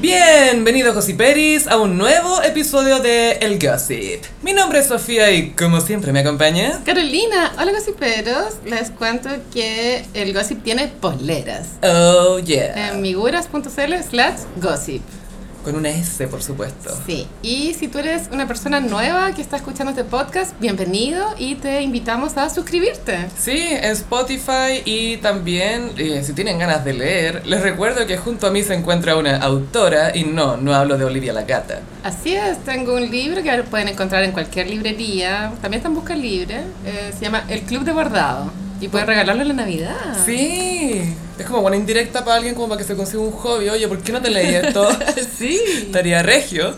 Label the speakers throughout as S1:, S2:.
S1: Bienvenidos Gossiperis a un nuevo episodio de El Gossip. Mi nombre es Sofía y como siempre me acompaña.
S2: Carolina, hola gossiperos, les cuento que el gossip tiene poleras
S1: Oh yeah.
S2: en miguras.cl slash gossip.
S1: Con una S por supuesto.
S2: Sí, y si tú eres una persona nueva que está escuchando este podcast, bienvenido y te invitamos a suscribirte.
S1: Sí, en Spotify y también eh, si tienen ganas de leer, les recuerdo que junto a mí se encuentra una autora y no, no hablo de Olivia la Gata.
S2: Así es, tengo un libro que ahora pueden encontrar en cualquier librería, también está en busca libre, eh, se llama El Club de Bordado y pueden regalarlo en la Navidad.
S1: Sí, es como buena indirecta para alguien como para que se consiga un hobby. Oye, ¿por qué no te leí esto?
S2: sí.
S1: Estaría regio.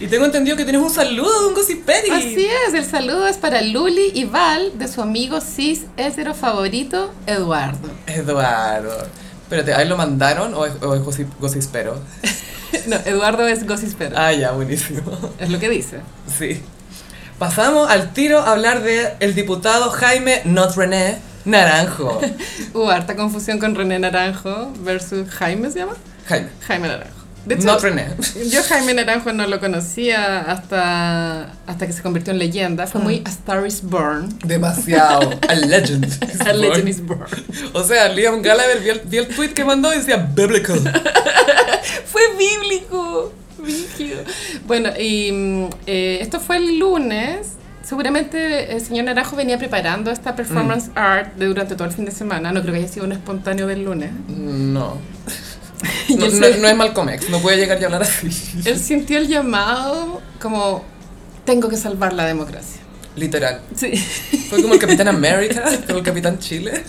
S1: Y tengo entendido que tienes un saludo de un Gossiperi.
S2: Así es, el saludo es para Luli y Val de su amigo cis hétero favorito, Eduardo.
S1: Eduardo. Espérate, ¿ahí lo mandaron o es, o es gossip- gossispero?
S2: No, Eduardo es gossispero,
S1: Ah, ya, buenísimo.
S2: es lo que dice.
S1: Sí. Pasamos al tiro a hablar de el diputado Jaime, not René, Naranjo.
S2: Hubo harta confusión con René Naranjo versus Jaime, ¿se llama?
S1: Jaime,
S2: Jaime Naranjo. De hecho,
S1: not René.
S2: yo Jaime Naranjo no lo conocía hasta, hasta que se convirtió en leyenda. Fue
S1: Ah.
S2: muy A Star is Born.
S1: Demasiado. A legend. is
S2: A legend
S1: born.
S2: is born.
S1: O sea, Liam Gallagher vio el, vio el tweet que mandó y decía biblical.
S2: Fue bíblico. brígido. Bueno, y mm, eh, esto fue el lunes. Seguramente el señor Naranjo venía preparando esta performance
S1: Mm.
S2: art de durante todo el fin de semana. No creo que haya sido un espontáneo del lunes.
S1: Mm, No.
S2: Y
S1: No,
S2: él,
S1: no,
S2: se-
S1: no es Malcolm X, no puede llegar y hablar así.
S2: él sintió el llamado como tengo que salvar la democracia.
S1: Literal.
S2: Sí.
S1: Fue como el Capitán América, pero el Capitán Chile.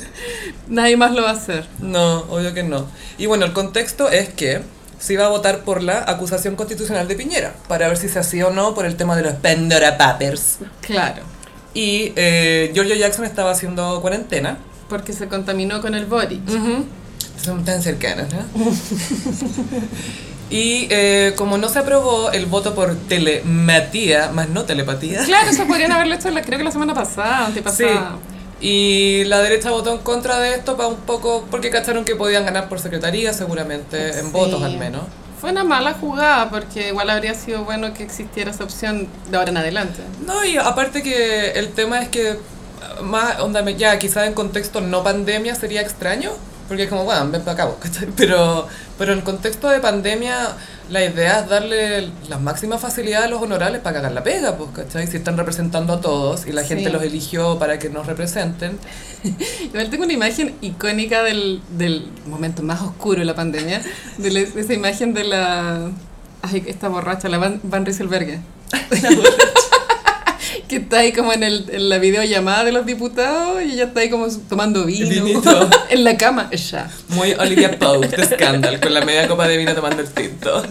S2: Nadie más lo va a hacer.
S1: No, obvio que no. Y bueno, el contexto es que se iba a votar por la acusación constitucional de Piñera, para ver si se hacía o no por el tema de los Pandora Papers.
S2: Claro.
S1: Y eh, Giorgio Jackson estaba haciendo cuarentena.
S2: Porque se contaminó con el Boric.
S1: Son tan cercanas, ¿no? y eh, como no se aprobó el voto por telematía, más no telepatía.
S2: Claro, eso podrían haberlo hecho la, creo que la semana pasada,
S1: Sí.
S2: antepasada.
S1: Y la derecha votó en contra de esto para un poco, porque cacharon que podían ganar por secretaría, seguramente, en
S2: Sí.
S1: votos al menos.
S2: Fue una mala jugada porque igual habría sido bueno que existiera esa opción de ahora en adelante.
S1: No, y aparte que el tema es que más onda me- ya quizás en contexto no pandemia sería extraño, porque es como, bueno, ven para acá, vos, ¿cachai? pero pero en contexto de pandemia la idea es darle las máximas facilidades a los honorales para cagar la pega, pues, ¿cachai? Si están representando a todos y la gente
S2: Sí.
S1: los eligió para que nos representen.
S2: Igual tengo una imagen icónica del, del momento más oscuro de la pandemia, de, la- de esa imagen de la... Ay, esta borracha, la Van, Van Rieselberger. que está ahí como en, el, en la videollamada de los diputados y ella está ahí como tomando vino
S1: Vinito.
S2: en la cama. Ella.
S1: Muy Olivia Pope de Scandal, con la media copa de vino tomando el tinto.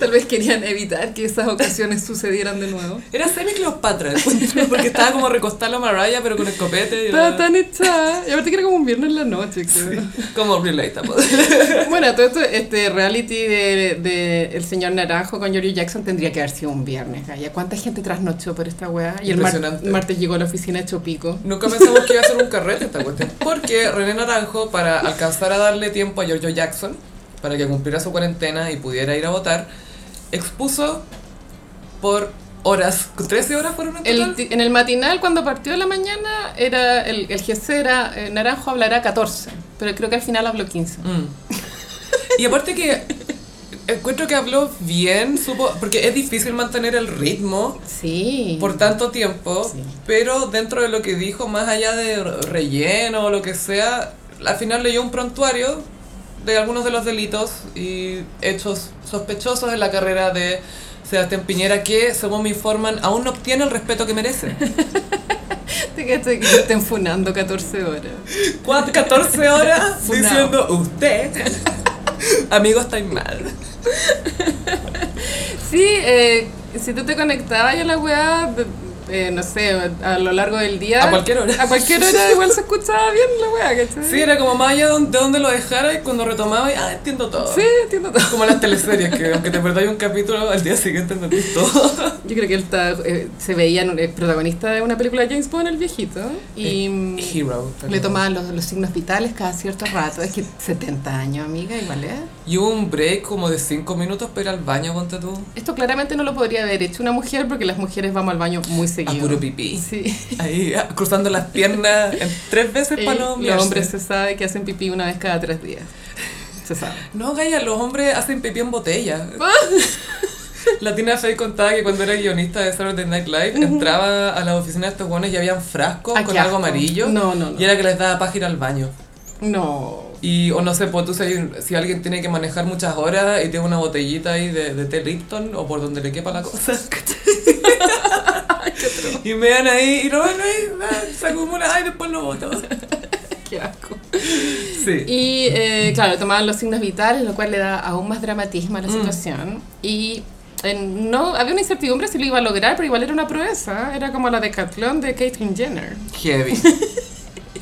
S2: Tal vez querían evitar que esas ocasiones sucedieran de nuevo.
S1: Era semi Cleopatra, encuentro, porque estaba como recostada a Mariah, pero con escopete. Y
S2: Estaba
S1: la-
S2: tan echada. Y aparte que era como un viernes en la noche, creo.
S1: Como pues. relatable.
S2: Bueno, todo esto, este reality de, de El Señor Naranjo con Giorgio Jackson tendría que haber sido un viernes, Gaya. ¿Cuánta gente trasnochó por esta weá? Y el mar-
S1: Impresionante.
S2: martes llegó a la oficina hecho pico.
S1: Nunca pensamos que iba a ser un carrete esta cuestión. Porque René Naranjo, para alcanzar a darle tiempo a Giorgio Jackson, para que cumpliera su cuarentena y pudiera ir a votar, expuso por horas, 13 horas fueron en
S2: El
S1: total.
S2: ti- en el matinal, cuando partió de la mañana, era el, el jefe era eh, Naranjo hablará 14, pero creo que al final habló 15.
S1: Mm. Y aparte que encuentro que habló bien, supo, porque es difícil mantener el ritmo
S2: Sí.
S1: por tanto tiempo,
S2: Sí.
S1: pero dentro de lo que dijo, más allá de relleno o lo que sea, al final leyó un prontuario de algunos de los delitos y hechos sospechosos en la carrera de Sebastián Piñera, que, según me informan, aún no obtiene el respeto que merece.
S2: Te cachai que te estén funando 14 horas.
S1: Cuat- 14 horas
S2: Funao.
S1: diciendo, usted, amigo, está mal.
S2: Sí, eh, si tú te conectabas a la weá, de- eh, no sé, a lo largo del día.
S1: A cualquier hora.
S2: A cualquier hora igual se escuchaba bien la wea, ¿cachai?
S1: Sí, era como más allá don- de donde lo dejara y cuando retomaba, y, ah, entiendo todo.
S2: Sí, entiendo todo.
S1: Como las teleseries, que aunque te perdáis un capítulo, al día siguiente entendís todo.
S2: Yo creo que él está, eh, se veía en un- eh, protagonista de una película de James Bond, el viejito, y mm,
S1: Hero.
S2: le tomaba los, los signos vitales cada cierto rato. Es que 70 años, amiga, igual ¿eh?
S1: Y hubo un break como de 5 minutos para ir al baño, ponte tú.
S2: Esto claramente no lo podría haber hecho una mujer porque las mujeres vamos al baño muy
S1: A
S2: seguido.
S1: puro pipí.
S2: Sí.
S1: Ahí, ah, cruzando las piernas en- tres veces
S2: Eh,
S1: para los
S2: los hombres se sabe que hacen pipí una vez cada tres días. Se sabe.
S1: No, Gaia, los hombres hacen pipí en botella. La Tina Fey contaba que cuando era guionista de Saturday Night Live entraba a las oficinas de estos guanes y habían frascos
S2: Ah,
S1: con
S2: qué
S1: algo
S2: asco.
S1: amarillo
S2: No, no, no.
S1: y era que les daba paja ir al baño.
S2: No.
S1: Y, o no sé, pues tú si, si alguien tiene que manejar muchas horas y tiene una botellita ahí de, de té Lipton o por donde le quepa la cosa. y me dan ahí y lo ven ahí, ah, se acumula, ay, después lo boto.
S2: Qué asco.
S1: Sí.
S2: Y eh, claro, tomaban los signos vitales, lo cual le da aún más dramatismo a la situación. Y eh, no había una incertidumbre si lo iba a lograr, pero igual era una proeza. Era como la decatlón de Caitlyn Jenner.
S1: Heavy.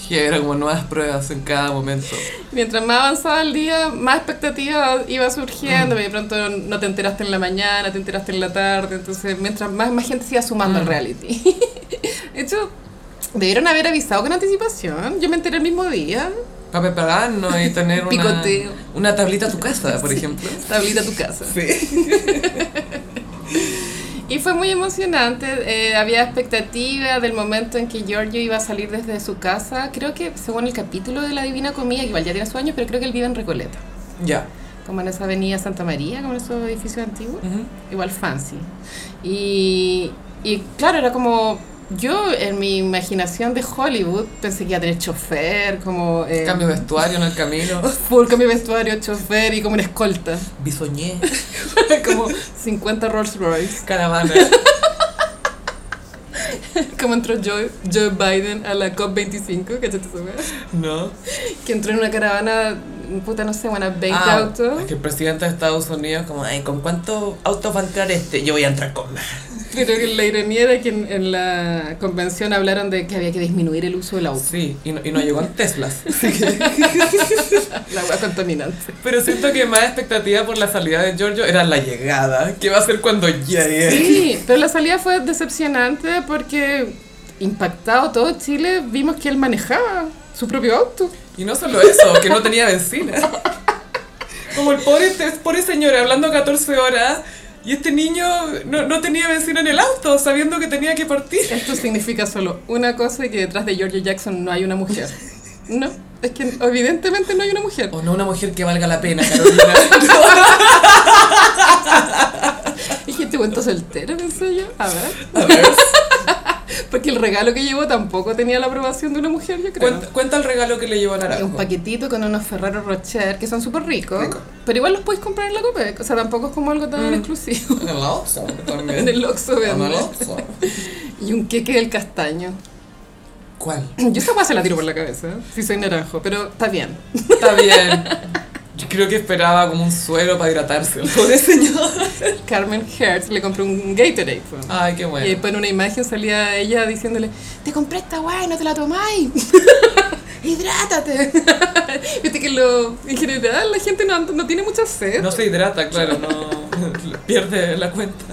S1: Heavy, era como nuevas pruebas en cada momento.
S2: Mientras más avanzaba el día, más expectativa iba surgiendo. De pronto no te enteraste en la mañana, te enteraste en la tarde. Entonces, mientras más, más gente se iba sumando al reality. de hecho, debieron haber avisado con anticipación. Yo me enteré el mismo día.
S1: Para prepararnos y tener una,
S2: Picoteo.
S1: una tablita a tu casa, por ejemplo.
S2: Tablita a tu casa.
S1: Sí.
S2: Y fue muy emocionante, eh, había expectativa del momento en que Giorgio iba a salir desde su casa, creo que según el capítulo de La Divina Comida, que igual ya tiene sus años, pero creo que él vive en Recoleta,
S1: Ya.
S2: como en esa avenida Santa María, como en esos edificios antiguos,
S1: Ujú.
S2: igual fancy. Y, y claro, era como, yo en mi imaginación de Hollywood pensé que iba a tener chofer, como... eh,
S1: Cambio de vestuario en el camino.
S2: Full cambio de vestuario, chofer y como una escolta,
S1: Bisoñé.
S2: como 50 Rolls Royce.
S1: Caravana.
S2: Como entró Joe, Joe Biden a la COP25, ¿cachate esa wea?
S1: No.
S2: Que entró en una caravana, puta, no sé, bueno, 20
S1: Ah,
S2: autos.
S1: Es que el presidente de Estados Unidos, como, ay, ¿con cuántos autos va a entrar este? Yo voy a entrar con más.
S2: Creo que la ironía era que en, en la convención hablaron de que había que disminuir el uso del auto.
S1: Sí, y no, y no llegó en Teslas.
S2: La wea contaminante.
S1: Pero siento que más expectativa por la salida de Giorgio era la llegada. ¿Qué va a ser cuando llegue?
S2: Sí, pero la salida fue decepcionante porque impactado todo Chile, vimos que él manejaba su propio auto.
S1: Y no solo eso, que no tenía vecina. Como el pobre, este pobre señor hablando 14 horas y este niño no, no tenía vecina en el auto, sabiendo que tenía que partir.
S2: Esto significa solo una cosa y que detrás de George Jackson no hay una mujer. No, es que evidentemente no hay una mujer.
S1: O no una mujer que valga la pena, Carolina.
S2: Dije, este cuento soltero, pensé yo. A ver.
S1: A ver,
S2: Porque el regalo que llevó tampoco tenía la aprobación de una mujer, yo creo.
S1: cuenta, cuenta el regalo que le llevó a
S2: Es un
S1: Naranjo.
S2: paquetito con unos Ferrero Rocher que son súper ricos.
S1: Rico.
S2: Pero igual los puedes comprar en la Copec. O sea, tampoco es como algo tan exclusivo.
S1: En el Oxxo también.
S2: En el Oxxo
S1: En el
S2: venden.
S1: Oxxo.
S2: Y un queque del castaño.
S1: ¿Cuál?
S2: Yo esa cosa se la tiro por la cabeza. Si soy naranjo, pero está bien.
S1: Está bien. Yo creo que esperaba como un suero para hidratarse. el Pobre señor.
S2: Carmen Hertz le compró un Gatorade. po.
S1: Ay, qué
S2: Y
S1: bueno.
S2: después en una imagen salía ella diciéndole, te compré esta guay, no te la tomáis. Hidrátate. Viste que lo, en general la gente no, no tiene mucha sed.
S1: No se hidrata, claro, no pierde la cuenta.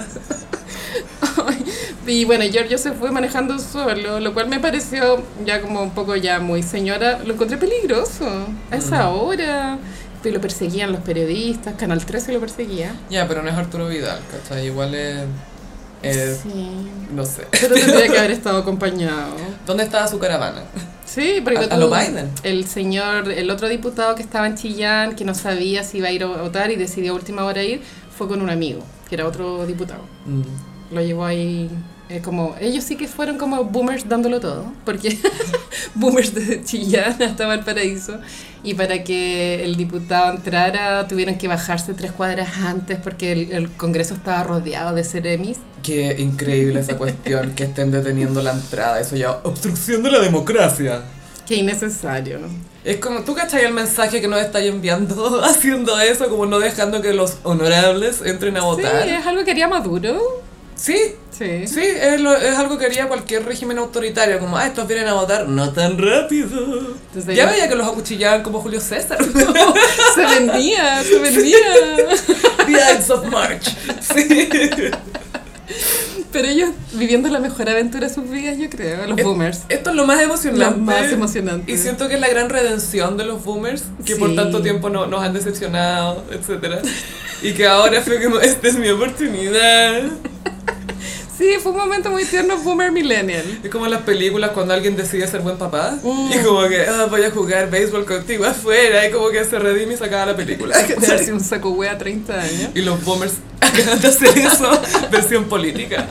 S2: Y bueno, Giorgio se fue manejando solo, lo cual me pareció ya como un poco ya muy señora. Lo encontré peligroso
S1: Mm.
S2: a esa hora. Pero lo perseguían los periodistas, Canal 13 lo perseguía.
S1: Ya, pero no es Arturo Vidal, ¿cachai? Igual es... es-
S2: Sí.
S1: No sé.
S2: Pero tendría que haber estado acompañado.
S1: ¿Dónde estaba su caravana?
S2: Sí, porque
S1: A- a lo Biden.
S2: el señor, el otro diputado que estaba en Chillán, que no sabía si iba a ir a votar y decidió a última hora ir, fue con un amigo, que era otro diputado.
S1: Mm,
S2: Lo llevó ahí eh, como... Ellos sí que fueron como boomers dándolo todo, porque boomers de Chillán hasta Valparaíso. Y para que el diputado entrara tuvieron que bajarse tres cuadras antes porque el, el Congreso estaba rodeado de seremis.
S1: Qué increíble esa cuestión, que estén deteniendo la entrada. Eso ya, obstrucción de la democracia.
S2: Qué innecesario, ¿no?
S1: Es como, ¿tú cachai el mensaje que nos estáis enviando haciendo eso? Como no dejando que los honorables entren a
S2: Sí,
S1: votar.
S2: es algo que haría Maduro.
S1: Sí,
S2: Sí.
S1: sí, es, lo- es algo que haría cualquier régimen autoritario, como, ah, estos vienen a votar, no tan rápido.
S2: Entonces,
S1: ya
S2: yo-
S1: veía que los acuchillaban como Julio César.
S2: Se vendía, se vendía.
S1: The Ides of March. Sí.
S2: Pero ellos viviendo la mejor aventura de sus vidas, yo creo, los
S1: Es-
S2: boomers.
S1: Esto es lo más emocionante.
S2: Lo más emocionante.
S1: Y siento que es la gran redención de los boomers, que
S2: Sí.
S1: por tanto tiempo no- nos han decepcionado, etc. Y que ahora fue como, esta es mi oportunidad.
S2: Sí, fue un momento muy tierno, boomer millennial.
S1: Es como en las películas cuando alguien decide ser buen papá. Y como que, ah, voy a jugar béisbol contigo afuera. Y como que se redime y se acaba la película.
S2: Darse un saco wea a 30 años.
S1: Y los boomers acaban de hacer eso, versión política.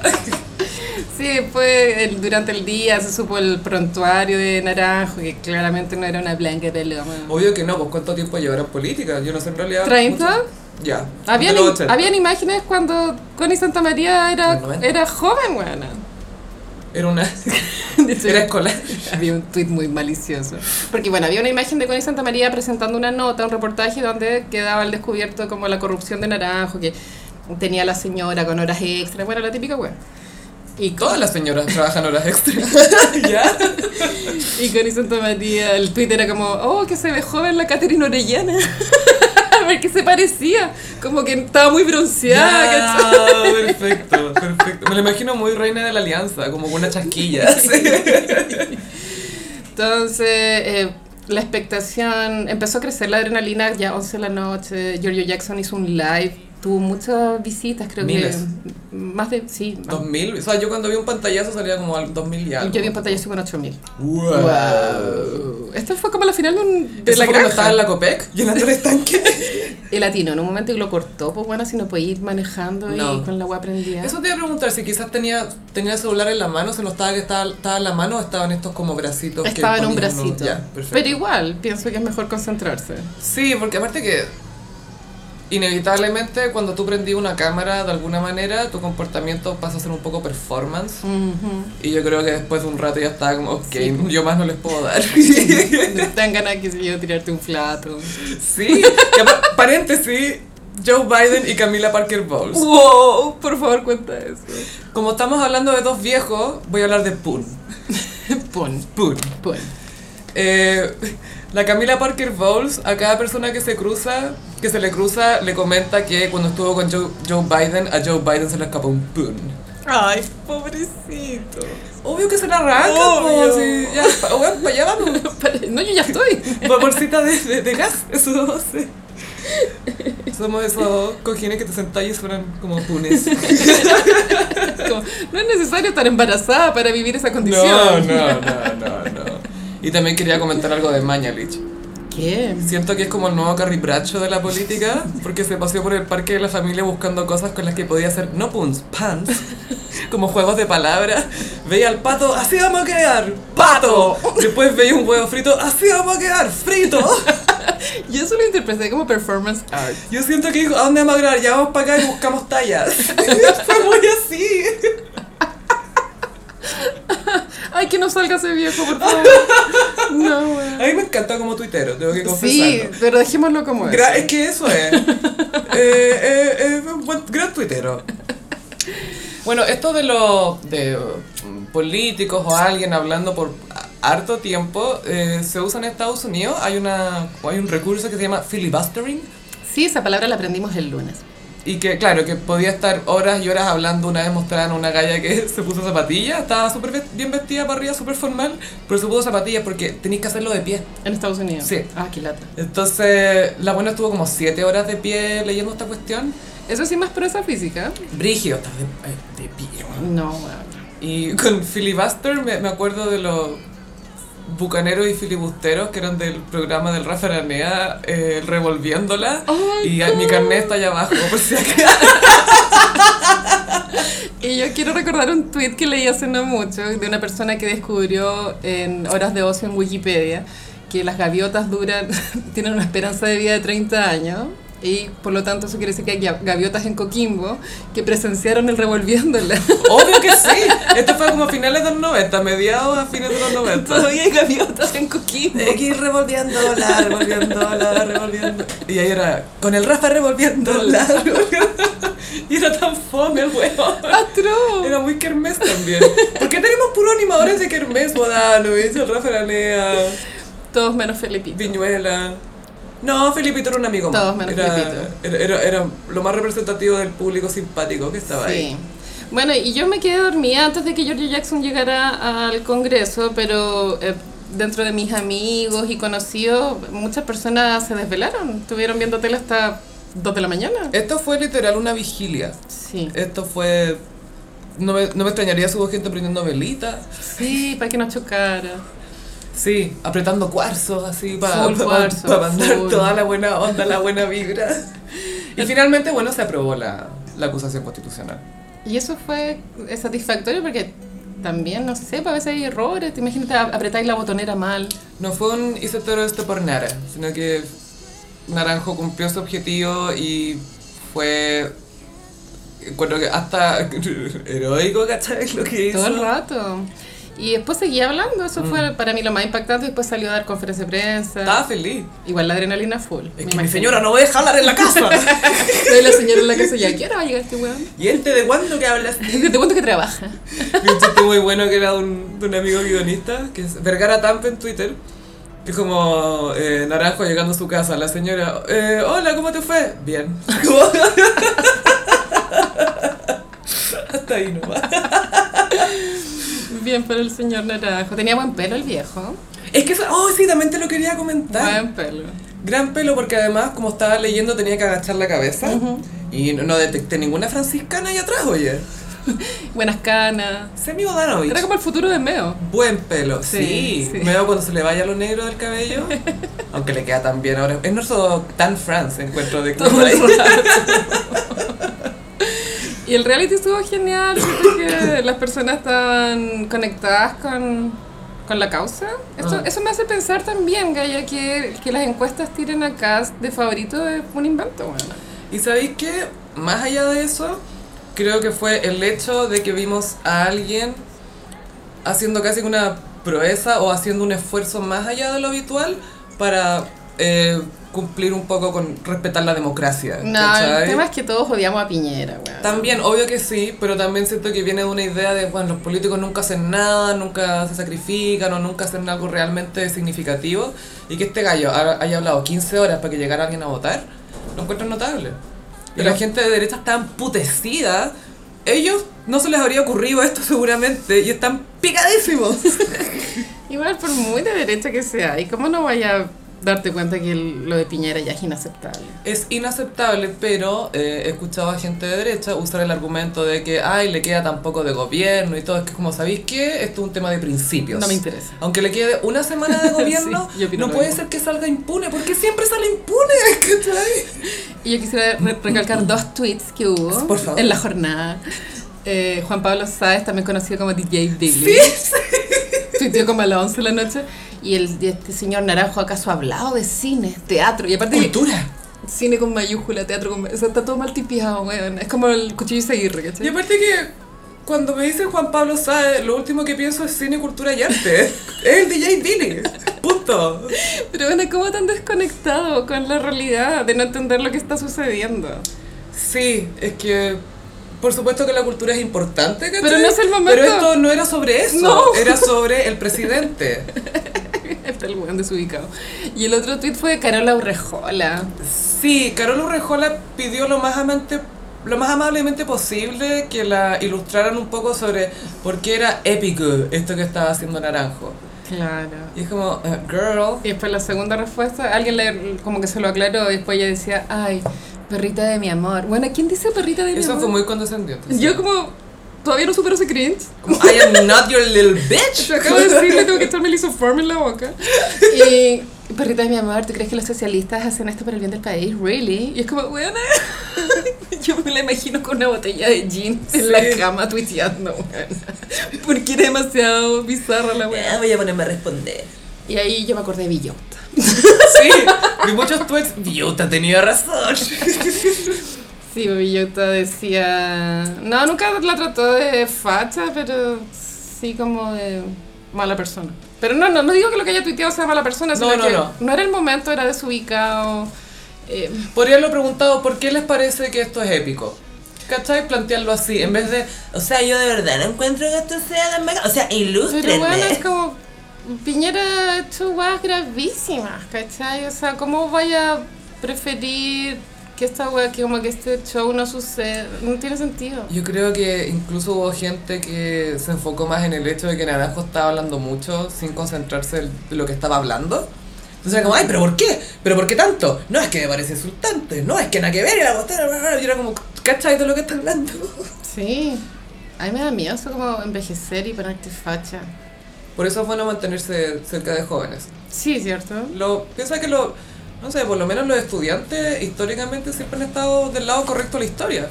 S2: Sí, fue el- durante el día se supo el prontuario de Naranjo, que claramente no era una blanca paloma.
S1: Obvio que no, pues ¿cuánto tiempo llevará en política? Yo no sé en realidad.
S2: ¿30?
S1: Ya.
S2: Habían,
S1: de los 80.
S2: habían imágenes cuando Connie Santamaría
S1: Los
S2: era,
S1: 90.
S2: era joven, weona.
S1: Era una.
S2: De hecho,
S1: Era escolar.
S2: Había un tuit muy malicioso. Porque bueno, había una imagen de Connie Santamaría presentando una nota, un reportaje donde quedaba al descubierto como la corrupción de Naranjo, que tenía la señora con horas extras, bueno, la típica wea. Y, Con-
S1: Todas las señoras trabajan horas extras. ¿Ya?
S2: y Connie Santamaría, el tuit era como, oh, que se ve joven la Caterina Orellana. A ver qué se parecía. Como que estaba muy bronceada,
S1: Ya,
S2: ¿cachai?
S1: perfecto, perfecto. Me lo imagino muy reina de la alianza, como con una chasquilla. sí.
S2: Entonces, eh, la expectación empezó a crecer la adrenalina ya 11 de la noche. Giorgio Jackson hizo un live, tuvo muchas visitas, creo
S1: Miles.
S2: que más de sí, más.
S1: 2000, o sea, yo cuando vi un pantallazo salía como al 2000 y algo.
S2: Yo vi en pantalla con 8000.
S1: Wow.
S2: Esto fue como la final de, un- de
S1: ¿Eso
S2: la
S1: fue cuando estaba
S2: granja.
S1: en la COPEC llenando el estanque?
S2: El latino en un momento y lo cortó, pues bueno, si no puede ir manejando y
S1: No.
S2: con la agua prendida.
S1: Eso te iba a preguntar, si quizás tenía, tenía el celular en la mano, se notaba que estaba, estaba en la mano o estaban estos como bracitos. que
S2: Estaba en un
S1: ponían, ¿no?
S2: bracito.
S1: Ya, perfecto.
S2: Pero igual, pienso que es mejor concentrarse.
S1: Sí, porque aparte que inevitablemente cuando tú prendí una cámara de alguna manera, tu comportamiento pasa a ser un poco performance. Y yo creo que después de un rato ya estaba como, ok,
S2: Sí.
S1: yo más no les puedo dar.
S2: Tan ganas que se yo tirarte un plato.
S1: sí, que apar- paréntesis, Joe Biden y Camila Parker Bowles.
S2: Wow, por favor, cuenta eso.
S1: Como estamos hablando de dos viejos, voy a hablar de Poon.
S2: Pon,
S1: Poon.
S2: pon.
S1: Eh, la Camila Parker Bowles, a cada persona que se cruza, que se le cruza, le comenta que cuando estuvo con Joe, Joe Biden, a Joe Biden se le escapó un pun.
S2: Ay, pobrecito.
S1: Obvio que se la arranca,
S2: Obvio.
S1: po, sí, ya, pa- bueno, pa' allá vamos.
S2: No, yo ya estoy.
S1: Vaporcita de, de, de gas, eso sí. Somos esos cojines que te sentáis y suenan como punes.
S2: Como, no es necesario estar embarazada para vivir esa
S1: No,
S2: condición.
S1: no, no, no, no. Y también quería comentar algo de Mañalich.
S2: ¿Qué?
S1: Siento que es como el nuevo carribracho de la política, porque se paseó por el parque de la familia buscando cosas con las que podía hacer no puns, pants, como juegos de palabras. Veía al pato, así vamos a quedar, pato. Después veía un huevo frito, así vamos a quedar, frito.
S2: Yo eso lo interpreté como performance art.
S1: Yo siento que dijo, ¿a dónde vamos a grabar? Ya vamos para acá y buscamos tallas. Fue muy así.
S2: Ay, que no salga ese viejo, por favor. No,
S1: A
S2: weón.
S1: mí me encantó como tuitero, tengo que
S2: Sí,
S1: confesarlo.
S2: pero dejémoslo como
S1: Gra-
S2: es.
S1: es que eso es. Eh, eh, eh, un buen- gran tuitero. Bueno, esto de los de mm, políticos o alguien hablando por a- harto tiempo eh, se usa en Estados Unidos. Hay una hay un recurso que se llama filibustering
S2: Sí, esa palabra la aprendimos el lunes.
S1: y que claro que podía estar horas y horas hablando. Una vez mostraron una galla que se puso zapatillas, estaba súper ve- bien vestida para arriba, súper formal, pero se puso zapatillas porque tenéis que hacerlo de pie.
S2: En Estados Unidos.
S1: Sí.
S2: Ah, qué lata.
S1: Entonces la buena estuvo como siete horas de pie leyendo esta cuestión.
S2: Eso sí, más prosa física.
S1: Brígido, estás de, eh, de pie, weón.
S2: No, weón.
S1: Y con filibuster me, me acuerdo de los bucaneros y filibusteros que eran del programa del Rafa Aranea eh, revolviéndola.
S2: Oh my
S1: y a- mi carnet está allá abajo, por si acaso.
S2: Y yo quiero recordar un tweet que leí hace no mucho de una persona que descubrió en horas de ocio en Wikipedia que las gaviotas duran, tienen una esperanza de vida de 30 años y por lo tanto eso quiere decir que hay gav- gaviotas en Coquimbo que presenciaron el revolviéndola.
S1: Obvio que sí. Esto fue como a finales de los 90, mediados a fines de los 90.
S2: Todavía hay gaviotas en Coquimbo.
S1: Aquí revolviéndola, revolviéndola, revolviendo. Y ahí era, con el Rafa revolviéndola. Y era tan fome el huevo.
S2: ¡Atroz!
S1: Era muy kermés también. ¿Por qué tenemos puros animadores de kermés? Guadalupe, el Rafa Aranea,
S2: Todos menos Felipito.
S1: Viñuela. No, Felipito era un amigo más.
S2: Todos menos
S1: era,
S2: Felipito.
S1: Era, era- era lo más representativo del público simpático que estaba
S2: Sí.
S1: ahí.
S2: Bueno, y yo me quedé dormida antes de que George Jackson llegara al Congreso, pero eh, dentro de mis amigos y conocidos, muchas personas se desvelaron. Estuvieron viendo tele hasta 2 de la mañana.
S1: Esto fue literal una vigilia.
S2: Sí.
S1: Esto fue... No me, no me extrañaría si hubo gente prendiendo velitas.
S2: Sí, para que no chocara.
S1: Sí, apretando cuarzos así para
S2: Full cuarzo,
S1: mandar
S2: full.
S1: toda la buena onda, la buena vibra. Y finalmente, bueno, se aprobó la, la acusación constitucional.
S2: Y eso fue eh, satisfactorio porque también, no sé, pues a veces hay errores. Te imaginas, ap- apretáis la botonera mal.
S1: No fue un hice todo esto por Nara, sino que Naranjo cumplió su objetivo y fue. Encuentro que hasta heroico, ¿cachai? Lo que hizo.
S2: Todo el rato. Y después seguía hablando, eso
S1: Mm.
S2: fue para mí lo más impactante. Después salió a dar conferencia de prensa.
S1: Estaba feliz.
S2: Igual la adrenalina full.
S1: Es
S2: me
S1: que mi
S2: imagino.
S1: señora no deja hablar en la casa.
S2: Soy la señora en la casa ya. ¿Qué hora va a llegar este weón?
S1: ¿Y este de cuándo que hablas?
S2: Te cuento que trabaja.
S1: Vi un chiste muy bueno que era un- de un amigo guionista, que es Vergara Tampe en Twitter, que es como eh, Naranjo llegando a su casa, la señora, eh, hola, ¿cómo te fue? Bien. Como- Hasta ahí nomás.
S2: Bien por el señor Naranjo. Tenía buen pelo el viejo.
S1: Es que, eso- oh, sí, también te lo quería comentar.
S2: Buen pelo.
S1: Gran pelo porque además, como estaba leyendo, tenía que agachar la cabeza. Y no, no detecté ninguna franciscana ahí atrás, oye.
S2: Buenas canas.
S1: Semi Bodanovich.
S2: Era como el futuro de Meo.
S1: Buen pelo,
S2: Sí,
S1: sí.
S2: sí.
S1: Me veo cuando se le vaya lo negro del cabello. Aunque le queda tan bien ahora. Es nuestro tan France encuentro de
S2: Todo
S1: Como ahí.
S2: el rato. Y el reality estuvo genial, siento que las personas estaban conectadas con, con la causa. Esto-
S1: Ah.
S2: Eso me hace pensar también, Gaya, que, que las encuestas tiren a Cass de favorito es un invento, bueno.
S1: Y sabéis que, más allá de eso, creo que fue el hecho de que vimos a alguien haciendo casi una proeza o haciendo un esfuerzo más allá de lo habitual para eh, cumplir un poco con respetar la democracia.
S2: No,
S1: ¿cachai?
S2: el tema es que todos odiamos a Piñera, weón.
S1: También, obvio que sí, pero también siento que viene de una idea de, bueno, los políticos nunca hacen nada, nunca se sacrifican o nunca hacen algo realmente significativo. Y que este gallo ha- haya hablado 15 horas para que llegara alguien a votar, lo encuentro notable. Y la gente de derecha está emputecida. Ellos no se les habría ocurrido esto seguramente y están picadísimos.
S2: Igual, por muy de derecha que sea, ¿y cómo no vaya a darte cuenta que el- lo de Piñera ya es inaceptable?
S1: Es inaceptable, pero eh, he escuchado a gente de derecha usar el argumento de que, ay, le queda tan poco de gobierno y todo. Es que, como sabéis que esto es un tema de principios.
S2: No me interesa.
S1: Aunque le quede una semana de gobierno,
S2: Sí, yo
S1: no
S2: opino lo
S1: puede
S2: mismo.
S1: ser que salga impune, porque siempre sale impune, ¿cachai?
S2: Y yo quisiera re- recalcar dos tweets que hubo
S1: Por favor.
S2: en la jornada. Eh, Juan Pablo Sáez, también conocido como DJ Billy, tuiteó como a las 11 de la noche. Y, el, y este señor Naranjo acaso ha hablado de cine, teatro. Y aparte,
S1: Cultura.
S2: cine con mayúscula, teatro con. O sea, está todo mal tipiado, weón. Es como el cuchillo y seguirre, ¿cachai?
S1: Y aparte que cuando me dicen Juan Pablo Sáez, lo último que pienso es cine, cultura y arte. es el DJ Billy. Punto.
S2: Pero bueno, ¿cómo tan desconectado con la realidad de no entender lo que está sucediendo?
S1: Sí, es que por supuesto que la cultura es importante, ¿cachai?
S2: Pero no es el momento.
S1: Pero esto no era sobre eso,
S2: No.
S1: era sobre el presidente.
S2: Está el weón desubicado. Y el otro tweet fue de Carola Urrejola.
S1: Sí, Carol Urrejola pidió lo más amante- lo más amablemente posible que la ilustraran un poco sobre por qué era épico esto que estaba haciendo Naranjo.
S2: Claro.
S1: Y es como, eh, girl,
S2: Y después la segunda respuesta, alguien le, como que se lo aclaró y después ella decía, ay, perrita de mi amor. Bueno, ¿quién dice perrita de mi
S1: eso
S2: amor?
S1: fue muy condescendiente. sí.
S2: Yo como, todavía no supero ese cringe.
S1: Como, I am not your little bitch.
S2: Yo acabo de decirle, tengo que echarme lisoform en la boca. Y, perrita de mi amor, ¿tú crees que los socialistas hacen esto para el bien del país? ¿Really? Y es como, bueno, yo me la imagino con una botella de gin en la
S1: Sí.
S2: cama tuiteando, weona. Porque era demasiado bizarra la weá.
S1: voy a ponerme a responder.
S2: Y ahí yo me acordé de Villota.
S1: Sí, vi muchos tweets. Viuta tenía razón.
S2: Sí, Bellota decía. No, nunca la trató de facha, pero sí como de mala persona. Pero no, no, no digo que lo que haya tuiteado sea mala persona,
S1: No,
S2: sino
S1: no,
S2: que
S1: no.
S2: era el momento, era desubicado. eh,
S1: Podría haberlo preguntado por qué les parece que esto es épico. ¿Cachai? Plantearlo así, en vez de,
S3: O sea, yo de verdad no encuentro que esto sea la mega. O sea,
S2: Pero bueno, es
S3: ilústrenme.
S2: como Piñera ha hecho weas gravísimas, ¿cachai? O sea, ¿cómo vaya a preferir que esta wea, que como que este show no suceda? No tiene sentido.
S1: Yo creo que incluso hubo gente que se enfocó más en el hecho de que Naranjo estaba hablando mucho sin concentrarse en lo que estaba hablando. Entonces era como, ay, pero ¿por qué? ¿Pero por qué tanto? No es que me parece insultante, no es que nada que ver, y la cuestión, bla, bla, bla". Y era como, ¿cachai de lo que está hablando?
S2: Sí. A mí me da miedo eso como envejecer y ponerte facha.
S1: Por eso es bueno mantenerse cerca de jóvenes.
S2: Sí, ¿cierto?
S1: Lo, piensa que lo, no sé, por lo menos los estudiantes históricamente siempre han estado del lado correcto de la historia.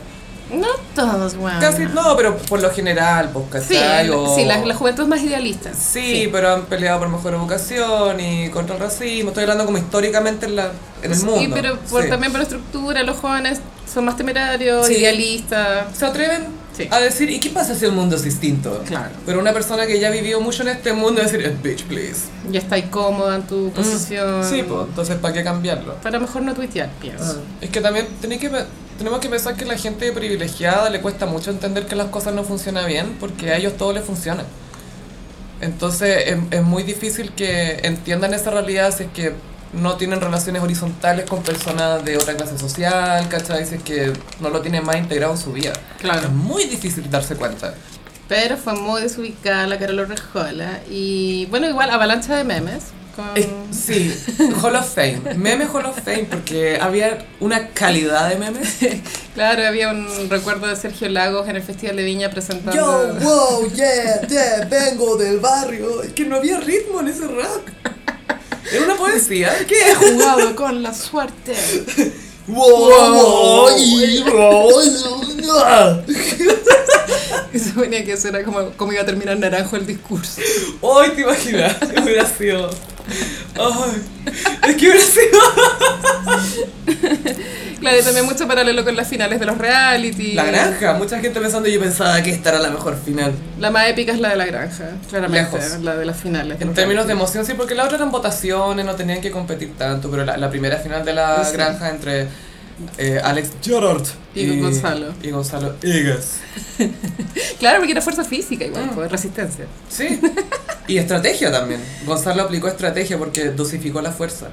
S2: No todos, weón.
S1: Casi, no, pero por lo general, pues,
S2: Ah. Sí,
S1: ¿cachai? O-
S2: sí la, la juventud es más idealista.
S1: Sí, pero han peleado por mejor educación y contra el racismo. Estoy hablando como históricamente en, la, en el mundo.
S2: Sí, pero por-
S1: Sí.
S2: también por estructura, los jóvenes son más temerarios,
S1: Sí.
S2: idealistas.
S1: Se atreven
S2: Sí.
S1: a decir, ¿y qué pasa si el mundo es distinto?
S2: Claro.
S1: Pero una persona que ya vivió mucho en este mundo decir, "Eh, bitch, please.
S2: Ya está incómoda en tu posición.
S1: Mm. Sí, pues, entonces, ¿para qué cambiarlo?
S2: Para mejor no tuitear, pienso.
S1: Es que también tenéis que, pe- tenemos que pensar que la gente privilegiada le cuesta mucho entender que las cosas no funcionan bien porque a ellos todo les funciona. Entonces es, es muy difícil que entiendan esa realidad si es que no tienen relaciones horizontales con personas de otra clase social, ¿cachai? Si es que no lo tienen más integrado en su vida. Es
S2: Claro.
S1: muy difícil darse cuenta.
S2: Pero fue muy desubicada la Carol Rejola. Y bueno, igual, avalancha de memes. Con...
S1: Es- sí, Hall of Fame. Meme Hall of Fame porque había una calidad de memes.
S2: Claro, había un recuerdo de Sergio Lagos en el Festival de Viña presentando.
S1: Yo, wow, yeah, yeah, vengo del barrio. Es que no había ritmo en ese rap. Era una poesía. ¿Qué?
S2: He jugado con la suerte.
S1: Wow, wow, y wow, y- ah.
S2: Y se ponía que eso era como, como iba a terminar naranjo el discurso.
S1: Ay, te imaginas, hubiera sido. Ay, es que hubiera sido.
S2: Claro, y también mucho paralelo con las finales de los reality.
S1: La granja, mucha gente pensando, yo pensaba que esta era la mejor final.
S2: La más épica es la de la granja, claramente.
S1: Lejos.
S2: La de las finales. de
S1: En
S2: los
S1: términos de
S2: reality.
S1: emoción, sí, porque la otra eran votaciones, no tenían que competir tanto, pero la, la primera final de la
S2: Sí.
S1: granja entre eh, Alex Gerard
S2: Y Gonzalo.
S1: Y Gonzalo Higas.
S2: Claro, porque era fuerza física igual,
S1: Mm.
S2: pues, resistencia.
S1: Sí. Y estrategia también. Gonzalo aplicó estrategia porque dosificó la fuerza.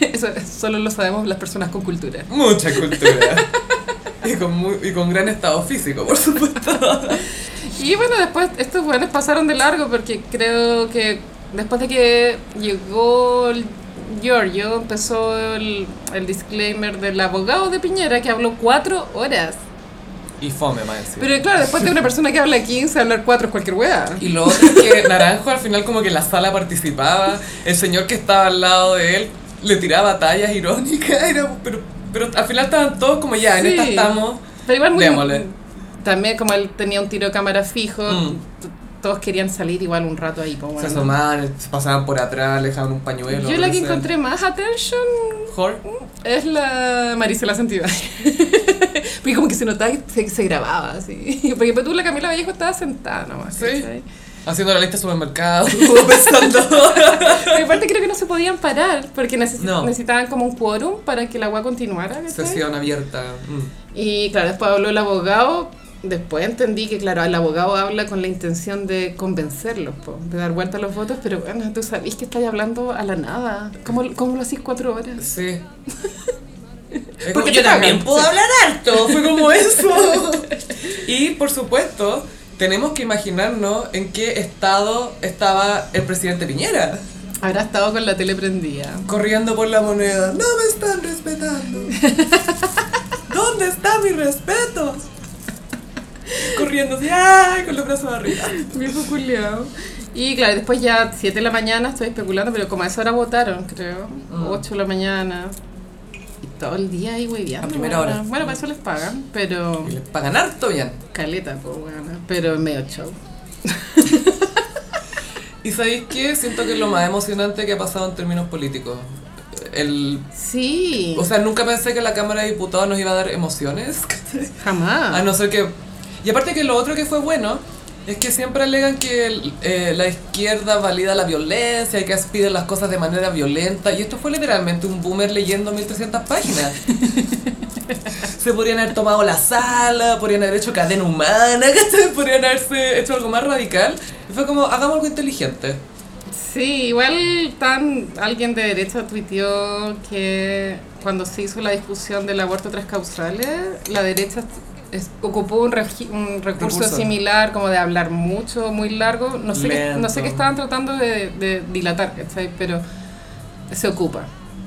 S2: Eso solo lo sabemos las personas con cultura.
S1: Mucha cultura. y, con muy- y con gran estado físico, por supuesto.
S2: Y bueno, después estos buenos pasaron de largo porque creo que después de que llegó el Giorgio, empezó el, el disclaimer del abogado de Piñera que habló cuatro horas.
S1: Y fome, más encima.
S2: Pero claro, después de una persona que habla 15, hablar cuatro es cualquier wea.
S1: Y lo otro es que Naranjo al final como que en la sala participaba, el señor que estaba al lado de él le tiraba tallas irónicas, era- pero, pero al final estaban todos como ya, en
S2: Sí.
S1: esta estamos.
S2: Pero igual muy...
S1: Démosle.
S2: También como él tenía un tiro de cámara fijo,
S1: Mm.
S2: t- todos querían salir igual un rato ahí. Pues,
S1: Se
S2: bueno.
S1: asomaban, se pasaban por atrás, le dejaban un pañuelo.
S2: Yo la
S1: lo
S2: que
S1: sea.
S2: encontré más attention
S1: Whore.
S2: Es la Marisela Santibáñez. Porque como que se notaba que se, se grababa así. Porque pues, tú la Camila Vallejo estaba sentada nomás.
S1: Sí.
S2: ¿cachai?
S1: Haciendo la lista de supermercado, pensando.
S2: Pero aparte creo que no se podían parar porque necesi-
S1: No.
S2: necesitaban como un quórum para que la agua continuara. ¿cachai?
S1: Sesión abierta. mm.
S2: Y claro, después habló el abogado. Después entendí que, claro, el abogado habla con la intención de convencerlos, po, de dar vuelta a los votos, pero bueno, tú sabés que estáis hablando a la nada. ¿Cómo, cómo lo hacís cuatro horas?
S1: Sí. Es como-
S3: Porque yo también puedo hablar alto.
S1: Fue como eso. Y por supuesto, tenemos que imaginarnos en qué estado estaba el presidente Piñera.
S2: Habrá estado con la tele prendida.
S1: Corriendo por la moneda. No me están respetando. ¿Dónde está mi respeto? Corriendo así, ¡ay! con los brazos arriba.
S2: Viejo culiao. Y claro, después ya 7 de la mañana, estoy especulando, pero como a esa hora votaron, creo.
S1: Ah.
S2: 8 de la mañana. Y todo el día ahí hueviando.
S1: A primera
S2: weona.
S1: hora.
S2: Bueno, para eso les pagan, pero.
S1: Y les pagan harto bien.
S2: Caleta, pues, bueno. Pero medio show.
S1: ¿Y sabéis qué? Siento que es lo más emocionante que ha pasado en términos políticos. El,
S2: Sí.
S1: o sea, nunca pensé que la Cámara de Diputados nos iba a dar emociones.
S2: jamás.
S1: A no ser que... Y aparte que lo otro que fue bueno Es que siempre alegan que el- eh, la izquierda valida la violencia y que piden las cosas de manera violenta. Y esto fue literalmente un boomer leyendo 1300 páginas. Se podrían haber tomado la sala, podrían haber hecho cadena humana, ¿cachai? podrían haberse hecho algo más radical. Y fue como, hagamos algo inteligente.
S2: Sí, igual tan alguien de derecha tuiteó que cuando se hizo la discusión del aborto tras causales, la derecha es- ocupó un, regi- un recurso,
S1: Recurso.
S2: similar, como de hablar mucho, muy largo. No sé, qué, no sé
S1: Lento.
S2: qué estaban tratando de, de dilatar, ¿cachai? Pero se ocupa.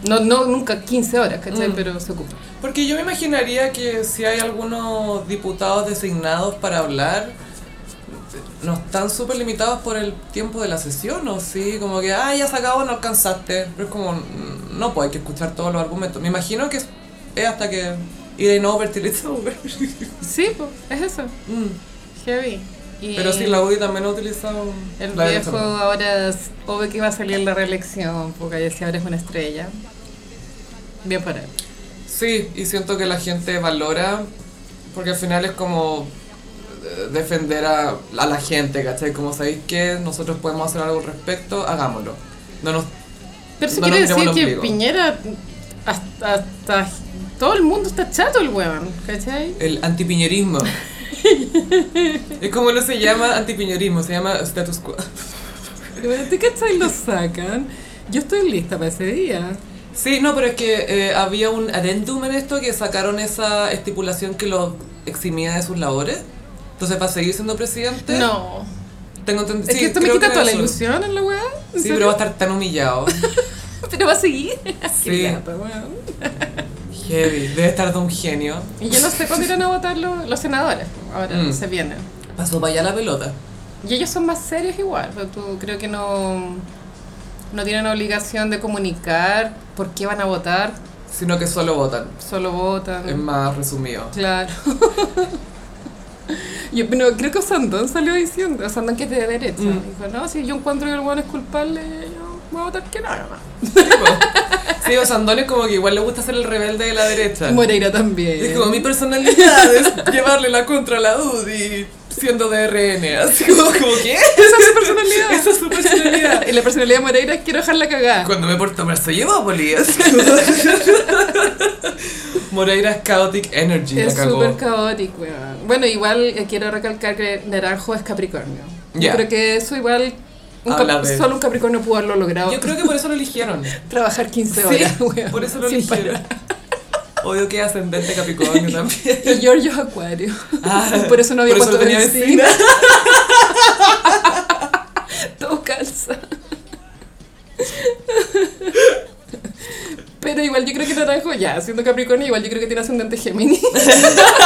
S2: No, no nunca 15 horas, ¿cachai?
S1: Mm.
S2: Pero se ocupa.
S1: Porque yo me imaginaría que si hay algunos diputados designados para hablar, no están súper limitados por el tiempo de la sesión, ¿o sí? Como que, ah, ya se acabó, no alcanzaste. Pero es como, mm, no, pues hay que escuchar todos los argumentos. Me imagino que es es hasta que... Y de no over till it's over.
S2: Sí, pues, es eso.
S1: Mm.
S2: Heavy. Y
S1: Pero sí, la UDI también ha utilizado...
S2: El
S1: la
S2: viejo ahora es obvio que va a salir en la reelección, porque ya si ahora es una estrella. Bien para él.
S1: Sí, y siento que la gente valora, porque al final es como eh, defender a, a la gente, ¿cachai? Como sabéis que nosotros podemos hacer algo al respecto, hagámoslo. No nos...
S2: Pero eso
S1: No
S2: quiere
S1: nos miremos
S2: decir
S1: el
S2: que
S1: ombligo.
S2: Piñera, hasta, hasta- todo el mundo está chato el huevón, ¿cachai?
S1: El antipiñerismo. es como no se llama antipiñerismo, se llama status quo.
S2: ¿Tú cachai lo sacan? Yo estoy lista para ese día.
S1: Sí, no, pero es que eh, había un adendum en esto que sacaron esa estipulación que lo eximía de sus labores. Entonces, ¿va a seguir siendo presidente?
S2: No.
S1: Tengo entendido.
S2: es que esto me quita toda la ilusión en la weá. ¿en
S1: Sí,
S2: serio?
S1: pero va a estar tan humillado.
S2: Pero va a seguir. Qué
S1: Sí.
S2: lata, weón.
S1: Heavy, debe estar de un genio.
S2: Y yo no sé cuándo irán a votar los, los senadores. Ahora
S1: Mm.
S2: se vienen.
S1: Pasó para allá la pelota.
S2: Y ellos son más serios igual, pero tú creo que no, no tienen obligación de comunicar por qué van a votar,
S1: Sino que solo votan.
S2: solo
S1: Es
S2: votan.
S1: más resumido.
S2: Claro. Yo, pero creo que Sandón salió diciendo, Sandón que es de derecha,
S1: Mm.
S2: dijo, no, si yo encuentro que el hueón es culpable, yo voy a votar que no, nomás.
S1: Sí, o Sandón es como que igual le gusta ser el rebelde de la derecha.
S2: Moreira también.
S1: Es como mi personalidad es llevarle la contra a la UDI siendo de RN. Así como, como ¿qué?
S2: Esa es su personalidad.
S1: Esa es su personalidad.
S2: y la personalidad de Moreira es quiero dejarla cagada.
S1: Cuando me porto mal soy Evópoli. así como- Moreira es Chaotic Energy. la
S2: Es
S1: cagó.
S2: súper caótico, weón. Bueno, igual eh, quiero recalcar que Naranjo es Capricornio.
S1: Ya.
S2: Yo creo que eso igual, un
S1: Habla
S2: cap-
S1: de-
S2: solo un Capricornio pudo haberlo logrado.
S1: Yo creo que por eso lo eligieron.
S2: Trabajar 15
S1: Sí,
S2: horas, weón,
S1: por eso lo
S2: sin
S1: eligieron.
S2: parar.
S1: Obvio que es ascendente Capricornio también.
S2: Y Giorgio es Acuario.
S1: Ah,
S2: por eso no había
S1: por eso
S2: puesto
S1: lo tenía
S2: vecina. Todo calza. Pero igual yo creo que Naranjo, ya, siendo Capricornio, igual yo creo que tiene ascendente Géminis.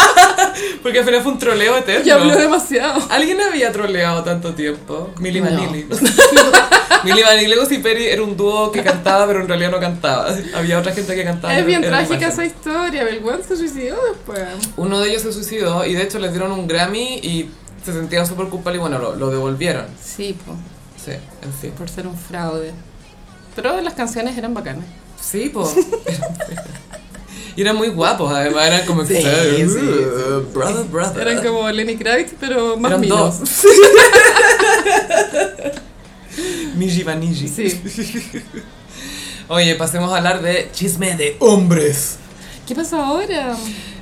S1: Porque al final fue un troleo
S2: Y habló
S1: eterno.
S2: demasiado.
S1: ¿Alguien había troleado tanto tiempo? Milly
S2: No.
S1: Vanilli. Milly Vanilli y Lucy Perry era un dúo que cantaba, pero en realidad no cantaba. Había otra gente que cantaba.
S2: Es
S1: pero
S2: bien
S1: era una
S2: trágica esa
S1: imagen.
S2: historia, el weón se suicidó después.
S1: Uno de ellos se suicidó y de hecho les dieron un Grammy y se sentían súper culpables y bueno, lo, lo devolvieron.
S2: Sí, po,
S1: Sí, en fin.
S2: por ser un fraude. Pero las canciones eran bacanas.
S1: Sí, pues. Y eran muy guapos, además, eran como que.
S3: Sí, sí, sí.
S1: "Uh, Brother, brother.
S2: Eran como Lenny Kravitz, pero más
S1: Eran
S2: minos.
S1: dos. Miji Vanilli.
S2: Sí.
S1: Oye, pasemos a hablar de chisme de hombres.
S2: ¿Qué pasó ahora?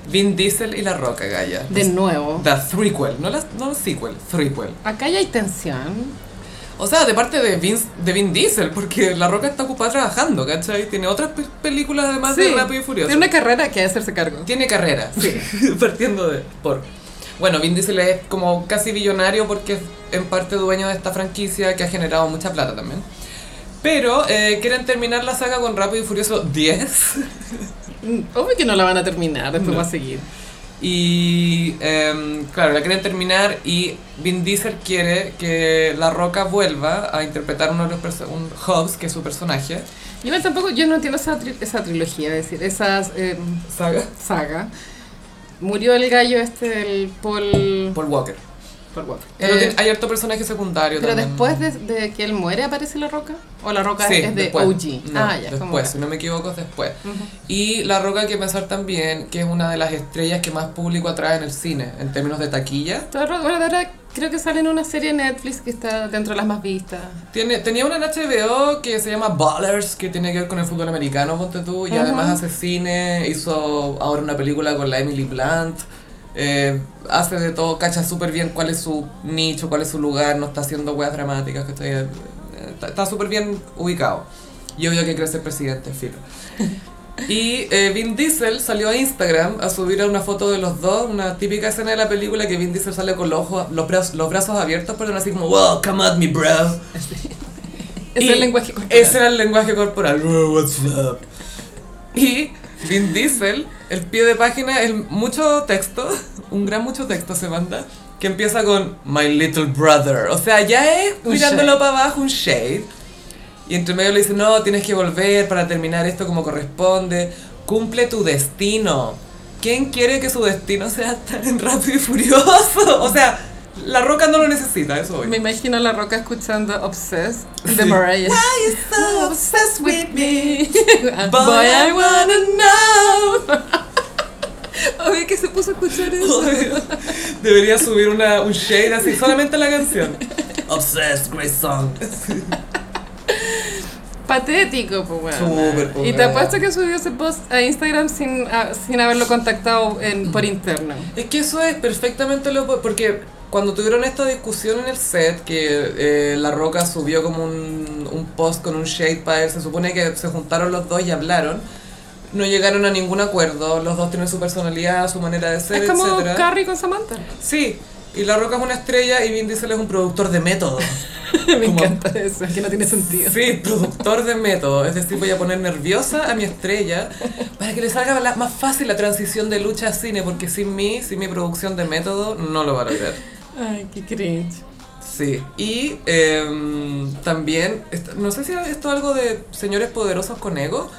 S1: Vin Diesel y La Roca, Gaya.
S2: De nuevo.
S1: The threequel, no la no el sequel, threequel.
S2: Acá ya hay tensión.
S1: O sea, de parte de Vin, de Vin Diesel, porque La Roca está ocupada trabajando, ¿cachai? Tiene otras pe- películas además de Rápido y Furioso.
S2: Tiene una carrera que hacerse cargo.
S1: Tiene carrera, sí. Partiendo de. Por. Bueno, Vin Diesel es como casi billonario porque es en parte dueño de esta franquicia que ha generado mucha plata también. Pero eh, quieren terminar la saga con Rápido y Furioso 10.
S2: Mm, Obvio que no la van a terminar, después
S1: No.
S2: va a seguir.
S1: Y em, claro, la quieren terminar y Vin Diesel quiere que La Roca vuelva a interpretar uno de los perso- un Hobbs, que es su personaje.
S2: Igual tampoco, yo no entiendo esa, tri- esa trilogía, es decir, esas eh,
S1: Saga.
S2: saga. Murió el gallo este, el Paul...
S1: Paul Walker.
S2: Paul Walker.
S1: Pero
S2: Eh,
S1: tiene- hay harto personaje secundario
S2: Pero
S1: también.
S2: después de, de que él muere aparece la roca o la roca
S1: Sí,
S2: es de
S1: después.
S2: OG.
S1: No,
S2: ah, ya, como
S1: después, si no me equivoco, es después.
S2: Ujú.
S1: Y La Roca hay que pensar también que es una de las estrellas que más público atrae en el cine, en términos de taquilla.
S2: Todo el rato- bueno, de ahora Creo que sale en una serie de Netflix que está dentro de las más vistas.
S1: Tiene, tenía una en HBO que se llama Ballers, que tiene que ver con el fútbol americano, ponte tú, y
S2: Ajá.
S1: además hace cine, hizo ahora una película con la Emily Blunt, eh, hace de todo, cacha súper bien cuál es su nicho, cuál es su lugar, no está haciendo weas dramáticas, que eh, está súper bien ubicado. Y obvio que quiere ser presidente, filo. Y eh, Vin Diesel salió a Instagram a subir una foto de los dos, una típica escena de la película que Vin Diesel sale con los, ojos, los, brazos, los brazos abiertos, pero así como, wow, come at me, bro.
S2: Ese
S1: Y
S2: es el lenguaje corporal.
S1: Ese era el lenguaje corporal. "Oh, what's up?" Y Vin Diesel, el pie de página, el mucho texto, un gran mucho texto se manda, que empieza con My Little Brother. O sea, ya es
S2: Un
S1: mirándolo
S2: shade.
S1: para abajo, un shade. Y entre medio le dice, no, tienes que volver para terminar esto como corresponde. Cumple tu destino. ¿Quién quiere que su destino sea tan rápido y furioso? O sea, la roca no lo necesita, eso voy.
S2: Me imagino a La Roca escuchando Obsessed de
S1: Sí.
S2: Mariah.
S3: Ay,
S2: so
S3: está.
S2: obsessed with me. Boy, I wanna know. Obvio que se puso a escuchar eso.
S1: Debería subir una, un shade así, solamente la canción.
S3: Obsessed, great song.
S2: Patético, pues weón.
S1: Súper, pues,
S2: Y te
S1: weón.
S2: apuesto que subió ese post a Instagram sin, a- sin haberlo contactado en- por interno.
S1: Es que eso es perfectamente lo... po- Porque cuando tuvieron esta discusión en el set, que eh, La Roca subió como un, un post con un shade para él, se supone que se juntaron los dos y hablaron, no llegaron a ningún acuerdo, los dos tienen su personalidad, su manera de ser,
S2: Es como
S1: etcétera.
S2: Carrie con Samantha.
S1: Sí, y La Roca es una estrella y Vin Diesel es un productor de métodos.
S2: Me
S1: Como-
S2: encanta eso, que no tiene sentido.
S1: Sí, productor de método. Es decir, voy a poner nerviosa a mi estrella para que le salga la- más fácil la transición de lucha a cine, porque sin mí, sin mi producción de método, no lo va a lograr.
S2: Ay, qué cringe.
S1: Sí, y em, también, est- no sé si era esto algo de señores poderosos con ego,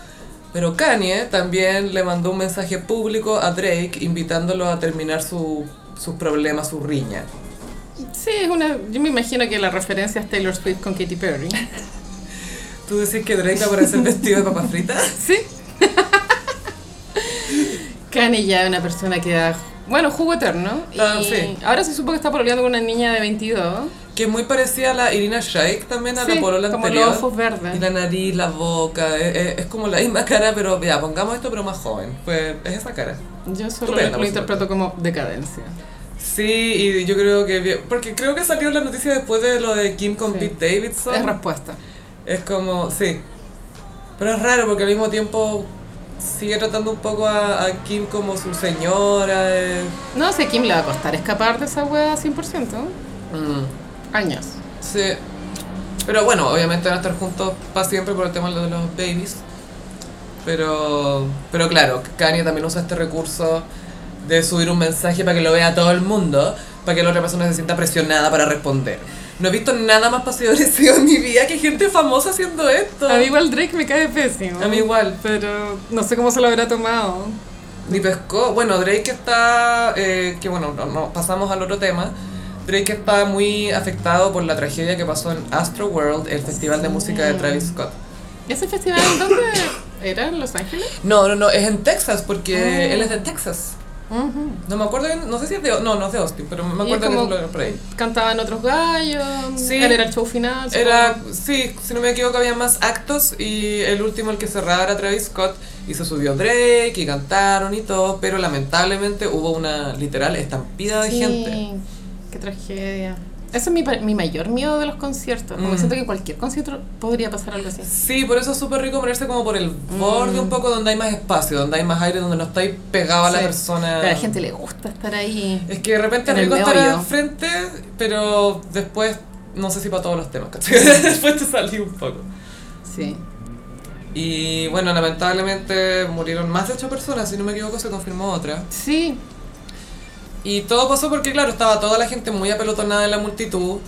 S1: pero Kanye también le mandó un mensaje público a Drake invitándolo a terminar su- sus problemas, su riña.
S2: Sí, es una. Yo me imagino que la referencia es Taylor Swift con Katy Perry.
S1: ¿Tú decís que Drake va a aparecer vestido de papas fritas?
S2: Sí. Kanye ya es una persona que da. Bueno, jugo eterno.
S1: Ah,
S2: y
S1: sí.
S2: Ahora se supo que está pololeando con una niña de 22.
S1: Que es muy parecida a la Irina Shayk también, a
S2: Sí,
S1: la polola
S2: como
S1: anterior.
S2: los ojos
S1: Y
S2: verdes.
S1: la nariz, la boca, eh, eh, es, como la misma cara, pero ya, pongamos esto, pero más joven. Pues es esa cara.
S2: Yo solo
S1: Estupenda,
S2: lo
S1: por
S2: interpreto como decadencia.
S1: Sí, y yo creo que. bien- Porque creo que salió la noticia después de lo de Kim con
S2: Sí.
S1: Pete Davidson.
S2: Es respuesta.
S1: Es como, sí. Pero es raro porque al mismo tiempo sigue tratando un poco a, a Kim como su señora. eh.
S2: No sé, Kim le va a costar escapar de esa wea 100%.
S1: Mm,
S2: Años.
S1: sí. Pero bueno, obviamente van a estar juntos para siempre por el tema de los babies. Pero, pero claro, Kanye también usa este recurso de subir un mensaje para que lo vea todo el mundo, para que la otra persona se sienta presionada para responder. No he visto nada más pasivo agresivo en mi vida que gente famosa haciendo esto.
S2: A mí igual Drake me cae pésimo.
S1: A mí igual.
S2: Pero no sé cómo se lo habrá tomado.
S1: Ni pescó. Bueno, Drake está. eh, que bueno, no, no, pasamos al otro tema. Drake está muy afectado por la tragedia que pasó en Astro World, el festival de música de Travis Scott.
S2: ¿Ese festival en dónde era? ¿En Los Ángeles?
S1: No, no, no, es en Texas, porque
S2: Ah.
S1: él es de Texas. No me acuerdo, bien- no sé si es de. No, no es de Austin, pero me
S2: Y es
S1: acuerdo que
S2: como-
S1: es lo- por ahí.
S2: Cantaban otros gallos.
S1: Sí.
S2: Él era el show final. supongo.
S1: Era, sí, si no me equivoco, había más actos y el último, el que cerraba era Travis Scott y se subió Drake y cantaron y todo, pero lamentablemente hubo una literal estampida de
S2: Sí,
S1: gente.
S2: Qué tragedia. Eso es mi, pa- mi mayor miedo de los conciertos. Como
S1: Mm.
S2: que siento que en cualquier concierto podría pasar algo así.
S1: Sí, por eso es súper rico ponerse como por el borde un poco donde hay más espacio, donde hay más aire, donde no estáis pegado a la
S2: Mm. Sí.
S1: persona.
S2: Pero a la gente le gusta estar ahí.
S1: Ah. Es que de repente
S2: En
S1: es
S2: el
S1: rico estar
S2: meollo.
S1: al frente, pero después, no sé si para todos los temas, ¿cachai? después te salí un poco.
S2: Sí.
S1: Y bueno, lamentablemente murieron más de ocho personas, si no me equivoco se confirmó otra.
S2: Sí.
S1: Y todo pasó porque, claro, estaba toda la gente muy apelotonada en la multitud.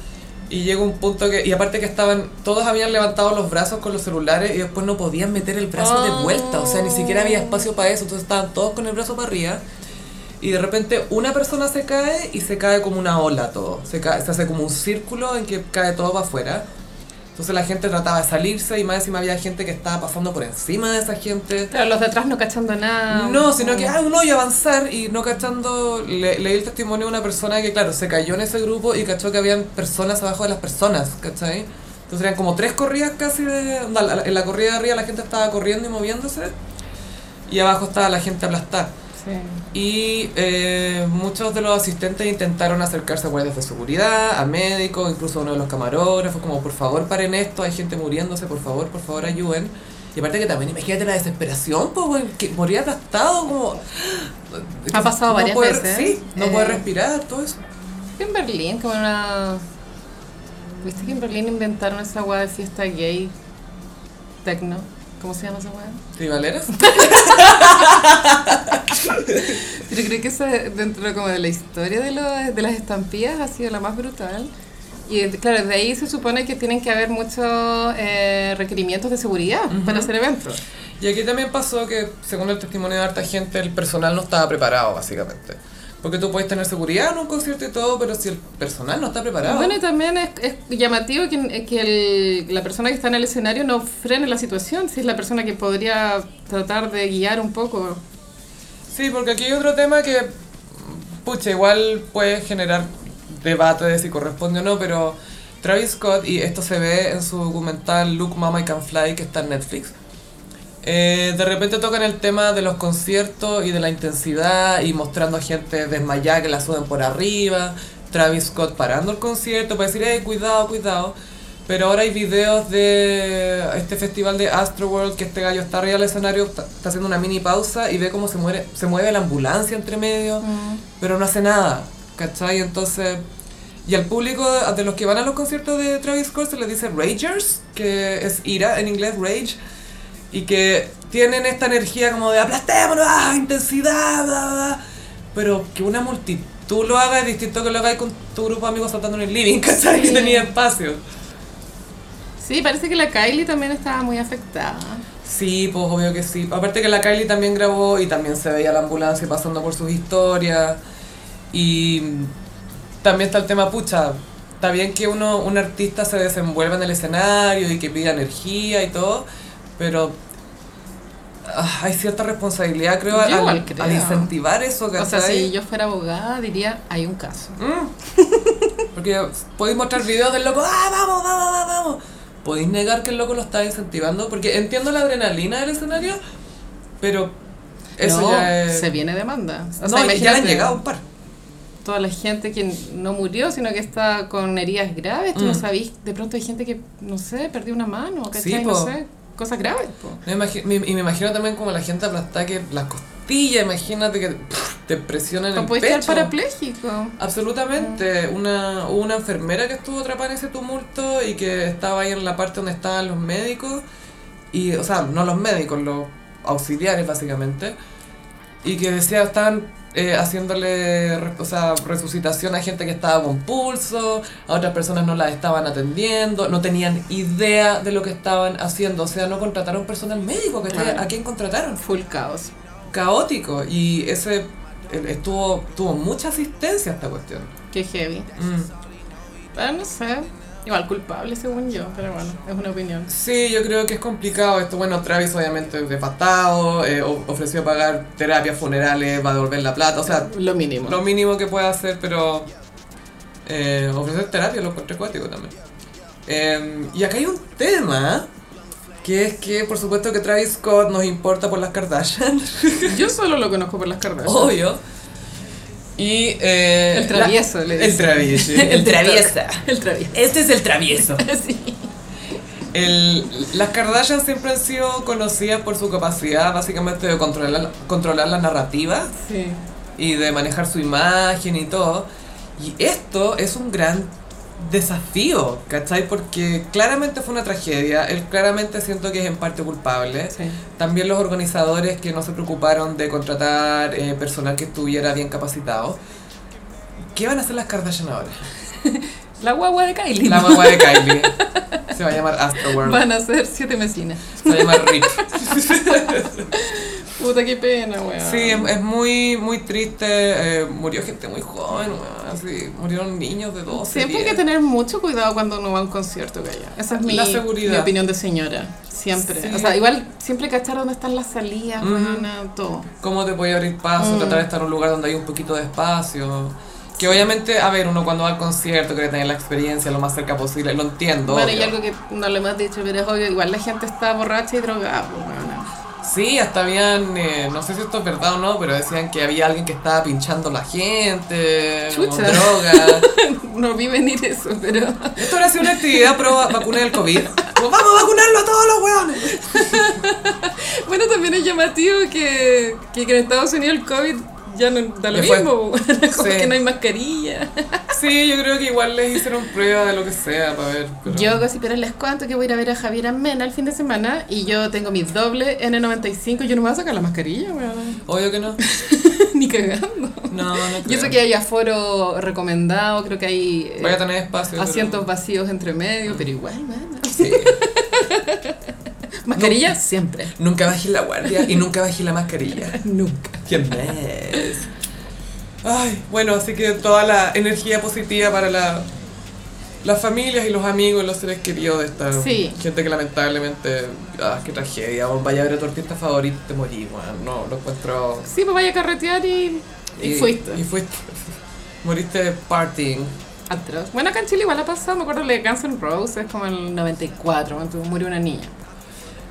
S1: Y llegó un punto que. Y aparte que estaban. Todos habían levantado los brazos con los celulares y después no podían meter el brazo de
S2: Oh.
S1: vuelta. O sea, ni siquiera había espacio para eso. Entonces estaban todos con el brazo para arriba. Y de repente una persona se cae y se cae como una ola todo. Se, cae, se hace como un círculo en que cae todo para afuera. Entonces la gente trataba de salirse y más encima había gente que estaba pasando por encima de esa gente.
S2: Pero los de atrás no cachando nada.
S1: No, sino que, ah, un hoyo avanzar y no cachando, le, leí el testimonio de una persona que, claro, se cayó en ese grupo y cachó que habían personas abajo de las personas, ¿cachai? Entonces eran como tres corridas casi de... onda, la- En la corrida de arriba la gente estaba corriendo y moviéndose y abajo estaba la gente aplastada.
S2: Sí.
S1: Y eh, muchos de los asistentes intentaron acercarse a guardias de seguridad, a médicos, incluso a uno de los camarógrafos, como por favor paren esto, hay gente muriéndose, por favor, por favor ayuden. Y aparte que también imagínate la desesperación, pues, weón, que morir aplastado, como...
S2: Ha pasado
S1: no
S2: varias
S1: poder-
S2: veces.
S1: Sí, no
S2: Eh.
S1: poder respirar, todo eso.
S2: En Berlín, como una. ¿Viste que en Berlín inventaron esa weá de fiesta gay? Tecno. ¿Cómo se llama esa weá?
S1: ¿Tribaleras?
S2: Pero creo que esa, dentro como de la historia de, los- de las estampillas, ha sido la más brutal. Y eh, claro, de ahí se supone que tienen que haber muchos eh, requerimientos de seguridad para hacer eventos.
S1: Y aquí también pasó que, según el testimonio de harta gente, el personal no estaba preparado, básicamente. Porque tú puedes tener seguridad en un concierto y todo, pero si el personal no está preparado...
S2: Bueno, y también es, es llamativo que, que el- la persona que está en el escenario no frene la situación, si es la persona que podría tratar de guiar un poco.
S1: Sí, porque aquí hay otro tema que, pucha, igual puede generar debate de si corresponde o no, pero Travis Scott, y esto se ve en su documental Look Mama I Can Fly, que está en Netflix, eh, de repente tocan el tema de los conciertos y de la intensidad y mostrando a gente desmayada que la suben por arriba, Travis Scott parando el concierto para decir, hey, cuidado, cuidado. Pero ahora hay videos de este festival de Astroworld que este gallo está arriba del escenario, está, está haciendo una mini pausa y ve cómo se, muere, se mueve la ambulancia entre medio,
S2: Mm.
S1: pero no hace nada, ¿cachai? Entonces, y al público de los que van a los conciertos de Travis Scott se les dice Ragers, que es ira en inglés, Rage y que tienen esta energía como de aplastémonos, ¡ah! intensidad, bla, bla, bla. pero que una multitud lo haga es distinto que lo haga con tu grupo de amigos saltando en el living, ¿cachai? Que
S2: Sí.
S1: tenía espacio.
S2: Sí, parece que la Kylie también estaba muy afectada.
S1: Sí, pues obvio que sí. Aparte que la Kylie también grabó y también se veía la ambulancia pasando por sus historias. Y también está el tema, pucha, está bien que uno, un artista se desenvuelva en el escenario y que pida energía y todo, pero ah, hay cierta responsabilidad, creo,
S2: Yo
S1: al,
S2: igual
S1: al
S2: creo.
S1: incentivar eso,
S2: O sea,
S1: ¿cachai?
S2: si yo fuera abogada diría, hay un caso.
S1: Mm. Porque podéis mostrar videos del loco, ¡ah, vamos, vamos, vamos, vamos! Podéis negar que el loco lo está incentivando, porque entiendo la adrenalina del escenario, pero eso
S2: No,
S1: ya es...
S2: se viene demanda.
S1: No, ya-
S2: O sea,
S1: ya le han
S2: imagínate,
S1: llegado un par.
S2: Toda la gente que no murió, sino que está con heridas graves, tú
S1: Mm.
S2: no sabís, de pronto hay gente que, no sé, perdió una mano,
S1: Sí,
S2: ¿cachai? no
S1: po.
S2: sé, cosas graves, po.
S1: Me imagi- me- y me imagino también como la gente aplastada que las costillas, imagínate que pff, te presionan el
S2: No
S1: pecho.
S2: podéis quedar parapléjico.
S1: Absolutamente. Una, hubo una enfermera que estuvo atrapada en ese tumulto y que estaba ahí en la parte donde estaban los médicos. Y, o sea, no los médicos, los auxiliares básicamente. Y que decía, estaban eh, haciéndole re- o sea, resucitación a gente que estaba con pulso, a otras personas no las estaban atendiendo, no tenían idea de lo que estaban haciendo. O sea, no contrataron personal médico, que
S2: Claro.
S1: ¿a quién contrataron?
S2: Full caos.
S1: Caótico. Y ese eh, estuvo tuvo mucha asistencia a esta cuestión.
S2: Qué heavy.
S1: Mm.
S2: Pero no sé. Igual culpable según yo, pero bueno, es una opinión.
S1: Sí, yo creo que es complicado esto. Bueno, Travis obviamente es devastado, eh, o- ofreció pagar terapias funerales, va a devolver la plata, o sea,
S2: Lo mínimo.
S1: lo mínimo que puede hacer, pero eh, ofrecer terapia lo encontré acuático también. Eh, y acá hay un tema, que es que por supuesto que Travis Scott nos importa por las Kardashian,
S2: Yo solo lo conozco por las carreras.
S1: obvio. Y eh,
S2: El travieso,
S1: la-
S2: le
S1: el
S2: dicen.
S1: travieso.
S2: El traviesa. El travieso.
S3: Este es el travieso.
S2: Sí.
S1: El- las Kardashian siempre han sido conocidas por su capacidad básicamente de controlar, controlar la narrativa
S2: Sí.
S1: y de manejar su imagen y todo. Y esto es un gran desafío, ¿cachai? Porque claramente fue una tragedia, él claramente siento que es en parte culpable. También los organizadores que no se preocuparon de contratar eh, personal que estuviera bien capacitado. ¿Qué van a hacer las Kardashian ahora?
S2: La guagua de Kylie.
S1: La mamá de Kylie. Se va a llamar Astroworld.
S2: Van a ser siete mesinas.
S1: Se va a llamar Rip.
S2: Puta, qué pena, weón.
S1: Sí, es, es muy, muy triste. eh, murió gente muy joven, weón, así, murieron niños de 12.
S2: Siempre hay
S1: 10.
S2: que tener mucho cuidado cuando uno va a un concierto, Gaya. Esa es mi,
S1: La seguridad.
S2: mi opinión de señora. Siempre.
S1: Sí.
S2: O sea, igual siempre cachar dónde están las salidas,
S1: Ujú.
S2: weona, todo.
S1: cómo te puede abrir
S2: Mm.
S1: paso, tratar de estar en un lugar donde hay un poquito de espacio. Que obviamente, a ver, uno cuando va al concierto quiere tener la experiencia lo más cerca posible, lo entiendo.
S2: bueno, y
S1: obvio.
S2: algo que no lo hemos dicho, pero es obvio, igual la gente está borracha y drogada, pues, weona.
S1: Sí, hasta habían, eh, no sé si esto es verdad o no, pero decían que había alguien que estaba pinchando a la gente, con
S2: Chucha.
S1: droga.
S2: No vi venir eso, pero.
S1: Esto era sido una actividad pro va- vacuna del COVID. Como, ¡Vamos a vacunarlo a todos los hueones!
S2: Bueno, también es llamativo que, que, que en Estados Unidos el COVID ya no da lo
S1: Le fue-
S2: mismo, weona, como
S1: Sí.
S2: que no hay mascarilla.
S1: Sí, yo creo que igual les hicieron prueba de lo que sea para ver. pero-
S2: Yo, Gossip, pero les cuento que voy a ir a ver a Javier Amena el fin de semana y yo tengo mi doble N95 yo no me voy a sacar la mascarilla, weón.
S1: Obvio que no.
S2: Ni cagando.
S1: No, no
S2: Y eso
S1: creo.
S2: que hay aforo recomendado, creo que hay eh,
S1: Vaya a tener espacio. pero-
S2: asientos vacíos entre medio, pero igual, man.
S1: Sí.
S2: Mascarilla siempre.
S1: Nunca bajé la guardia y nunca bajé la mascarilla.
S2: Nunca.
S1: ¿Quién es? Ay, bueno, así que toda la energía positiva para la, las familias y los amigos y los seres queridos de esta
S2: Sí.
S1: gente que lamentablemente, ah, qué tragedia, vos vaya a ver a tu artista favorito y te morís, weón. no, lo encuentro...
S2: Sí, pues vaya a carretear y, y, fuiste.
S1: Y fuiste. Moriste partying.
S2: Atroz. Bueno, acá en Chile igual ha pasado, me acuerdo de Guns N' Roses como el 94, cuando murió una niña.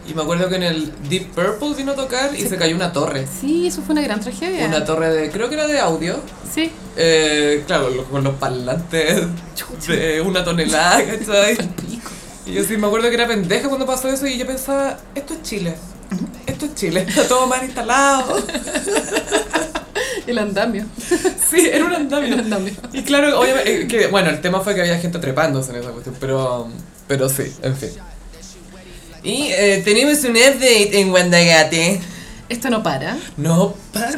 S1: Y me acuerdo que en el Deep Purple vino a tocar y se cayó una torre.
S2: Sí, eso fue una gran tragedia.
S1: Una torre de, creo que era de audio.
S2: sí.
S1: Eh, claro, lo- con los parlantes de una tonelada, ¿cachai? Y yo sí me acuerdo que era pendeja cuando pasó eso y yo pensaba, esto es Chile. Esto es Chile, está todo mal instalado.
S2: El andamio.
S1: Sí, era un andamio.
S2: El andamio.
S1: Y claro, obviamente, eh, que, bueno, el tema fue que había gente trepándose en esa cuestión, pero, pero sí, en fin. Y eh, tenemos un update en Wandagate.
S2: Esto no para.
S1: No, para.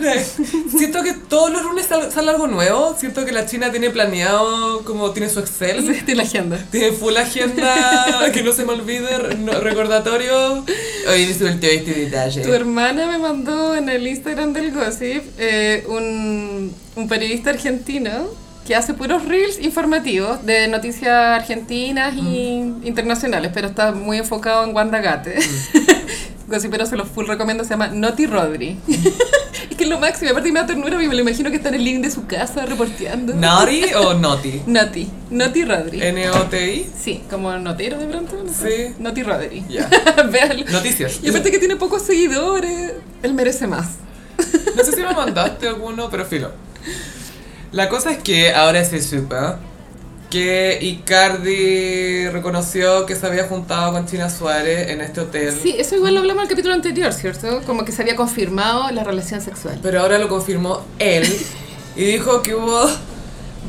S1: Siento que todos los lunes sal- sale algo nuevo. Siento que la China tiene planeado, como tiene su Excel.
S2: Sí, de la agenda.
S1: Tiene full agenda, que no se me olvide, re- no- recordatorio. Hoy suelto este
S2: Tu
S1: detalle.
S2: hermana me mandó en el Instagram del Gossip eh, un, un periodista argentino que hace puros reels informativos de noticias argentinas y
S1: Mm.
S2: internacionales, pero está muy enfocado en Wanda Gate.
S1: Mm.
S2: Gossip, pero se los full recomiendo, se llama Noti Rodri. es que es lo máximo, aparte me da ternura porque me lo imagino que está en el link de su casa reporteando.
S1: ¿Naughty o naughty?
S2: Noti, Noti Rodri.
S1: N-O-T-I.
S2: Sí, como notero de pronto. No sé.
S1: Sí.
S2: Noti Rodri.
S1: Ya.
S2: Véalo.
S1: Noticias.
S2: Y aparte que tiene pocos seguidores, él merece más.
S1: No sé si me mandaste alguno, pero filo. La cosa es que ahora se supa que Icardi reconoció que se había juntado con China Suárez en este hotel.
S2: Sí, eso igual lo hablamos en el capítulo anterior, ¿cierto? Como que se había confirmado la relación sexual.
S1: Pero ahora lo confirmó él y dijo que hubo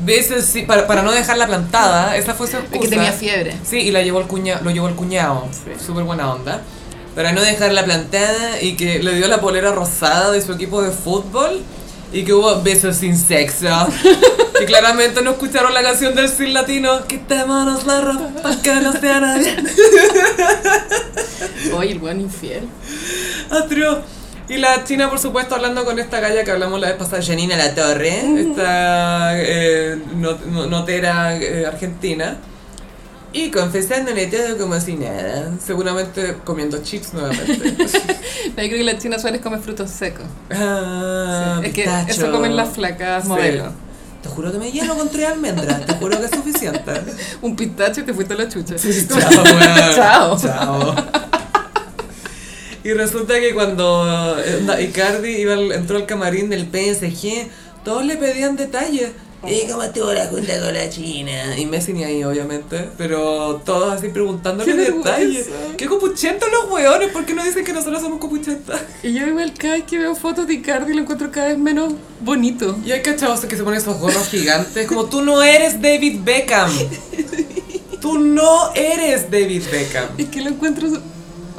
S1: veces sí, para, para no dejarla plantada. Esa fue su excusa.
S2: que tenía fiebre.
S1: Sí, y la llevó el cuña, lo llevó el cuñado.
S2: Sí.
S1: Súper buena onda. Para no dejarla plantada y que le dio la polera rosada de su equipo de fútbol y que hubo besos sin sexo. que claramente no escucharon la canción del sin latino. Quitémonos la ropa que no sea nadie.
S2: Oye, el buen infiel.
S1: Atrio. Y la China, por supuesto, hablando con esta galla que hablamos la vez pasada, Janina La Torre, esta eh, not- no- notera eh, argentina. Y confesándole todo como si nada, seguramente comiendo chips nuevamente.
S2: Yo creo que la China Suárez come frutos secos.
S1: Ah,
S2: es que
S1: pistacho.
S2: eso comen las flacas
S1: Sí.
S2: modelo.
S1: Te juro que me lleno con tres almendras, te juro que es suficiente.
S2: Un pistacho y te fuiste a la chucha.
S1: Chao, weón.
S2: Chao.
S1: Chao. Y resulta que cuando eh, onda, Icardi iba al- entró al camarín del PSG, todos le pedían detalles. ¿Y cómo estuvo la junta con la China? Y Messi ni ahí, obviamente. Pero todos así preguntándole
S2: ¡Qué
S1: detalles.
S2: vergüenza!
S1: ¿Qué copuchentos los hueones? ¿Por qué no dicen que nosotros somos copuchentas?
S2: Y yo igual cada vez que veo fotos de Icardi lo encuentro cada vez menos bonito.
S1: Y hay cachavos que se ponen esos gorros gigantes. Como tú no eres David Beckham. Tú no eres David Beckham.
S2: Es que lo encuentro.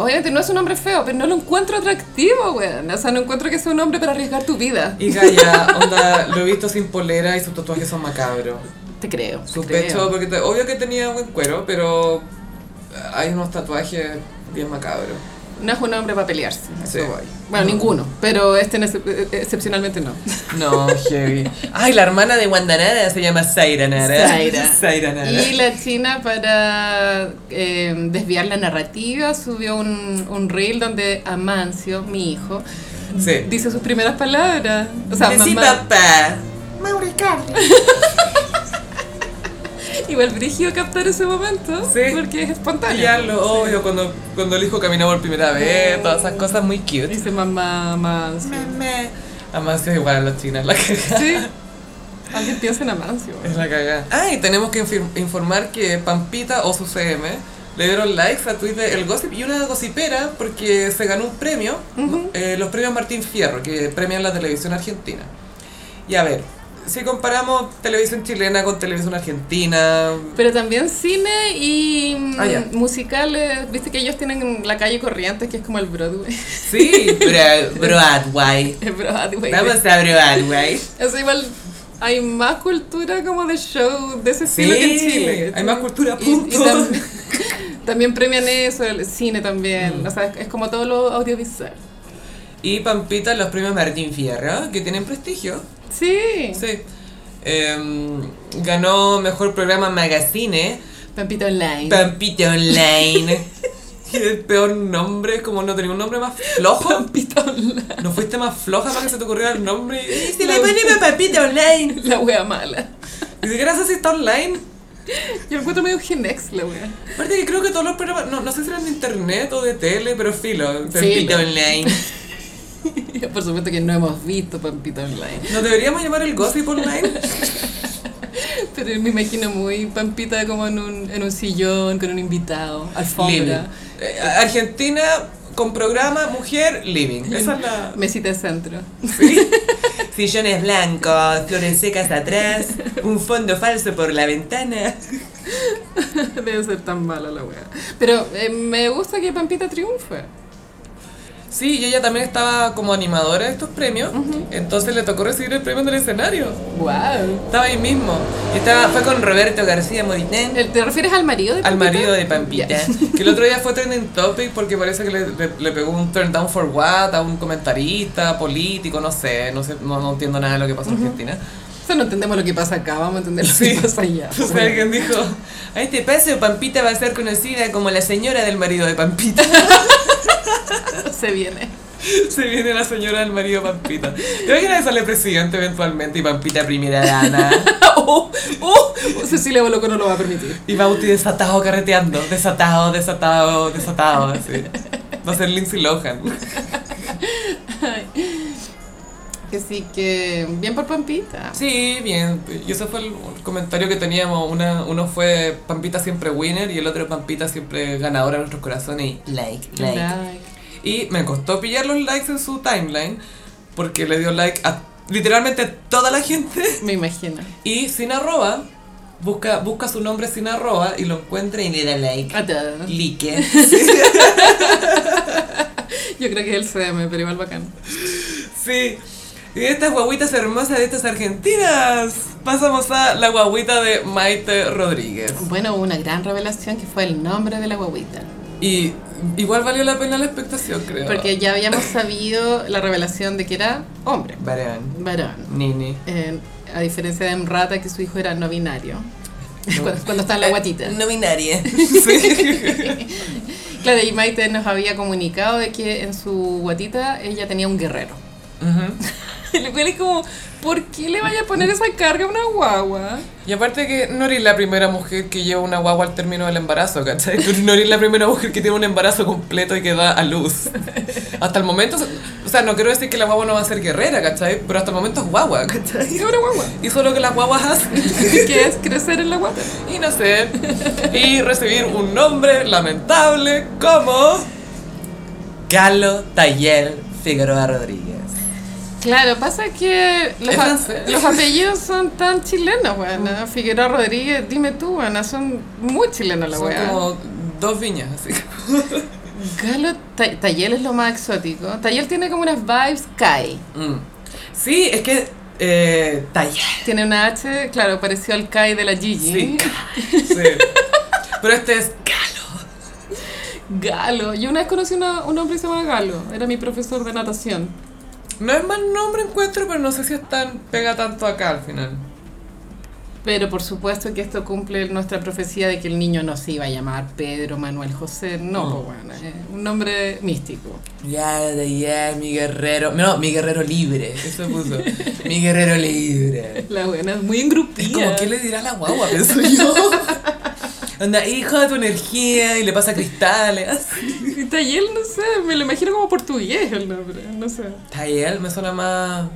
S2: Obviamente no es un hombre feo, pero no lo encuentro atractivo, weón. O sea, no encuentro que sea un hombre para arriesgar tu vida.
S1: Y Gaia, onda, lo he visto sin polera y sus tatuajes son macabros.
S2: Te creo. te
S1: Su
S2: creo.
S1: pecho, porque eh, te- obvio que tenía buen cuero, pero hay unos tatuajes bien macabros.
S2: No es un hombre para pelearse, a
S1: Sí.
S2: eso voy. Bueno, ninguno, pero este en excep- excepcionalmente no.
S1: No, heavy. Ay, la hermana de Wandanara se llama Zaira Nara.
S2: Zaira.
S1: Zaira Nara.
S2: Y la China, para eh, desviar la narrativa, subió un, un reel donde Amancio, mi hijo,
S1: Sí.
S2: dice sus primeras palabras. O sea,
S1: Decí
S2: mamá.
S1: papá.
S2: Igual Brigio captar ese momento,
S1: Sí.
S2: porque es espontáneo.
S1: Ya lo obvio, cuando, cuando el hijo caminaba por primera vez, todas esas cosas muy cute.
S2: Dice mamá Amancio.
S1: Además que es igual a los chinos, la cagada.
S2: Sí. Alguien piensa en Amancio.
S1: Es la cagada. Ah, y tenemos que infir- informar que Pampita o su CM le dieron likes a Twitter El Gossip y una gocipera porque se ganó un premio, eh, los premios Martín Fierro, que premian la televisión argentina. Y a ver, si comparamos televisión chilena con televisión argentina,
S2: Pero también cine y mm,
S1: Ah, ya.
S2: musicales. Viste que ellos tienen la calle Corrientes, que es como el Broadway.
S1: sí, Bro- Broadway.
S2: El Broadway.
S1: Vamos a Broadway.
S2: O sea, igual hay más cultura como de show de ese
S1: Sí,
S2: estilo que en Chile.
S1: hay más cultura,
S2: Y- y
S1: punto.
S2: tam- también premian eso, el cine
S1: Mm.
S2: también. O sea, es, es como todo lo audiovisual.
S1: Y Pampita, los premios Martín Fierro, que tienen prestigio.
S2: Sí.
S1: Sí. Em, ganó mejor programa magazine,
S2: Pampita Online.
S1: Pampita Online. y el peor nombre, es como no tenía un nombre más flojo.
S2: Pampita Online.
S1: ¿No fuiste más floja para que se te ocurriera el nombre? Y
S2: se le pone
S1: Pampita Online.
S2: La wea mala.
S1: Ni siquiera sé si está online.
S2: Yo lo encuentro medio Genex la wea.
S1: Aparte que creo que todos los programas, no, no sé si eran de internet o de tele, pero filo. Pampita
S2: no.
S1: Online.
S2: Por supuesto que no hemos visto Pampita Online.
S1: ¿Nos deberíamos llamar el Gossip Online?
S2: Pero me imagino muy Pampita como en un, en un sillón con un invitado. Alfombra.
S1: Living. Eh, Argentina con programa Mujer Living. Esa es la.
S2: Mesita de centro.
S1: ¿sí? Sillones blancos, flores secas atrás, un fondo falso por la ventana.
S2: Debe ser tan mala la wea. Pero eh, me gusta que Pampita triunfe.
S1: Sí, y ella también estaba como animadora de estos premios, entonces le tocó recibir el premio del escenario.
S2: ¡Wow!
S1: Estaba ahí mismo. Y estaba, fue con Roberto García Moritán.
S2: Eh, ¿Te refieres al marido de
S1: Al
S2: Pampita?
S1: marido de Pampita. Que el otro día fue trending topic porque parece que le, le- le pegó un turn down for what a un comentarista político, no sé, no sé, no, no entiendo nada de lo que pasó en Argentina.
S2: O sea, no entendemos lo que pasa acá, vamos a entender lo que pasa allá.
S1: O sea, alguien dijo, a este paso Pampita va a ser conocida como la señora del marido de Pampita.
S2: Se viene.
S1: Se viene la señora del marido de Pampita. ¿Te imaginas que sale presidente eventualmente y Pampita primera dama?
S2: ¡Oh! ¡Oh! Cecilia Boloco no lo va a permitir.
S1: Y Bauti desatado carreteando, desatado, desatado, desatado, así. Va a ser Lindsay Lohan.
S2: Que sí, que bien por Pampita.
S1: Sí, bien. Y ese fue el comentario que teníamos. Una, uno fue Pampita siempre winner y el otro Pampita siempre ganadora en nuestros corazones. Y like, like.
S2: Like.
S1: Y me costó pillar los likes en su timeline porque le dio like a literalmente toda la gente.
S2: Me imagino.
S1: Y sin arroba, busca, busca su nombre sin arroba y lo encuentra y le da like.
S2: A todos.
S1: Like.
S2: Yo creo que es el CM, pero igual bacán.
S1: Sí. Y estas guaguitas hermosas de estas argentinas. Pasamos a la guaguita de Maite Rodríguez.
S2: Bueno, hubo una gran revelación que fue el nombre de la guaguita.
S1: Y igual valió la pena la expectación, creo.
S2: Porque ya habíamos sabido la revelación de que era hombre,
S1: Barán,
S2: varón.
S1: Nini.
S2: Eh, a diferencia de Mrata, que su hijo era no binario. cuando, cuando está en la guatita.
S1: No binaria. Sí.
S2: Claro, y Maite nos había comunicado de que en su guatita ella tenía un guerrero.
S1: Ujú.
S2: Lo cual es como, ¿por qué le vaya a poner esa carga a una guagua?
S1: Y aparte que no eres la primera mujer que lleva una guagua al término del embarazo, ¿cachai? Tú no eres la primera mujer que tiene un embarazo completo y que da a luz. Hasta el momento, o sea, no quiero decir que la guagua no va a ser guerrera, ¿cachai? Pero hasta el momento es guagua, ¿cachai?
S2: Es una guagua.
S1: Y solo que las guaguas hacen,
S2: que es crecer en la guata.
S1: y no sé, y recibir un nombre lamentable como... Galo Taller Figueroa Rodríguez.
S2: Claro, pasa que los,
S1: Es
S2: a-
S1: francés.
S2: los apellidos son tan chilenos, bueno. Figueroa Rodríguez, dime tú, bueno, son muy chilenos la
S1: Son
S2: weá.
S1: como dos viñas, así.
S2: Galo Ta- Tayel es lo más exótico. Tayel tiene como unas vibes Kai.
S1: Mm. Sí, es que... Eh, taller.
S2: Tiene una H, claro, parecido al Kai de la Gigi.
S1: Sí. Sí. Pero este es Galo.
S2: Galo. Yo una vez conocí a un hombre que se llamaba Galo. Era mi profesor de natación.
S3: No es mal nombre encuentro, pero no sé si es tan, pega tanto acá al final.
S2: Pero por supuesto que esto cumple nuestra profecía de que el niño no se iba a llamar Pedro, Manuel, José. No,
S3: No.
S2: pues bueno, es un nombre místico.
S3: Ya, de ya, mi guerrero. No, mi guerrero libre. Eso puso. mi guerrero libre.
S2: La buena es muy
S3: Es
S2: engrupida.
S3: como, ¿qué le dirá la guagua? Pienso yo. Anda, hijo de tu energía y le pasa cristales.
S2: Y Tayel, no sé, me lo imagino como portugués el nombre, no sé.
S3: Tayel me suena más.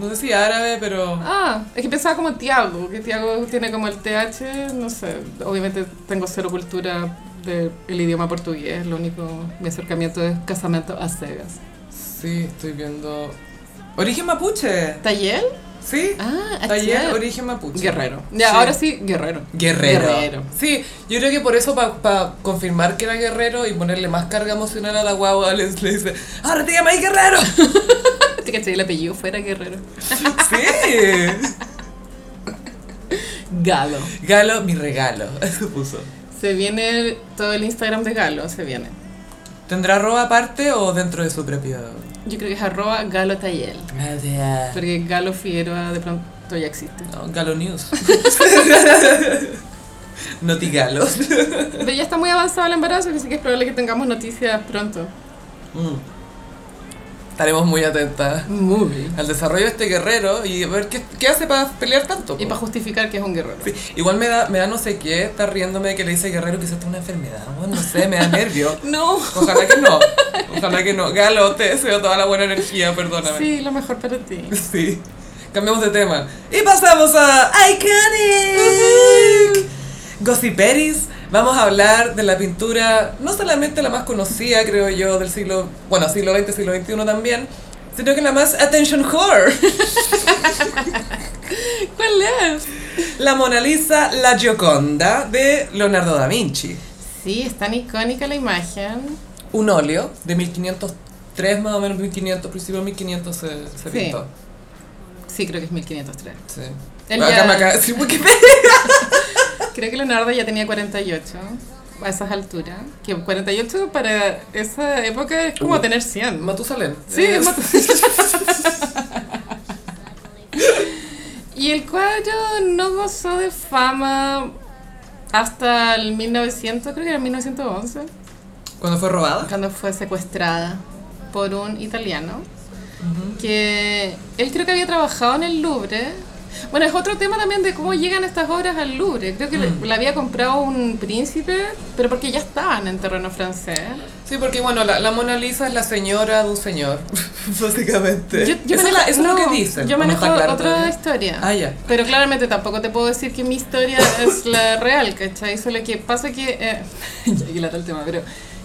S3: No sé si árabe, pero.
S2: Ah, es que pensaba como Tiago, que Tiago tiene como el TH, no sé. Obviamente tengo cero cultura del idioma portugués, lo único, mi acercamiento es casamiento a cegas.
S3: Sí, estoy viendo. Origen mapuche.
S2: ¿Tayel?
S3: Sí.
S2: Ah,
S3: Tayel,
S2: Achel.
S3: origen mapuche.
S2: Guerrero. Ya,
S3: Sí.
S2: ahora sí, guerrero.
S3: Guerrero.
S2: Guerrero.
S3: Sí, yo creo que por eso, para confirmar que era guerrero y ponerle más carga emocional a la guagua, les, le dice: ¡Ahora te llamáis guerrero!
S2: Te caché, el apellido fuera guerrero.
S3: sí.
S2: Galo.
S3: Galo, mi regalo. Eso puso.
S2: Se viene todo el Instagram de Galo, se viene.
S3: ¿Tendrá arroba aparte o dentro de su propio.?
S2: Yo creo que es arroba Galo Tayel.
S3: Gracias.
S2: Porque Galo Figueroa de pronto ya existe.
S3: No, Galo News. Noti Galo.
S2: Pero ya está muy avanzado el embarazo, así que es probable que tengamos noticias pronto.
S3: Mm. Estaremos muy atentas
S2: Muy bien.
S3: al desarrollo de este guerrero y a ver qué, qué hace para pelear tanto.
S2: Y
S3: po.
S2: para justificar que es un guerrero.
S3: Sí, Igual me da, me da no sé qué estar riéndome de que le dice guerrero quizás tenga una enfermedad. Bueno, no sé, me da nervio.
S2: No.
S3: Ojalá que no. Ojalá que no. Galo, te deseo toda la buena energía, perdóname.
S2: Sí, lo mejor para ti.
S3: Sí. Cambiamos de tema. Y pasamos a Iconic. Gossiperis. Vamos a hablar de la pintura, no solamente la más conocida, creo yo, del siglo, bueno, siglo XX, siglo XXI también, sino que la más attention whore.
S2: ¿Cuál es?
S3: La Mona Lisa, la Gioconda de Leonardo da Vinci.
S2: Sí, es tan icónica la imagen.
S3: Un óleo de 1503, más o menos 1500, principio de 1500 se, se
S2: Sí.
S3: pintó.
S2: Sí, creo que es 1503.
S3: Sí.
S2: Él
S3: Acá
S2: ya-
S3: me acaba de decir, "Uy, qué pena".
S2: Creo que Leonardo ya tenía 48 a esas alturas. Que 48 para esa época es como
S3: Uh.
S2: tener 100.
S3: Matusalén.
S2: Sí,
S3: Eh,
S2: es Matu- y el cuadro no gozó de fama hasta el 1900, creo que era 1911,
S3: Cuando fue robada.
S2: cuando fue secuestrada por un italiano. Que él creo que había trabajado en el Louvre. Bueno, es otro tema también de cómo llegan estas obras al Louvre. Creo que le-
S3: Mm.
S2: la había comprado un príncipe, pero porque ya estaban en terreno francés.
S3: Sí, porque bueno, la, la Mona Lisa es la señora de un señor, básicamente. eso es, la- eso es
S2: no,
S3: lo que dicen.
S2: Yo
S3: ¿o no
S2: manejo
S3: está claro
S2: otra
S3: todavía?
S2: historia.
S3: Ah, ya.
S2: Pero claramente tampoco te puedo decir que mi historia es la real, ¿cachai? Solo que pasa que. Eh, ya que lata el tema, pero.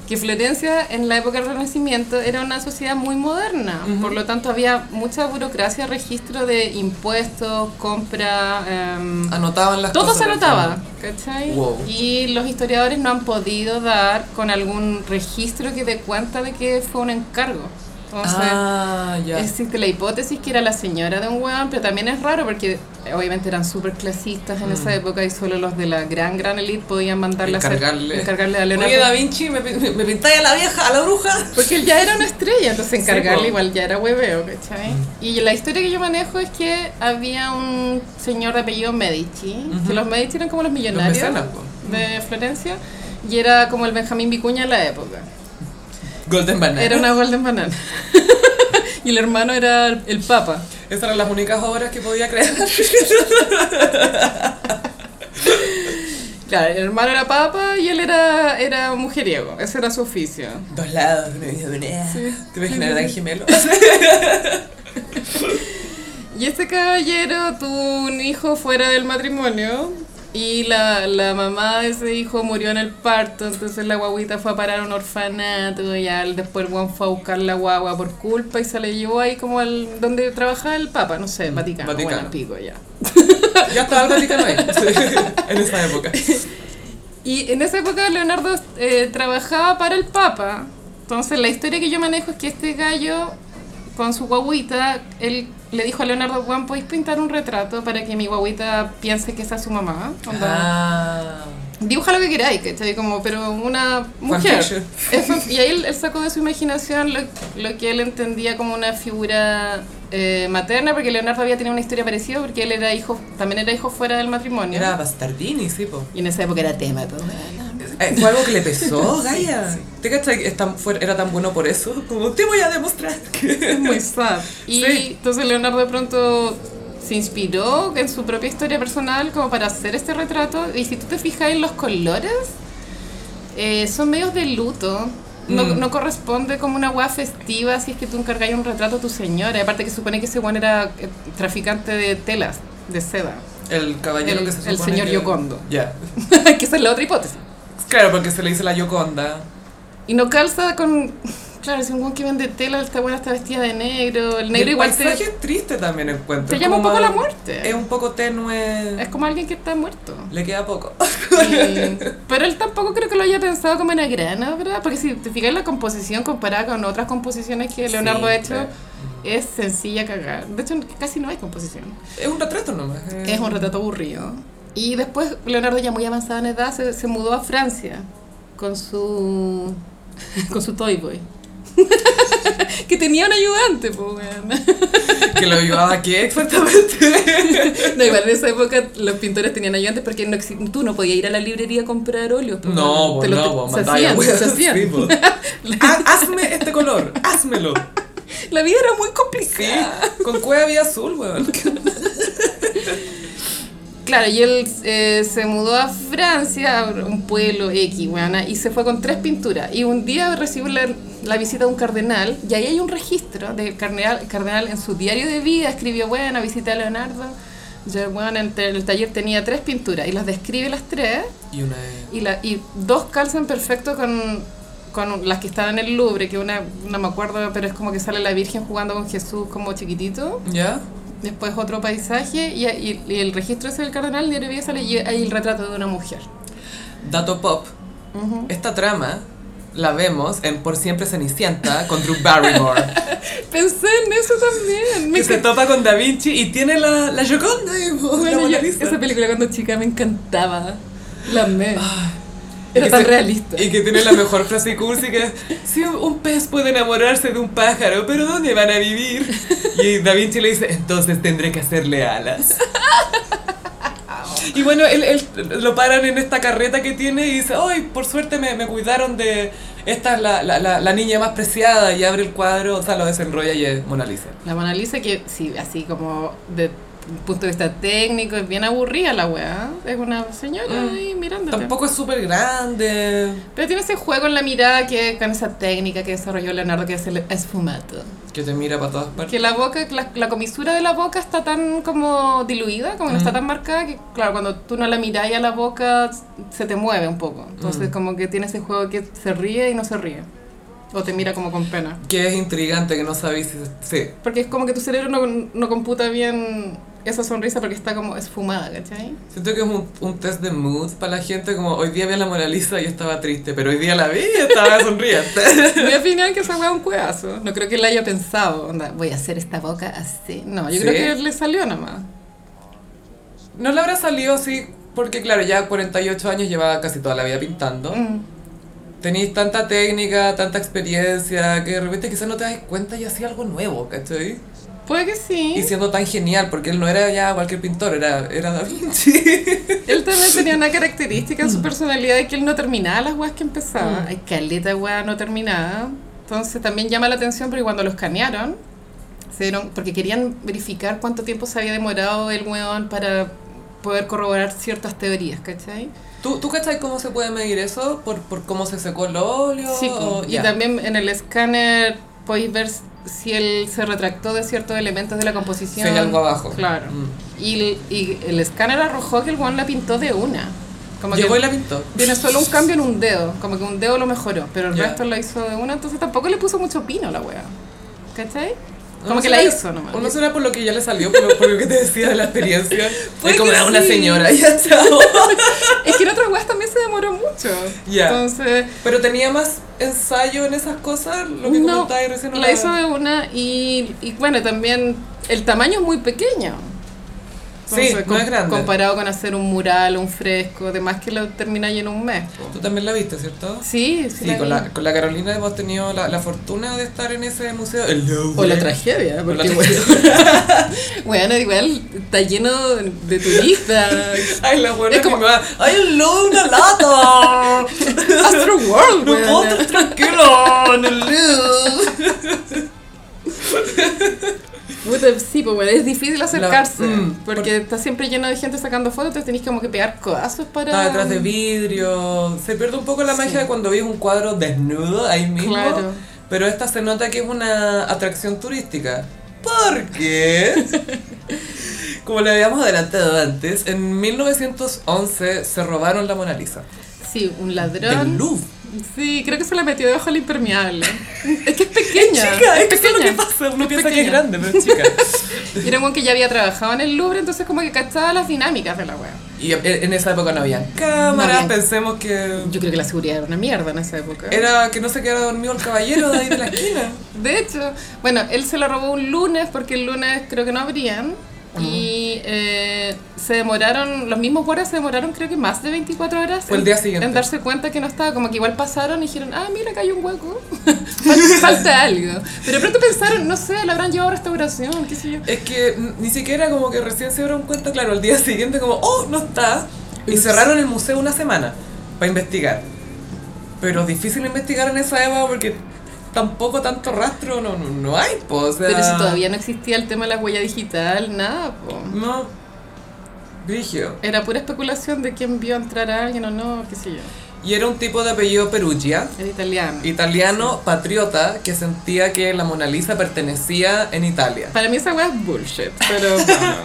S2: Que Florencia en la época del Renacimiento era una sociedad muy moderna, por lo tanto había mucha burocracia, registro de impuestos, compra. em,
S3: Anotaban Ah, las
S2: todo
S3: cosas.
S2: se
S3: en el
S2: anotaba,
S3: fondo.
S2: ¿cachai?
S3: Wow.
S2: Y los historiadores no han podido dar con algún registro que dé cuenta de que fue un encargo. Entonces,
S3: ah, ya.
S2: Existe la hipótesis que era la señora de un weón, pero también es raro porque eh, obviamente eran súper clasistas en
S3: Mm.
S2: esa época y solo los de la gran, gran elite podían mandarle a
S3: Encargarle.
S2: hacer, encargarle a
S3: Oye, Da
S2: Leonardo.
S3: Vinci, me, pi- me pintáis a la vieja, a la bruja.
S2: Porque él ya era una estrella, entonces encargarle
S3: po. Mm.
S2: igual ya era hueveo, ¿cachai? Y la historia que yo manejo es que había un señor de apellido Medici, que los Medici eran como los millonarios
S3: mecenas, po.
S2: de Florencia, y era como el Benjamín Vicuña de la época.
S3: Golden Banana.
S2: Era una golden banana. y el hermano era el papa.
S3: Esas eran las únicas obras que podía crear.
S2: Claro, el hermano era papa y él era, era mujeriego, ese era su oficio.
S3: Dos lados, una banana. ¿Te imaginas eran gemelos?
S2: Y este caballero tuvo un hijo fuera del matrimonio y la, la mamá de ese hijo murió en el parto, entonces la guaguita fue a parar a un orfanato y al, después Juan fue a buscar la guagua por culpa y se la llevó ahí como al donde trabajaba el papa, no sé, Vaticano,
S3: Vaticano.
S2: bueno, pico ya.
S3: ya estaba el Vaticano ahí. sí, en esa época.
S2: Y en esa época Leonardo eh, trabajaba para el Papa. Entonces la historia que yo manejo es que este gallo, con su guaguita, él le dijo a Leonardo, Juan, ¿podéis pintar un retrato para que mi guaguita piense que esa es su mamá? Onda,
S3: Ah.
S2: dibuja lo que queráis, ¿cachai? Como, pero una mujer.
S3: Fanfiction.
S2: Es fan- y ahí él, él sacó de su imaginación lo, lo que él entendía como una figura eh, materna, porque Leonardo había tenido una historia parecida, porque él era hijo, también era hijo fuera del matrimonio.
S3: Era Bastardini, sí, po.
S2: Y en esa época era tema todo.
S3: Eh, Fue algo que le pesó, Gaia. ¿Te cachai que es tan fuer- era tan bueno por eso? Como, te voy a demostrar que...
S2: Es muy sad. Y
S3: Sí.
S2: entonces Leonardo de pronto se inspiró en su propia historia personal como para hacer este retrato. Y si tú te fijas en los colores, eh, son medios de luto. No,
S3: Mm.
S2: no corresponde como una hueá festiva si es que tú encargáis un retrato a tu señora. Y Aparte que supone que ese guan era eh, traficante de telas, de seda.
S3: El caballero
S2: El-
S3: que se supone
S2: el señor
S3: que-
S2: Yocondo.
S3: Ya.
S2: que esa es la otra hipótesis.
S3: Claro, porque se le dice la Yoconda.
S2: Y no calza con... Claro, si un guan que vende tela, esta buena está vestida de negro. El
S3: Y
S2: negro
S3: el
S2: igual te,
S3: paisaje es triste también encuentro.
S2: te
S3: Es
S2: llama un
S3: como-
S2: poco a la muerte.
S3: Es un poco tenue.
S2: Es como alguien que está muerto.
S3: Le queda poco.
S2: Y- pero él tampoco creo que lo haya pensado como una gran obra, porque si te fijas en la composición comparada con otras composiciones que Leonardo
S3: Sí,
S2: ha hecho,
S3: claro.
S2: es sencilla cagar. De hecho, casi no hay composición.
S3: Es un retrato nomás. eh.
S2: Es un retrato aburrido. Y después Leonardo ya muy avanzado en edad se, se mudó a Francia con su con su Toy Boy. que tenía un ayudante, pues, weón.
S3: Que lo ayudaba aquí exactamente.
S2: No, igual en esa época los pintores tenían ayudantes porque no exi- tú no podías ir a la librería a comprar óleos. pues,
S3: No,
S2: te
S3: pues
S2: lo-
S3: no,
S2: te-
S3: pues
S2: se hacían, se hacían.
S3: Hazme este color, házmelo.
S2: La vida era muy
S3: Sí,
S2: complicada.
S3: con cueva había azul, weón.
S2: Claro, y él eh, se mudó a Francia, a un pueblo X, weona, y se fue con tres pinturas. Y un día recibió la, la visita de un cardenal, y ahí hay un registro del cardenal, el cardenal en su diario de vida, escribió, bueno, visita a Leonardo. Yo, bueno, en te- el taller tenía tres pinturas, y las describe las tres,
S3: Y una es-
S2: y, la, y dos calzan perfecto con, con las que estaban en el Louvre, que una, no me acuerdo, pero es como que sale la Virgen jugando con Jesús como chiquitito.
S3: ¿Ya?
S2: Después otro paisaje y, y- y el registro ese del cardenal de Heredia sale y hay el retrato de una mujer.
S3: Dato pop. Esta trama la vemos en Por Siempre Cenicienta con Drew Barrymore.
S2: Pensé en eso también. Me
S3: que se
S2: encantó.
S3: topa con Da Vinci y tiene la, la Gioconda. y, po, la
S2: Bueno, yo-
S3: Mona Lisa.
S2: esa película cuando chica me encantaba. La amé. Era
S3: Y
S2: tan
S3: que-
S2: realista.
S3: Y que tiene la mejor frase cursi que es, si un pez puede enamorarse de un pájaro, pero ¿dónde van a vivir? Y Da Vinci le dice, entonces tendré que hacerle alas. Y bueno, él, él- lo paran en esta carreta que tiene y dice, ay, por suerte me, me cuidaron de... Esta es la, la, la- la niña más preciada y abre el cuadro, o sea, lo desenrolla y es Mona Lisa.
S2: La Mona Lisa que, sí, así como de punto de vista técnico, es bien aburrida la weá. Es una señora
S3: Mm.
S2: ahí mirándote.
S3: Tampoco es súper grande.
S2: Pero tiene ese juego en la mirada que con esa técnica que desarrolló Leonardo que es el esfumato.
S3: Que te mira para todas partes.
S2: Que la boca, la, la comisura de la boca está tan como diluida, como no está tan marcada, que claro, cuando tú no la miras a la boca se te mueve un poco. Entonces como que tiene ese juego que se ríe y no se ríe. O te mira como con pena.
S3: Que es intrigante, que no sabéis si... Sí.
S2: Porque es como que tu cerebro no, no computa bien esa sonrisa porque está como esfumada, ¿cachai?
S3: Siento que es un, un test de mood para la gente, como hoy día vi a la Mona Lisa y yo estaba triste, pero hoy día la vi y estaba sonriente.
S2: Mi opinión es que esa weá es un cueazo. No creo que él haya pensado, onda, voy a hacer esta boca así. No, yo
S3: Sí.
S2: creo que le salió nada más.
S3: No le habrá salido así, porque claro, ya 48 años llevaba casi toda la vida pintando.
S2: Mm.
S3: Tenéis tanta técnica, tanta experiencia, que de repente quizás no te das cuenta y hacía algo nuevo, ¿cachai?
S2: Puede que sí.
S3: Y siendo tan genial, porque él no era ya cualquier pintor, era, era Da Vinci.
S2: Él también tenía una característica en su personalidad de que él no terminaba las weas que empezaba.
S3: Mm.
S2: Hay caleta de weas no terminada. Entonces también llama la atención porque cuando los escanearon, se dieron, porque querían verificar cuánto tiempo se había demorado el weón para poder corroborar ciertas teorías, ¿cachai?
S3: ¿Tú, ¿Tú cachai cómo se puede medir eso? ¿Por, por cómo se secó el óleo?
S2: Sí, po.
S3: o-
S2: y
S3: ya.
S2: también en el escáner podéis ver si él se retractó de ciertos elementos de la
S3: Si
S2: composición.
S3: hay algo abajo.
S2: Claro.
S3: Mm.
S2: Y, el- y el escáner arrojó que el weón la pintó de una. Como que-
S3: Llegó y la pintó.
S2: Tiene solo un cambio en un dedo, como que un dedo lo mejoró, pero el
S3: Ya.
S2: resto lo hizo de una, entonces tampoco le puso mucho pino a la wea. ¿Cachai? Como
S3: Uno
S2: que la
S3: será-
S2: hizo nomás.
S3: Uno será por lo que ya le salió, por lo, por lo que te decía de la experiencia.
S2: Puede
S3: Es como
S2: que
S3: "Ah, una
S2: sí".
S3: señora, ya chao.
S2: Es que en otras weas también se demoró mucho.
S3: Ya.
S2: Entonces,
S3: Pero tenía más ensayo en esas cosas, lo que
S2: no,
S3: comentabas recién.
S2: la
S3: ahora.
S2: hizo de una y, y bueno, también el tamaño es muy pequeño.
S3: Sí, no
S2: com-
S3: es grande.
S2: Comparado con hacer un mural, un fresco, además que lo termináis en un mes. po.
S3: Tú también la viste, ¿cierto?
S2: Sí, sí.
S3: Sí, con
S2: vi.
S3: la, con la Carolina hemos tenido la, la fortuna de estar en ese museo. El Louvre.
S2: O la tragedia,
S3: O la
S2: porque bueno, bueno, igual está lleno de turistas.
S3: Ay, la buena
S2: Es como-
S3: que me va. ¡Ay, el Louvre, una lata!
S2: Astro World,
S3: ¡No puedo estar tranquilo en el Louvre!
S2: Puta, sí, pues bueno, es difícil acercarse.
S3: La- mm,
S2: porque está siempre lleno de gente sacando fotos, entonces tenés como que pegar codazos para.
S3: Está detrás de vidrio. Se pierde un poco la magia de cuando ves un cuadro desnudo ahí mismo.
S2: Claro.
S3: Pero esta se nota que es una atracción turística. ¿Por qué? Como le habíamos adelantado antes, en 1911 se robaron la Mona Lisa.
S2: Sí, un
S3: Del
S2: ladrón.
S3: Louvre.
S2: Sí, creo que se la metió debajo al impermeable. es que es pequeña.
S3: Chica, es que eso es
S2: pequeña.
S3: lo que pasa. Uno
S2: Es
S3: piensa que es
S2: pequeña.
S3: grande, pero es chica.
S2: Y era un weón que ya había trabajado en el Louvre, entonces como que cachaba las dinámicas de la wea.
S3: Y en- en esa época no había cámaras,
S2: había-
S3: pensemos que
S2: Yo creo que la seguridad era una mierda en esa época.
S3: era que no se quedara dormido el caballero de ahí de la esquina.
S2: De hecho, bueno, él se la robó un lunes porque el lunes creo que no abrían. Y eh, se demoraron, los mismos guardias se demoraron creo que más de 24 horas
S3: Fue el
S2: en-
S3: día siguiente.
S2: en darse cuenta que no estaba, como que igual pasaron y dijeron, ah, mira, acá hay un hueco, Fal- falta algo. Pero de pronto pensaron, no sé, lo habrán llevado a restauración, qué sé yo.
S3: Es que n- ni siquiera como que recién se dieron cuenta, claro, al día siguiente como, oh, no está. Y cerraron el museo una semana para investigar. Pero difícil investigar en esa época porque tampoco tanto rastro no, no, no hay, po, o sea,
S2: Pero si todavía no existía el tema de la huella digital, nada, po.
S3: No. Grigio.
S2: Era pura especulación de quién vio entrar a alguien o no, qué sé yo.
S3: Y era un tipo de apellido Perugia.
S2: Era italiano.
S3: italiano patriota que sentía que la Mona Lisa pertenecía en Italia.
S2: Para mí esa hueá es bullshit, pero bueno.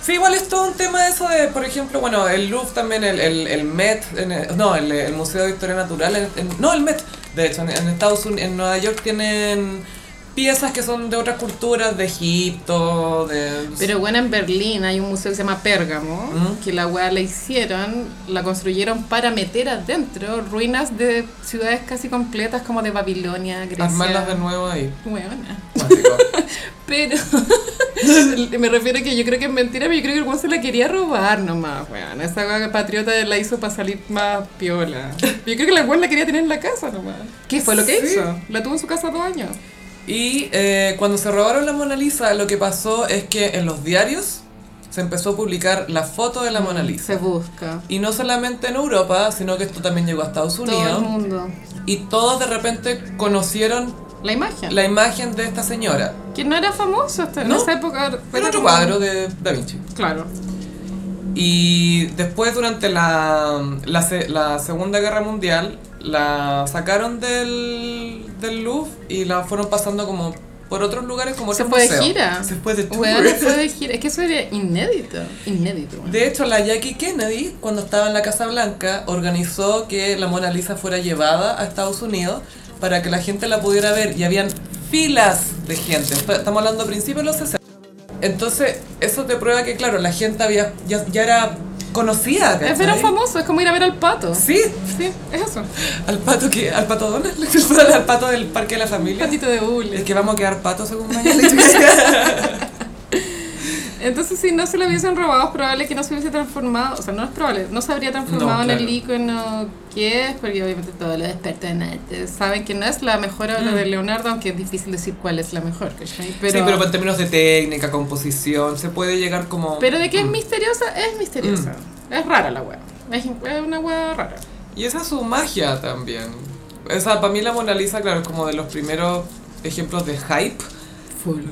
S3: Sí, igual es todo un tema eso de, por ejemplo, bueno, el Louvre también, el, el, el Met, en el- no, el, el Museo de Historia Natural, en- en- no, el Met, de hecho, en, en Estados Unidos, en Nueva York tienen piezas que son de otras culturas, de Egipto, de...
S2: Pero bueno, en Berlín hay un museo que se llama Pérgamo,
S3: Mm.
S2: que la weá la hicieron, la construyeron para meter adentro ruinas de ciudades casi completas como de Babilonia, Grecia.
S3: armarlas de nuevo ahí.
S2: Weona.
S3: Cuántico.
S2: Pero me refiero a que yo creo que es mentira, pero yo creo que el weón se la quería robar nomás, weón. Esa weá patriota la hizo para salir más piola. Yo creo que la weón la quería tener en la casa nomás. ¿Qué fue lo que
S3: Sí.
S2: hizo? La tuvo en su casa dos años.
S3: Y eh, cuando se robaron la Mona Lisa, lo que pasó es que en los diarios se empezó a publicar la foto de la Mona Lisa.
S2: Se busca.
S3: Y no solamente en Europa, sino que esto también llegó a Estados
S2: Todo el
S3: Unidos.
S2: mundo.
S3: Y todos de repente conocieron
S2: La imagen.
S3: la imagen de esta señora.
S2: Que no era famoso hasta
S3: No.
S2: en esa época.
S3: Era otro
S2: como-
S3: cuadro de Da Vinci.
S2: Claro.
S3: Y después, durante la, la, se- la Segunda Guerra Mundial, la sacaron del, del Louvre y la fueron pasando como por otros lugares, como
S2: Se
S3: otros
S2: fue de
S3: museos.
S2: gira.
S3: Se fue de tour.
S2: Weón, se fue de gira. Es que eso era inédito. Inédito. weón.
S3: De hecho, la Jackie Kennedy, cuando estaba en la Casa Blanca, organizó que la Mona Lisa fuera llevada a Estados Unidos para que la gente la pudiera ver. Y habían filas de gente. Esto- Estamos hablando a principios de los 60. Entonces, eso te prueba que, claro, la gente había ya, ya era conocida.
S2: Es
S3: ¿cachai?
S2: ver a un famoso, es como ir a ver al pato.
S3: Sí,
S2: Sí, es eso.
S3: al pato que, al pato Donald, al pato del Parque de la Familia.
S2: Patito de
S3: Es
S2: hule.
S3: que vamos a quedar patos según mañana.
S2: Entonces, si no se lo hubiesen robado, es probable que no se hubiese transformado. O sea, no es probable, no se habría transformado
S3: No,
S2: en el
S3: claro.
S2: icono que es, porque obviamente todos los expertos en arte saben que no es la mejor obra
S3: Mm.
S2: de Leonardo, aunque es difícil decir cuál es la mejor, ¿cachai?
S3: sí, pero en términos de técnica, composición, se puede llegar como... Mm.
S2: Pero de que es misteriosa, es misteriosa. Es rara la wea. Es es una wea rara.
S3: Y esa es su magia también. Esa, para mí la Mona Lisa, claro, es como de los primeros ejemplos de hype,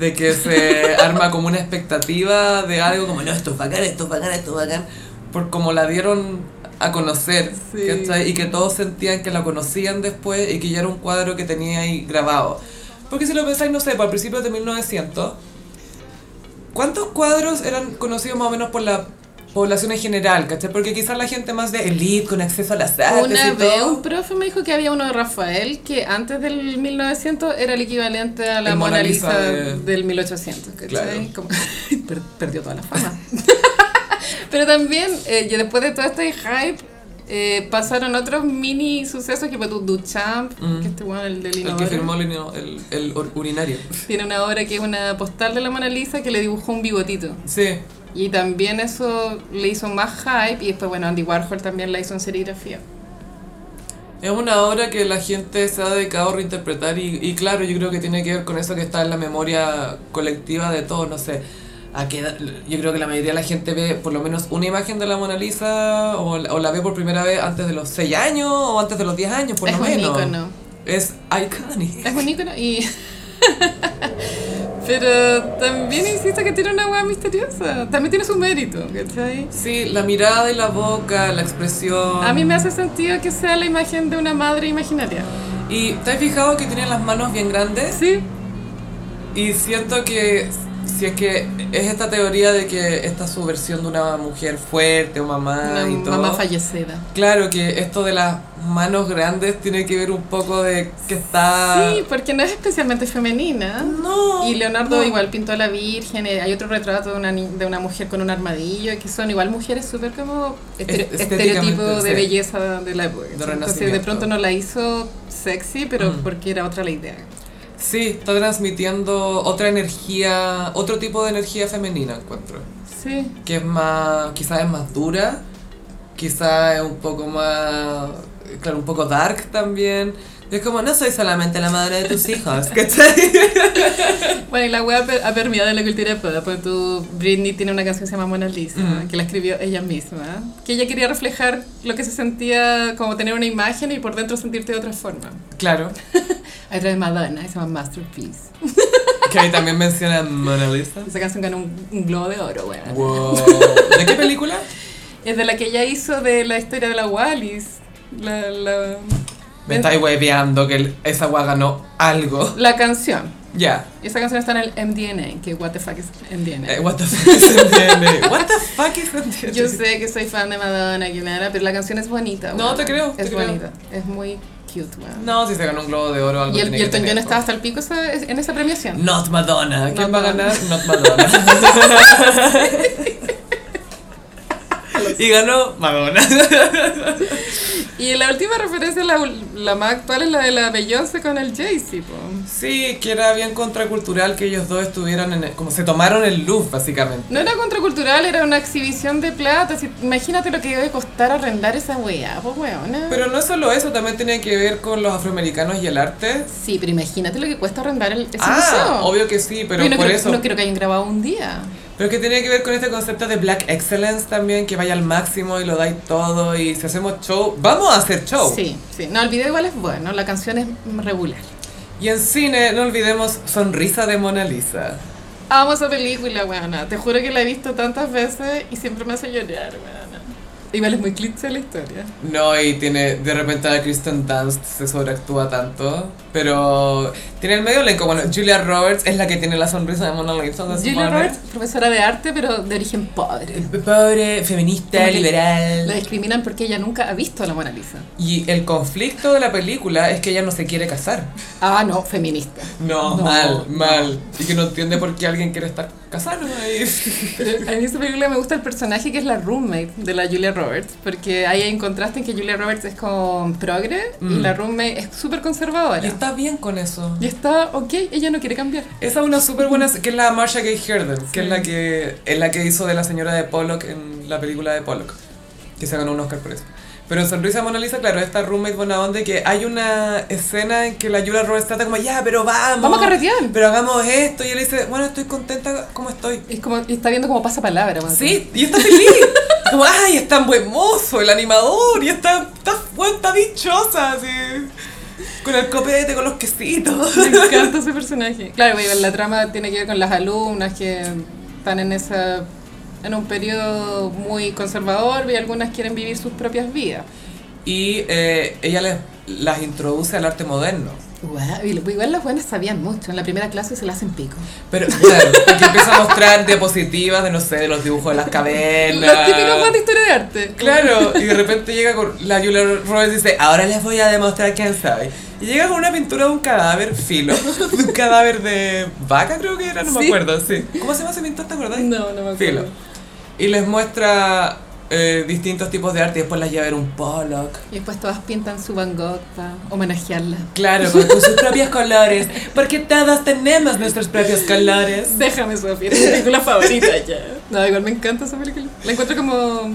S3: de que se arma como una expectativa de algo como, no, esto es bacán, esto es bacán, esto es bacán, por como la dieron a conocer,
S2: Sí.
S3: ¿cachai? Y que todos sentían que la conocían después y que ya era un cuadro que tenía ahí grabado. Porque si lo pensáis, no sé, para principios de 1900, ¿cuántos cuadros eran conocidos más o menos por la población en general, ¿cachai? Porque quizás la gente más de elite, con acceso a las artes
S2: Una
S3: y
S2: vez
S3: todo.
S2: un profe me dijo que había uno de Rafael que antes del 1900 era el equivalente a la
S3: El
S2: Mona
S3: Mona
S2: Lisa
S3: Lisa de-
S2: del 1800. ¿cachai?
S3: Claro.
S2: Como- per- perdió toda la fama. Pero también, eh, y después de todo este hype, eh, pasaron otros mini sucesos que fue tu Duchamp,
S3: Mm.
S2: que este bueno, el del
S3: El que
S2: inodoro,
S3: firmó el, ino- el, el or- urinario.
S2: tiene una obra que es una postal de la Mona Lisa que le dibujó un bigotito.
S3: Sí.
S2: Y también eso le hizo más hype y después, bueno, Andy Warhol también la hizo en serigrafía.
S3: Es una obra que la gente se ha dedicado a reinterpretar y, y claro, yo creo que tiene que ver con eso que está en la memoria colectiva de todos, no sé. A qué edad- yo creo que la mayoría de la gente ve por lo menos una imagen de la Mona Lisa o, la- o la ve por primera vez antes de los 6 años o antes de los 10 años, por
S2: es
S3: lo
S2: un
S3: menos.
S2: ícono.
S3: Es iconic.
S2: Es un ícono y... Pero también insisto que tiene una hueá misteriosa. También tiene su mérito, ¿cachai?
S3: Sí, la mirada y la boca, la expresión.
S2: A mí me hace sentido que sea la imagen de una madre imaginaria.
S3: ¿Y te has fijado que tiene las manos bien grandes?
S2: Sí,
S3: Y siento que si es que es esta teoría de que esta es su versión de una mujer fuerte o mamá
S2: una
S3: Ah, y todo.
S2: mamá fallecida.
S3: Claro que esto de las manos grandes tiene que ver un poco de que está...
S2: Sí, porque no es especialmente femenina.
S3: No.
S2: Y Leonardo
S3: no.
S2: igual pintó a la Virgen, eh, hay otro retrato de una, ni- de una mujer con un armadillo, que son igual mujeres súper como estere-
S3: Est-
S2: estereotipo
S3: estéticamente,
S2: de
S3: sí.
S2: belleza de la época. ¿sí? Entonces de
S3: Renacimiento.
S2: pronto no la hizo sexy, pero
S3: Mm.
S2: porque era otra la idea.
S3: Sí, está transmitiendo otra energía, otro tipo de energía femenina, encuentro.
S2: Sí.
S3: que es más, quizás es más dura, quizás es un poco más, claro, un poco dark también. Y es como, no soy solamente la madre de tus hijos, ¿cachai?
S2: Bueno, y la web ha permeado en la cultura pop. Pues tú, Britney tiene una canción que se llama Mona Lisa,
S3: Mm.
S2: que la escribió ella misma, que ella quería reflejar lo que se sentía como tener una imagen y por dentro sentirte de otra forma.
S3: Claro,
S2: Hay otra de Madonna, que se llama Masterpiece.
S3: que ahí también menciona Mona Lisa.
S2: Esa canción ganó un, un globo de oro, weón.
S3: Wow. ¿De qué película?
S2: Es de la que ella hizo de la historia de la Wallis. La, la,
S3: Me estáis hueveando que el- esa guá ganó algo.
S2: la canción.
S3: Ya.
S2: Esa canción está en el MDNA, que what the fuck is MDNA.
S3: Eh, what the fuck is MDNA? What the fuck is MDNA?
S2: Yo sé que soy fan de Madonna, que nada, pero la canción es bonita.
S3: No,
S2: weón.
S3: te creo, te
S2: Es
S3: creo.
S2: bonita. Es muy cute, weón.
S3: No, si se ganó un globo de oro algo
S2: y el,
S3: tiene
S2: y
S3: que
S2: el Elton John
S3: tener, Mm. po.
S2: estaba hasta el pico esa- en esa premiación.
S3: Not Madonna. ¿Quién
S2: Not
S3: va a
S2: Madonna.
S3: ganar? Not Madonna. y ganó Madonna.
S2: Y la última referencia, la, ul- la más actual, es la de la Beyoncé con el Jay-Z, po.
S3: Sí, que era bien contracultural que ellos dos estuvieran en... Como se tomaron el luz, básicamente.
S2: No era contracultural, era una exhibición de plata. Si- imagínate lo que debe costar arrendar esa weá, pues weona.
S3: Pero no solo eso, también tenía que ver con los afroamericanos y el arte.
S2: sí, pero imagínate lo que cuesta arrendar el, ese
S3: Ah,
S2: museo.
S3: obvio que sí, pero
S2: Yo no
S3: por
S2: creo,
S3: eso.
S2: No creo que hayan grabado un día.
S3: Pero que tiene que ver con este concepto de Black Excellence también, que vaya al máximo y lo dais todo y si hacemos show, vamos a hacer show.
S2: Sí, sí. No, el video igual es bueno, la canción es regular.
S3: Y en cine, no olvidemos Sonrisa de Mona Lisa.
S2: Amo esa película, weona. Te juro que la he visto tantas veces y siempre me hace llorar, weona. Igual es muy cliché la historia.
S3: No, y tiene, de repente a Kristen Dunst se sobreactúa tanto, pero tiene el medio elenco, bueno, Julia Roberts es la que tiene la sonrisa de Mona Lisa. se
S2: Julia
S3: supone.
S2: Roberts, profesora de arte, pero de origen pobre.
S3: Pobre, feminista,
S2: Como que La
S3: liberal.
S2: discriminan porque ella nunca ha visto a la Mona Lisa.
S3: Y el conflicto de la película es que ella no se quiere casar.
S2: Ah, no, feminista.
S3: No,
S2: No,
S3: mal,
S2: no.
S3: mal. Y que no entiende por qué alguien quiere estar casado. ahí.
S2: Pero a mí esta película me gusta el personaje que es la roommate de la Julia Roberts, porque ahí hay un contraste en que Julia Roberts es con progre y
S3: Mm.
S2: la roommate es súper conservadora.
S3: Y está bien con eso.
S2: Y está ok, ella no quiere cambiar.
S3: Esa es una súper buena, que es la Marsha Gay Herden, que es la que es la que hizo de la señora de Pollock en la película de Pollock, que se ganó un Oscar por eso. Pero en Sonrisa de Mona Lisa, claro, esta roommate buena onda que hay una escena en que la Julia Roberts trata como, ya, pero vamos.
S2: Vamos a carretear.
S3: Pero hagamos esto. Y él dice, bueno, estoy contenta como estoy.
S2: Es como, y está viendo como pasa palabra. weón.
S3: Sí, y está feliz. como, ay, es tan buen mozo el animador. Y está, está, bueno, está dichosa, así. Con el copete, con los quesitos.
S2: Me encanta ese personaje. Claro, bueno, la trama tiene que ver con las alumnas que están en esa en un periodo muy conservador y algunas quieren vivir sus propias vidas.
S3: y eh, ella les, las introduce al arte moderno.
S2: Guau, y- igual las buenas sabían mucho. En la primera clase se la hacen pico.
S3: Pero claro, aquí empieza a mostrar diapositivas de, no sé, de los dibujos de las cadenas.
S2: Los típicos más de historia de arte.
S3: Claro, y de repente llega con la Julia Roberts y dice, ahora les voy a demostrar quién sabe. Y llega con una pintura de un cadáver filo, de un cadáver de vaca creo que era, no
S2: Sí.
S3: me acuerdo, sí. ¿Cómo se llama ese pintor, te acordás?
S2: No, no me acuerdo.
S3: Filo. Y les muestra eh, distintos tipos de arte y después las lleva a ver un Pollock.
S2: Y después todas pintan su Van Gogh para homenajearla.
S3: Claro, con, con sus propios colores, porque todas tenemos nuestros propios colores.
S2: Déjame, Sofía, es mi película favorita ya. No, igual me encanta esa película. La encuentro como,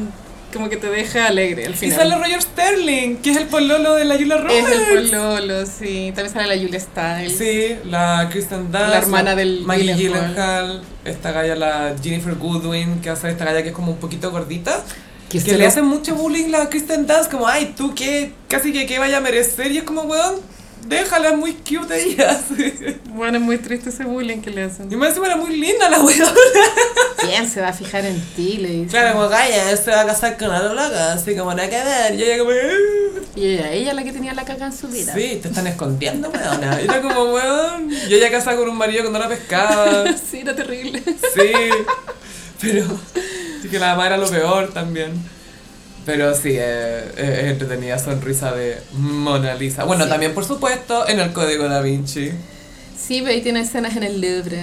S2: como que te deja alegre al
S3: Y
S2: final.
S3: sale Roger Sterling, que es el pololo de la Yula Roberts.
S2: es el pololo, sí. También sale la Julia Stiles.
S3: Sí, la Kristen Dunst.
S2: La hermana del
S3: Maggie
S2: Gyllenhaal.
S3: Gyllenhaal. Esta galla, la Jennifer Goodwin, que hace esta galla que es como un poquito gordita.
S2: Que
S3: Que,
S2: se
S3: le
S2: lo-
S3: hace mucho bullying la Kristen Dunst, como, ay, tú qué, casi que qué vaya a merecer. Y es como, weón, déjala, es muy cute ella.
S2: Bueno, es muy triste ese bullying que le
S3: y
S2: hacen.
S3: más encima era muy linda la weón.
S2: ¿Quién se va a fijar en ti? Le dice.
S3: Claro, como, galla, se va a casar con algo loca, así como, nada que ver. Y ella como, "Eh".
S2: Y era ella la que tenía la caca en su vida.
S3: Sí, te están escondiendo, weona. Y era como, weón. Y ella casada con un marido que no la pescaba.
S2: Sí, era terrible.
S3: Sí, pero sí que la mamá era lo peor también. Pero sí, eh, eh, es entretenida sonrisa de Mona Lisa. Bueno,
S2: Sí.
S3: también por supuesto en el Código Da Vinci.
S2: Sí, pero ahí tiene escenas en el Louvre.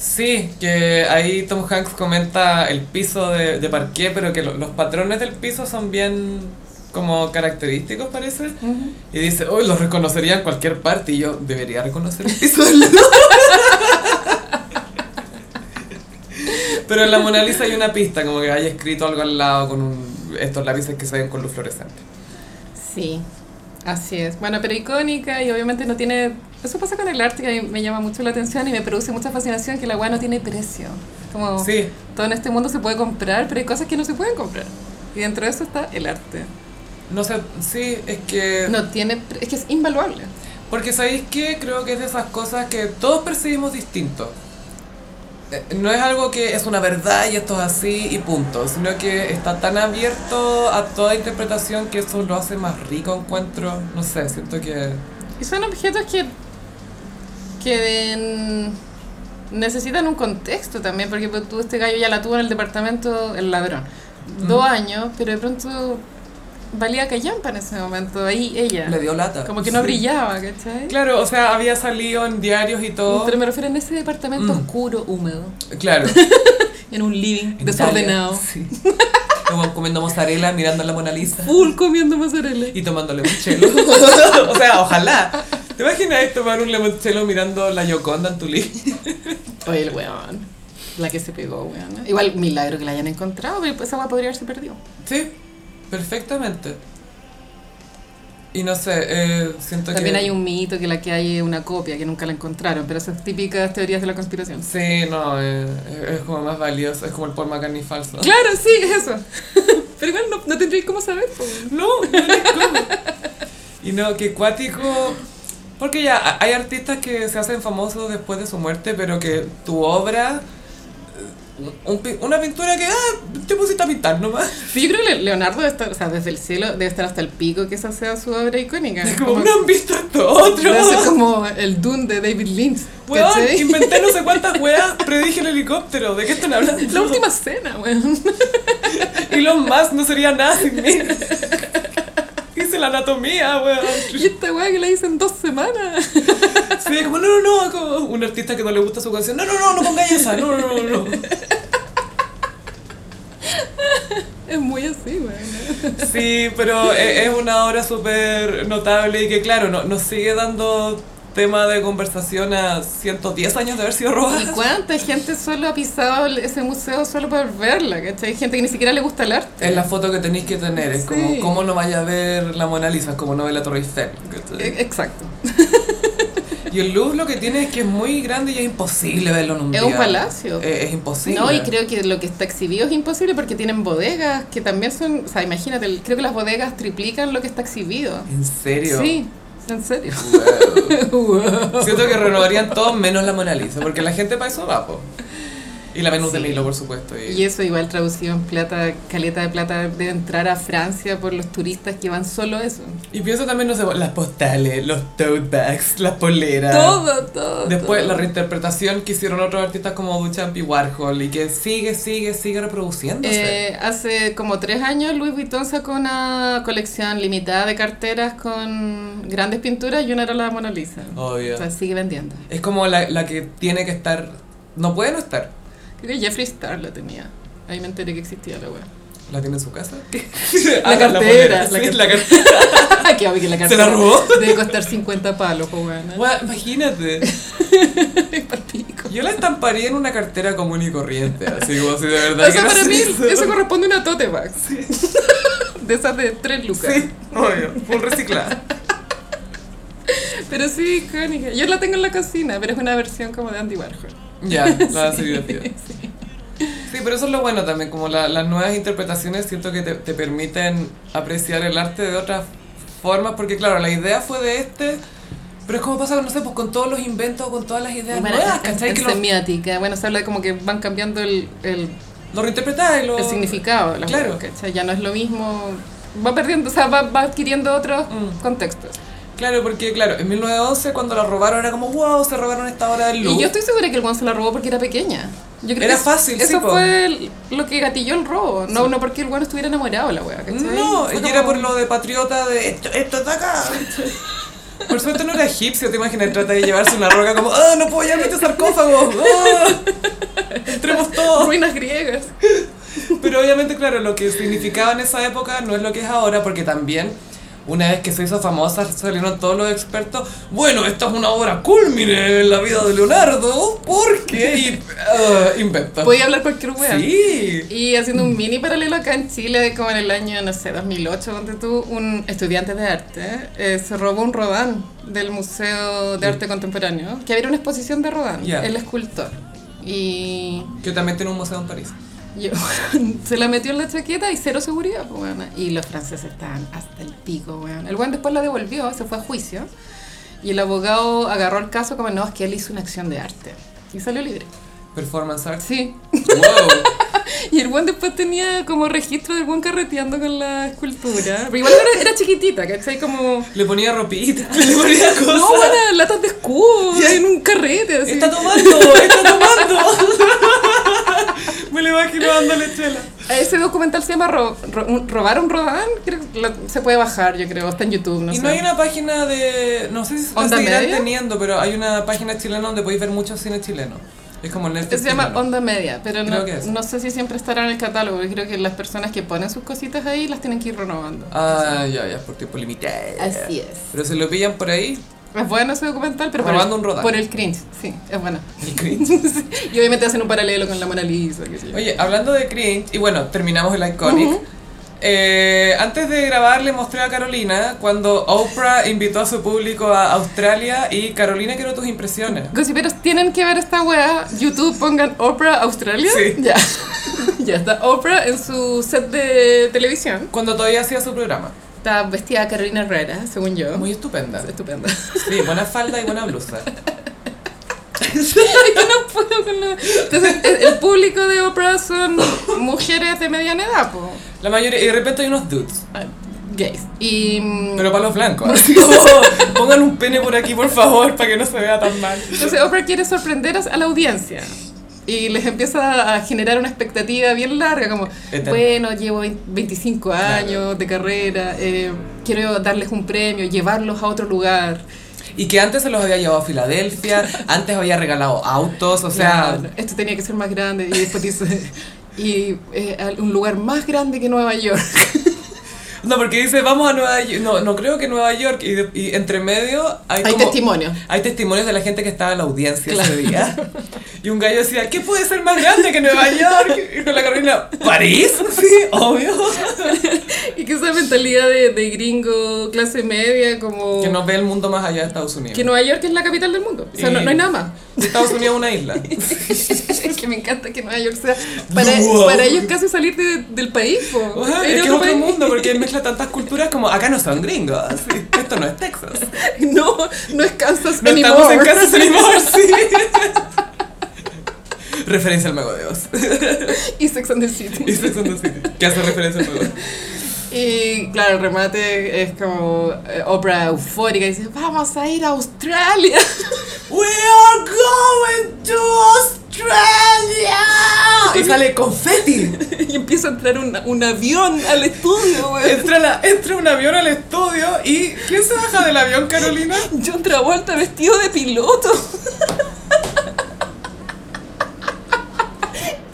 S3: Sí, que ahí Tom Hanks comenta el piso de, de parqué, pero que lo- los patrones del piso son bien como característicos, parece. Y dice, uy, los reconocería en cualquier parte y yo debería reconocer el piso del Louvre". Pero en la Mona Lisa hay una pista, como que haya escrito algo al lado con un- estos lápices que se ven con luz fluorescente.
S2: Sí, así es. Bueno, pero icónica y obviamente no tiene... Eso pasa con el arte que a mí me llama mucho la atención y me produce mucha fascinación que la weá no tiene precio. Como
S3: Sí,
S2: todo en este mundo se puede comprar, pero hay cosas que no se pueden comprar. Y dentro de eso está el arte.
S3: no sé, sí, es que...
S2: No tiene... pre- Es que es invaluable.
S3: Porque sabéis que creo que es de esas cosas que todos percibimos distinto. Eh, No es algo que es una verdad y esto es así y punto, sino que está tan abierto a toda interpretación que eso lo hace más rico, encuentro. No sé, siento que...
S2: Y son objetos que, que den- necesitan un contexto también, porque pues, tú, este gallo ya la tuvo en el departamento el ladrón. Dos años, pero de pronto valía callampa en ese momento, ahí ella.
S3: Le dio lata.
S2: Como que no
S3: Sí.
S2: brillaba, ¿cachai?
S3: Claro, o sea, había salido en diarios y todo.
S2: Pero me refiero en ese departamento
S3: Mm.
S2: oscuro, húmedo,
S3: Claro.
S2: en un living
S3: En
S2: desordenado,
S3: Italia, Sí. Como comiendo mozzarella, mirando la Mona Lisa.
S2: full comiendo mozzarella.
S3: y tomándole limoncello. o sea, ojalá. ¿Te imaginas tomar un limoncello mirando la Yoconda en tu living?
S2: Oye, el weón, la que se pegó, weón. ¿no? Igual, milagro que la hayan encontrado, pero esa agua podría haberse perdido.
S3: Sí, perfectamente. Y no sé, eh, siento
S2: También
S3: que...
S2: hay un mito que la que hay es una copia, que nunca la encontraron, pero esas típicas teorías de la conspiración.
S3: Sí, no, eh, eh, es como más valioso, es como el Paul McCartney falso.
S2: Claro, sí, eso. Pero igual no, no tendréis cómo saber. po.
S3: No, no les como. Y no, que cuático... Porque ya ha- hay artistas que se hacen famosos después de su muerte, pero que tu obra... eh, un pi- una pintura que, ah, te pusiste a pintar nomás.
S2: Sí, yo creo que Le- Leonardo, debe estar, o sea, desde el cielo, debe estar hasta el pico que esa sea su obra icónica.
S3: Es como, no han visto esto otro.
S2: debe ser como el Dune de David Lynch.
S3: Weón,
S2: ¿cachai?
S3: inventé no sé cuántas weas, predije el helicóptero, ¿de qué están hablando?
S2: La última cena, weón.
S3: Elon Musk no sería nada sin mí. Hice la anatomía, weón.
S2: Y esta weá que la hice en dos semanas.
S3: Sí, como, no, no, no, como un artista que no le gusta su canción. No, no, no, no pongáis esa. No, no, no, no.
S2: Es muy así, weón.
S3: Sí, pero e- es una obra súper notable y que, claro, no, nos sigue dando tema de conversación a 110 años de haber sido
S2: ¿Y
S3: robada.
S2: cuánta gente solo ha pisado ese museo solo por verla? ¿Cachai? Gente que ni siquiera le gusta el arte.
S3: Es la foto que tenéis que tener. Es
S2: Sí.
S3: como, ¿cómo no vaya a ver la Mona Lisa? Es como no ve la Torre Eiffel.
S2: E- Exacto.
S3: Y el Louvre lo que tiene es que es muy grande y es imposible verlo en un
S2: Es
S3: día.
S2: un palacio.
S3: Eh, Es, imposible.
S2: No, y creo que lo que está exhibido es imposible porque tienen bodegas que también son, o sea, imagínate, el- creo que las bodegas triplican lo que está exhibido.
S3: ¿En serio?
S2: Sí, en serio.
S3: Wow.
S2: Wow.
S3: Siento que renovarían todo menos la Mona Lisa, porque la gente para eso va, po. Y la Venus de
S2: Sí.
S3: Milo, por supuesto.
S2: Y
S3: Y,
S2: eso igual traducido en plata, caleta de plata de entrar a Francia por los turistas que van solo a eso.
S3: y pienso también, no sé, las postales, los tote bags, las poleras.
S2: Todo, todo.
S3: Después
S2: todo.
S3: la reinterpretación que hicieron otros artistas como Duchamp y Warhol y que sigue, sigue, sigue reproduciéndose.
S2: Eh, hace como tres años Louis Vuitton sacó una colección limitada de carteras con grandes pinturas y una era la Mona Lisa.
S3: Obvio.
S2: O sea, sigue vendiendo.
S3: Es como la, la que tiene que estar. No puede no estar.
S2: Creo que Jeffree Star la tenía. Ahí me enteré que existía la web.
S3: ¿La tiene en su casa?
S2: La
S3: Abra
S2: cartera,
S3: bolera.
S2: la
S3: Sí,
S2: cartera.
S3: la cartera.
S2: que Ah, obvio que la
S3: ¿Se la
S2: cartera
S3: robó?
S2: Debe costar 50 palos, po, weona.
S3: Guau, imagínate.
S2: Pa'l pico.
S3: Yo la estamparía en una cartera común y corriente, así como si de
S2: O
S3: verdad.
S2: sea, para mí
S3: quieres
S2: eso?
S3: hacer eso.
S2: corresponde a una tote bag. De esas de 3 lucas.
S3: Sí, obvio, full reciclada.
S2: Pero sí, icónica. Yo la tengo en la cocina, pero es una versión como de Andy Warhol.
S3: Ya, la hace divertida. Sí, pero eso es lo bueno también, como la- las nuevas interpretaciones siento que te, te permiten apreciar el arte de otras formas, porque claro, la idea fue de este, pero es como pasa, no sé, pues con todos los inventos, con todas las ideas nuevas, ¿cachai? Que
S2: es
S3: los
S2: semiótica. Bueno, se habla de como que van cambiando el, el,
S3: lo reinterpretáis, lo...
S2: el significado de las
S3: Claro.
S2: cosas, ¿cachai? Ya no es lo mismo. Va perdiendo, o sea, va, va adquiriendo otros
S3: Mm.
S2: contextos.
S3: Claro, porque claro, en 1911 cuando la robaron era como, wow, se robaron esta hora del
S2: Y
S3: look.
S2: yo estoy segura que el Juan se la robó porque era pequeña. Yo creo que
S3: Era
S2: es-
S3: fácil,
S2: Eso
S3: sí, po.
S2: fue el- lo que gatilló el robo. No, no porque el Juan estuviera enamorado, la wea, ¿cachai?
S3: No,
S2: Fue
S3: y
S2: como-
S3: era por lo de patriota de esto, esto está acá. Por suerte no era egipcio, te imaginas, trata de llevarse una roca como, ah, no puedo llevarme este sarcófago, ah, entremos todos.
S2: Ruinas griegas.
S3: Pero obviamente, claro, lo que significaba en esa época no es lo que es ahora, porque también una vez que se hizo famosa salieron todos los expertos, bueno, esta es una obra culmine en la vida de Leonardo, porque y, ah, inventa.
S2: Podía hablar cualquier wea.
S3: Sí.
S2: Y haciendo un mini paralelo acá en Chile, como en el año, no sé, 2008, donde tú, un estudiante de arte eh, se robó un Rodán del Museo de Arte Contemporáneo, que había una exposición de Rodán,
S3: Ya.
S2: el escultor. Y
S3: Que también tiene un museo en París.
S2: yo- se la metió en la chaqueta y cero seguridad, pues, weona. Y los franceses estaban hasta el pico, weón. El weón después la devolvió, se fue a juicio. Y el abogado agarró el caso como, no, es que él hizo una acción de arte. Y salió libre.
S3: Performance art.
S2: Sí,
S3: Wow.
S2: Y el buen después tenía como registro del buen carreteando con la escultura. Pero igual era, era chiquitita, ¿cachai? Como.
S3: Le ponía ropita, le ponía cosas.
S2: No, era latas de escudo en un carrete, así.
S3: está tomando, está tomando. Me lo imagino dándole chela.
S2: Ah, Ese documental se llama Ro- Ro- un- Robar un Rodán. Creo que lo- se puede bajar, yo creo. Está en YouTube, no
S3: y
S2: sé.
S3: no hay una página de. No sé si la
S2: ¿Onda
S3: seguirán
S2: Media?
S3: teniendo, pero hay una página chilena donde podéis ver muchos cines chilenos. Es como Netflix.
S2: Este Se llama
S3: chileno.
S2: Onda Media, pero no,
S3: Creo que es.
S2: no sé si siempre estará en el catálogo. Yo creo que las personas que ponen sus cositas ahí las tienen que ir renovando.
S3: Ah, ya, ya, por tiempo limitado.
S2: Así es.
S3: Pero se lo pillan por ahí,
S2: Es bueno ese documental, pero por
S3: Robando
S2: el,
S3: un Rodán.
S2: por el cringe. Sí, es bueno.
S3: el cringe.
S2: Sí. y obviamente hacen un paralelo con la Mona Lisa. qué sé yo.
S3: Oye, Eh, hablando de cringe, y bueno, terminamos el Iconic. Eh, antes de grabar le mostré a Carolina cuando Oprah invitó a su público a Australia y Carolina quiero tus impresiones.
S2: Gossiperos, tienen que ver esta wea. YouTube pongan Oprah Australia.
S3: Sí.
S2: Ya. ya está Oprah en su set de televisión.
S3: Cuando todavía hacía su programa.
S2: Está vestida Carolina Herrera, según yo.
S3: Muy estupenda.
S2: estupenda.
S3: Sí, buena falda y buena blusa.
S2: Es que no puedo con la- Entonces, el- el público de Oprah son mujeres de mediana edad, po.
S3: La mayoría, y de repente hay unos dudes,
S2: Ah, Gays. Y. mm,
S3: pero para los blancos. Así como, pongan un pene por aquí, por favor, para que no se vea tan mal.
S2: Entonces Oprah quiere sorprender a la audiencia y les empieza a generar una expectativa bien larga, como,
S3: Eterna.
S2: bueno, llevo 20 25 años de carrera, eh, quiero darles un premio, llevarlos a otro lugar.
S3: Y que antes se los había llevado a Filadelfia, antes había regalado autos, o sea,
S2: Claro, esto tenía que ser más grande y después dice, y eh, a un lugar más grande que Nueva York.
S3: No, porque dice, vamos a Nueva York. No, no creo que Nueva York. Y, de- y entre medio hay,
S2: Hay
S3: como-
S2: testimonio.
S3: Hay testimonios de la gente que estaba en la audiencia
S2: Claro.
S3: ese día. Y un gallo decía, ¿qué puede ser más grande que Nueva York? Y con la Carolina, ¿París? Sí, obvio.
S2: Y que esa mentalidad de, de gringo, clase media, como...
S3: Que no ve el mundo más allá de Estados Unidos.
S2: que Nueva York es la capital del mundo. O sea, no,
S3: Y-
S2: no hay nada más.
S3: Estados Unidos es una isla.
S2: es que me encanta que Nueva York sea para,
S3: Wow.
S2: para ellos casi salir de- del país po.
S3: Ajá,
S2: Ir
S3: es
S2: a
S3: que es otro
S2: país.
S3: mundo porque mezcla tantas culturas como acá no son gringos. sí. Esto no es Texas.
S2: no no es Kansas
S3: No
S2: anymore
S3: estamos en Kansas anymore, sí. Referencia al Mago de Oz.
S2: y Sex and the City
S3: Y Sex and the City, Que hace referencia al Mago de Oz.
S2: y claro el remate es como eh, Oprah eufórica y dice vamos a ir a Australia
S3: We are going to Australia. Y sale confeti.
S2: y empieza a entrar un, un avión al estudio güey.
S3: Entra, la- entra un avión al estudio y ¿quién se baja del avión, Carolina?
S2: John Travolta vestido de piloto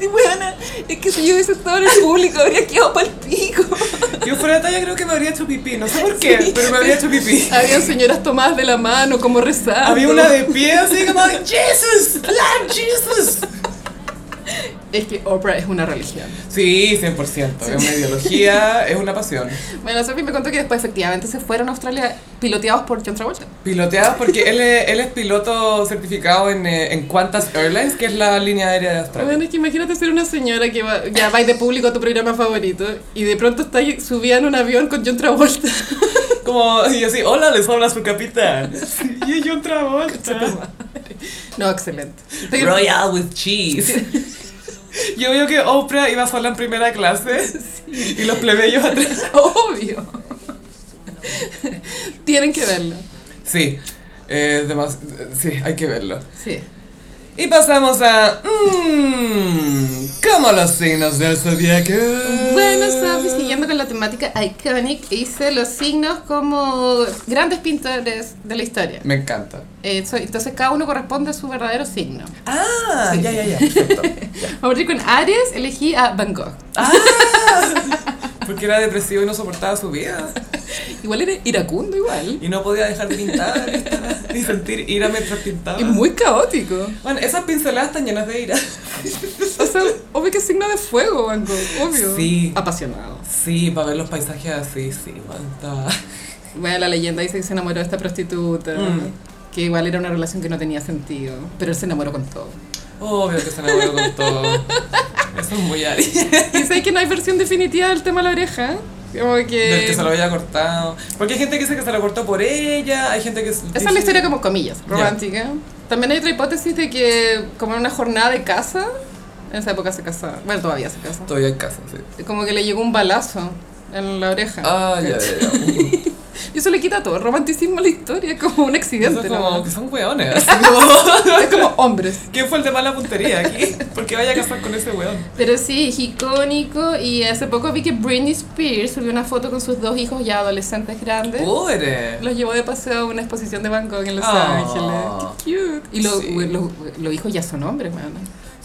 S2: Y, güey, weona, es que si yo hubiese estado en el público, habría quedado pa'l pico.
S3: Yo fuera de talla creo que me habría hecho pipí, no sé por qué, pero me habría hecho pipí.
S2: Habían señoras tomadas de la mano, como rezando.
S3: Había una de pie así como, Jesus, Lord Jesus.
S2: Es que Oprah es una religión.
S3: Sí, 100%, es una ideología, es una pasión.
S2: Bueno, Sophie me contó que después efectivamente se fueron a Australia piloteados por John Travolta.
S3: Piloteadas porque él es, él es piloto certificado en, eh, en Qantas Airlines, que es la línea aérea de Australia.
S2: Bueno, es que imagínate ser una señora que va, ya vais de público a tu programa favorito y de pronto estás subida en un avión con John Travolta.
S3: Como, y así, hola, les habla su capitán. Sí, Y yo otra Travolta.
S2: No, excelente. Estoy-
S4: Royal with cheese.
S3: Yo veo que Oprah iba sola en primera clase y los plebeyos atrás.
S2: Obvio. Tienen que verlo.
S3: Sí, eh, demas- sí, hay que verlo.
S2: Sí.
S3: Y pasamos a. Mmm, como los signos del zodiaco.
S2: Bueno, Sophie, siguiendo con la temática iconic, hice los signos como grandes pintores de la historia.
S3: Me encanta.
S2: Eh, so- entonces cada uno corresponde a su verdadero signo.
S3: Ah,
S2: Sí.
S3: ya, ya, ya. perfecto.
S2: Vamos a partir con Aries, elegí a Van Gogh.
S3: Porque era depresivo y no soportaba su vida.
S2: Igual era iracundo, igual.
S3: Y no podía dejar de pintar estaba- ni sentir ira mientras pintaba.
S2: Y muy caótico.
S3: Bueno, esas pinceladas están llenas de ira.
S2: O sea, obvio que es signo de fuego, Van Gogh, obvio.
S3: Sí.
S2: Apasionado.
S3: Sí, para ver los paisajes así, sí, aguanta.
S2: Bueno, la leyenda dice que se enamoró de esta prostituta.
S3: Mm.
S2: Que igual era una relación que no tenía sentido. Pero él se enamoró con todo.
S3: Obvio que se enamoró con todo. Eso es muy Aries.
S2: Y sé que no hay versión definitiva del tema de la oreja. Como que.
S3: Del que se lo había cortado. Porque hay gente que dice que se lo cortó por ella, hay gente que.
S2: Esa es la historia como comillas,
S3: Ya.
S2: romántica. También hay otra hipótesis de que como en una jornada de casa, en esa época se casaba, bueno todavía se casa,
S3: Todavía en casa, sí.
S2: como que le llegó un balazo en la oreja.
S3: Ah, ya, ya, ya.
S2: Y eso le quita todo el romanticismo a la historia, es como un
S3: Eso
S2: accidente.
S3: es
S2: ¿no?
S3: como que son weones. así como-
S2: es como hombres.
S3: ¿Quién fue el de mala puntería aquí? Porque vaya a casar con ese weón.
S2: Pero sí, es icónico y hace poco vi que Britney Spears subió una foto con sus dos hijos ya adolescentes grandes.
S3: Pobre.
S2: Los llevó de paseo a una exposición de Van Gogh en Los
S3: Ah.
S2: Ángeles. Qué cute. Y los,
S3: Sí.
S2: we- los- los hijos ya son hombres, man.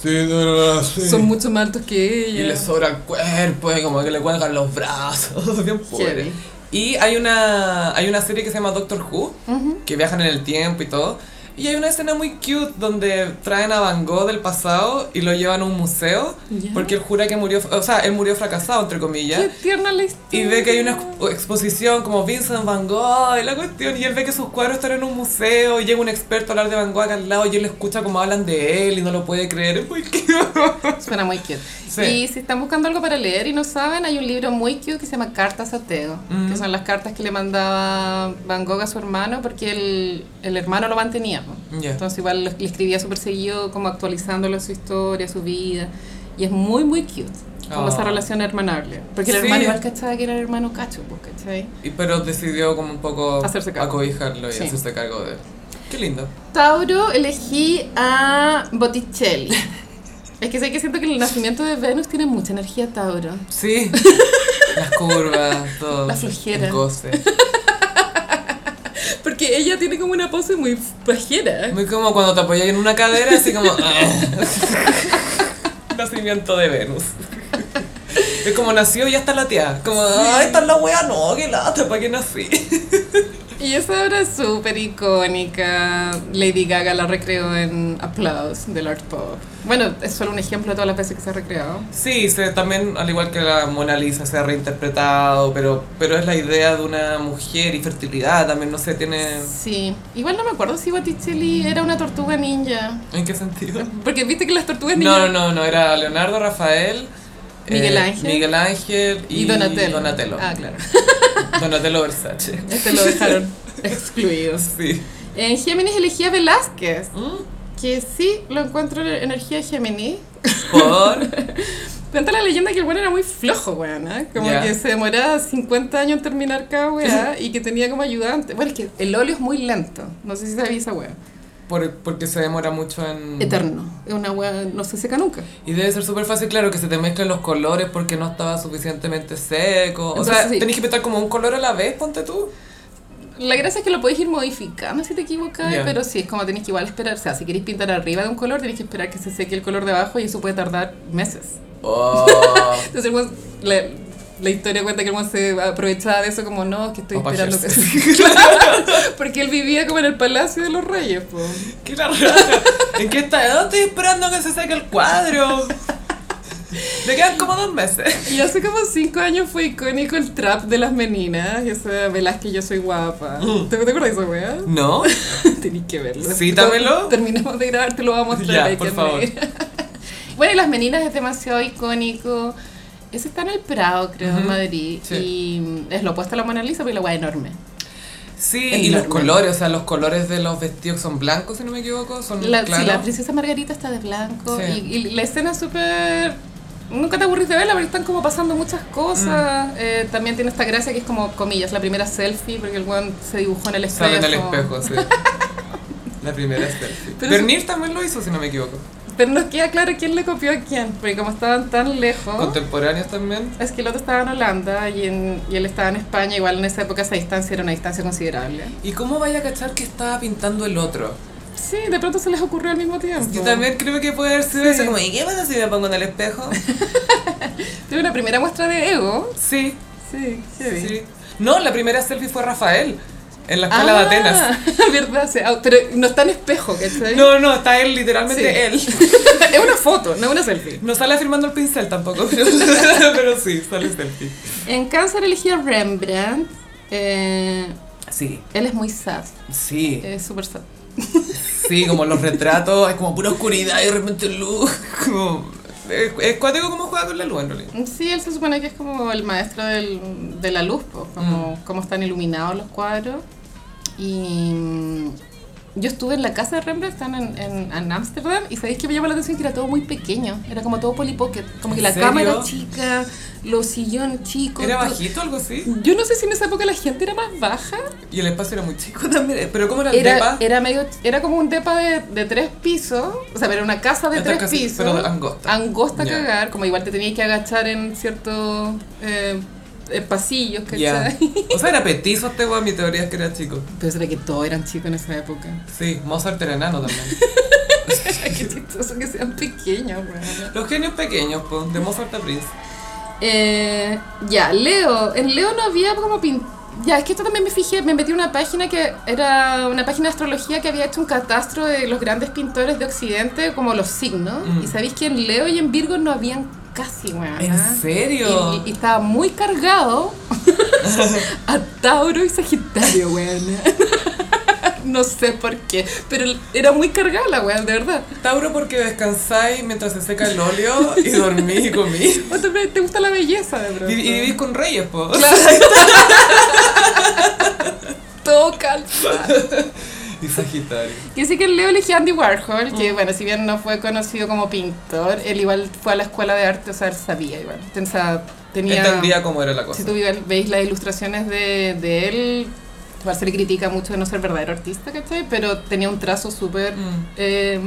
S3: Sí, no, no, no, sí.
S2: Son mucho más altos que
S3: Y
S2: ella.
S3: le sobra el cuerpo, y como que le cuelgan los brazos. Bien pobre.
S2: Heavy.
S3: Y hay una, hay una serie que se llama Doctor Who,
S2: Ujú.
S3: que viajan en el tiempo y todo. Y hay una escena muy cute donde traen a Van Gogh del pasado y lo llevan a un museo
S2: Ya.
S3: porque él jura que murió, o sea, él murió fracasado, entre comillas.
S2: Qué tierna la historia.
S3: Y ve que hay una exp- exposición como Vincent Van Gogh y la cuestión, y él ve que sus cuadros están en un museo, y llega un experto a hablar de Van Gogh acá al lado, y él escucha como hablan de él y no lo puede creer. Es muy cute.
S2: Suena muy cute.
S3: Sí.
S2: Y si están buscando algo para leer y no saben, hay un libro muy cute que se llama Cartas a Teo, que son las cartas que le mandaba Van Gogh a su hermano porque el, el hermano lo mantenía. ¿no?
S3: Ya.
S2: Entonces igual lo- le escribía súper seguido, como actualizándolo su historia, su vida. Y es muy, muy cute. Como
S3: Ah.
S2: esa relación hermanable. Porque el
S3: Sí.
S2: hermano igual cachaba que era el hermano cacho, pues, ¿cachai?
S3: Y pero decidió como un poco
S2: Hacerse cargo.
S3: acobijarlo y
S2: Sí.
S3: hacerse cargo de él. Qué lindo.
S2: Tauro elegí a Botticelli. Es que sé que siento que el nacimiento de Venus tiene mucha energía Tauro.
S3: Sí. Las curvas, todo.
S2: La flojera.
S3: El goce.
S2: Porque ella tiene como una pose muy pajera.
S3: Muy como cuando te apoyas en una cadera, así como. ah. Nacimiento de Venus. Es como nació y ya está lateada. Como, ah, esta es la wea, no, que lata, ¿para qué nací?
S2: Y esa obra es súper icónica. Lady Gaga la recreó en Applause del Art Pop. Bueno, es solo un ejemplo de todas las veces que se ha recreado.
S3: Sí, se, también, al igual que la Mona Lisa, se ha reinterpretado, pero, pero es la idea de una mujer y fertilidad también, no sé, tiene.
S2: Sí. Igual no me acuerdo si Botticelli era una tortuga ninja.
S3: ¿En qué sentido?
S2: Porque viste que las tortugas ninja...
S3: No, no, no, no, era Leonardo, Rafael,
S2: Miguel Ángel.
S3: Miguel Ángel y,
S2: Y Donatello.
S3: Donatello.
S2: Ah, claro.
S3: Donatello Versace.
S2: Este lo dejaron excluido.
S3: Sí.
S2: En Géminis elegí a Velázquez.
S3: Mm.
S2: Que sí, lo encuentro en energía de Géminis.
S3: Por.
S2: Cuenta la leyenda que el bueno era muy flojo, weón, ¿eh? Como
S3: Ya.
S2: que se demoraba 50 años en terminar cada weá y que tenía como ayudante. Bueno, es que el óleo es muy lento. No sé si sabía esa weá.
S3: Por- porque se demora mucho en...
S2: Eterno. Es una weá, no se seca nunca.
S3: Y debe ser súper fácil, claro, que se te mezclen los colores porque no estaba suficientemente seco. O
S2: Entonces,
S3: sea,
S2: sí.
S3: tenés que pintar como un color a la vez, ponte tú.
S2: la gracia es que lo podéis ir modificando si te equivocas,
S3: Ya.
S2: pero sí, es como tenéis que igual esperar. O sea, si queréis pintar arriba de un color, tenéis que esperar que se seque el color de abajo y eso puede tardar meses.
S3: Oh.
S2: Entonces, el weón- la, la historia cuenta que el weón se aprovechaba de eso, como no, que estoy
S3: O pa'
S2: esperando que Porque él vivía como en el palacio de los reyes, po.
S3: ¡Qué la raja! ¿En qué está? ¿Dónde estoy esperando que se saque el cuadro? Le quedan como dos meses.
S2: Y hace como cinco años fue icónico el trap de las meninas, esa Velázquez, yo soy guapa.
S3: Mm.
S2: ¿Te, te acuerdas de esa weá?
S3: No.
S2: Tenéis que verlo.
S3: Cítamelo.
S2: Terminamos de grabar, te lo vamos a mostrar.
S3: Ya,
S2: ahí,
S3: por
S2: que es
S3: favor.
S2: negro. bueno, y Las Meninas es demasiado icónico. Ese está en el Prado, creo, en
S3: Ujú,
S2: Madrid.
S3: sí.
S2: Y es lo opuesto a la Mona Lisa, pero la weá es enorme.
S3: Sí,
S2: Es
S3: y los
S2: enorme.
S3: colores, o sea, los colores de los vestidos son blancos, si no me equivoco, son
S2: La,
S3: claros. Ah,
S2: Sí, la princesa Margarita está de blanco.
S3: Sí.
S2: Y, y la escena es súper. Nunca te aburrís de verla, porque están como pasando muchas
S3: Mm.
S2: cosas. Eh, también tiene esta gracia que es como, comillas, la primera selfie, porque el weón se dibujó en el espejo.
S3: Sale en el espejo, sí. La primera selfie.
S2: Pero
S3: Bernil también lo hizo, si no me equivoco.
S2: Pero nos queda claro quién le copió a quién, porque como estaban tan lejos.
S3: ¿Ah? Contemporáneos también.
S2: Es que el otro estaba en Holanda y, en- y él estaba en España, igual en esa época esa distancia era una distancia considerable.
S3: ¿Y cómo vaya a cachar que estaba pintando el otro?
S2: Sí, de pronto se les ocurrió al mismo tiempo.
S3: Yo también creo que puede haber sido
S2: Sí.
S3: eso, como, ¿y qué pasa si me pongo en el espejo?
S2: Tuve una primera muestra de ego.
S3: Sí,
S2: Sí, heavy.
S3: sí. No, la primera selfie fue Rafael, en la escala Ah, de Atenas.
S2: verdad, sí. Ah, pero no está en espejo, ¿cachai?
S3: No, no, está él, literalmente él.
S2: es una foto, no es una selfie.
S3: No sale firmando el pincel tampoco, pero, pero sí, sale selfie.
S2: En Cáncer elegí a Rembrandt. Eh,
S3: Sí,
S2: él es muy sad,
S3: sí,
S2: es súper sad.
S3: sí, como los retratos, es como pura oscuridad y de repente luz. Como, es, es cuático como juega con la luz en realidad.
S2: Sí, él se supone que es como el maestro del- de la luz, po, como
S3: Mm.
S2: cómo están iluminados los cuadros. Y mm, yo estuve en la casa de Rembrandt, están en, en, en Ámsterdam, y sabéis que me llamó la atención que era todo muy pequeño, era como todo Polly Pocket, como que
S3: ¿En
S2: la
S3: serio?
S2: cama era chica, los sillones chicos.
S3: ¿Era
S2: todo.
S3: bajito algo así?
S2: Yo no sé si en esa época la gente era más baja,
S3: Y el espacio era muy chico también. ¿Pero cómo era el
S2: era,
S3: depa?
S2: era, medio, era como un depa de, de tres pisos, o sea, era una casa de
S3: Esta
S2: tres
S3: casi-
S2: pisos
S3: Pero angosta.
S2: angosta a
S3: Ya.
S2: cagar, como igual te tenías que agachar en ciertos eh, eh, pasillos, ¿cachai?
S3: Ya. O sea, era petizo este weón, mi teoría es que era chico.
S2: Pero será que todos eran chicos en esa época.
S3: Sí, Mozart era enano también.
S2: Ay, Qué chistoso que sean pequeños, weón.
S3: Los genios pequeños, pues, de Mozart a Prince.
S2: Eh, ya, Leo. En Leo no había como pin... Ya, es que esto también me fijé, me metí en una página que era una página de astrología que había hecho un catastro de los grandes pintores de Occidente, como los signos.
S3: Mm.
S2: Y sabéis que en Leo y en Virgo no habían casi, weón.
S3: ¿En serio?
S2: Y, y estaba muy cargado a Tauro y Sagitario, weón. No sé por qué, pero era muy cargada la weón, de verdad.
S3: Tauro porque descansáis mientras se seca el óleo y dormís y comís.
S2: ¿O te, te gusta la belleza, de verdad?
S3: Y, y vivís con reyes, po.
S2: Todo calza.
S3: Y Sagitario.
S2: Yo sé que el Leo eligió a Andy Warhol,
S3: Mm.
S2: que bueno, si bien no fue conocido como pintor, él igual fue a la escuela de arte, o sea, él sabía igual. O sea, tenía...
S3: Entendía cómo era la cosa.
S2: Si tú vive- veis las ilustraciones de, de él, igual se le critica mucho de no ser verdadero artista, ¿cachai? Pero tenía un trazo súper...
S3: Mm.
S2: eh,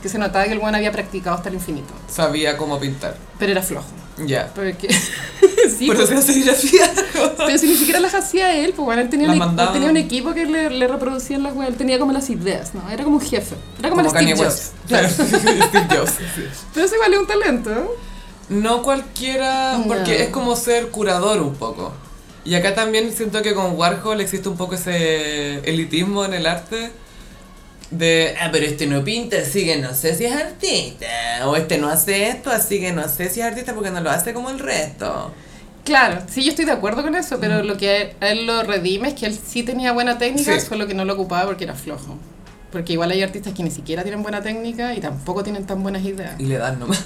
S2: que se notaba que el buen había practicado hasta el infinito.
S3: Sabía cómo pintar.
S2: Pero era flojo.
S3: Ya.
S2: Porque... sí,
S3: Pero
S2: pues,
S3: hacía serigrafía.
S2: pero si ni siquiera las hacía él, pues bueno, él tenía,
S3: Las
S2: un, equ- él
S3: mandaban.
S2: tenía un equipo que le, le reproducía las weas, él tenía como las ideas, ¿no? Era como un jefe, era como, el Steve Jobs.
S3: Claro,
S2: Claro.
S3: Steve Jobs. sí.
S2: Pero eso igual es un talento.
S3: No cualquiera, Ah, porque
S2: No.
S3: es como ser curador un poco. Y acá también siento que con Warhol existe un poco ese elitismo en el arte. De, ah, pero este no pinta, así que no sé si es artista. O este no hace esto, así que no sé si es artista porque no lo hace como el resto.
S2: Claro, sí, yo estoy de acuerdo con eso, pero lo que a él, a él lo redime es que él sí tenía buena técnica,
S3: Mm. Sí.
S2: solo que no lo ocupaba porque era flojo. Porque igual hay artistas que ni siquiera tienen buena técnica y tampoco tienen tan buenas ideas.
S3: Y le dan nomás.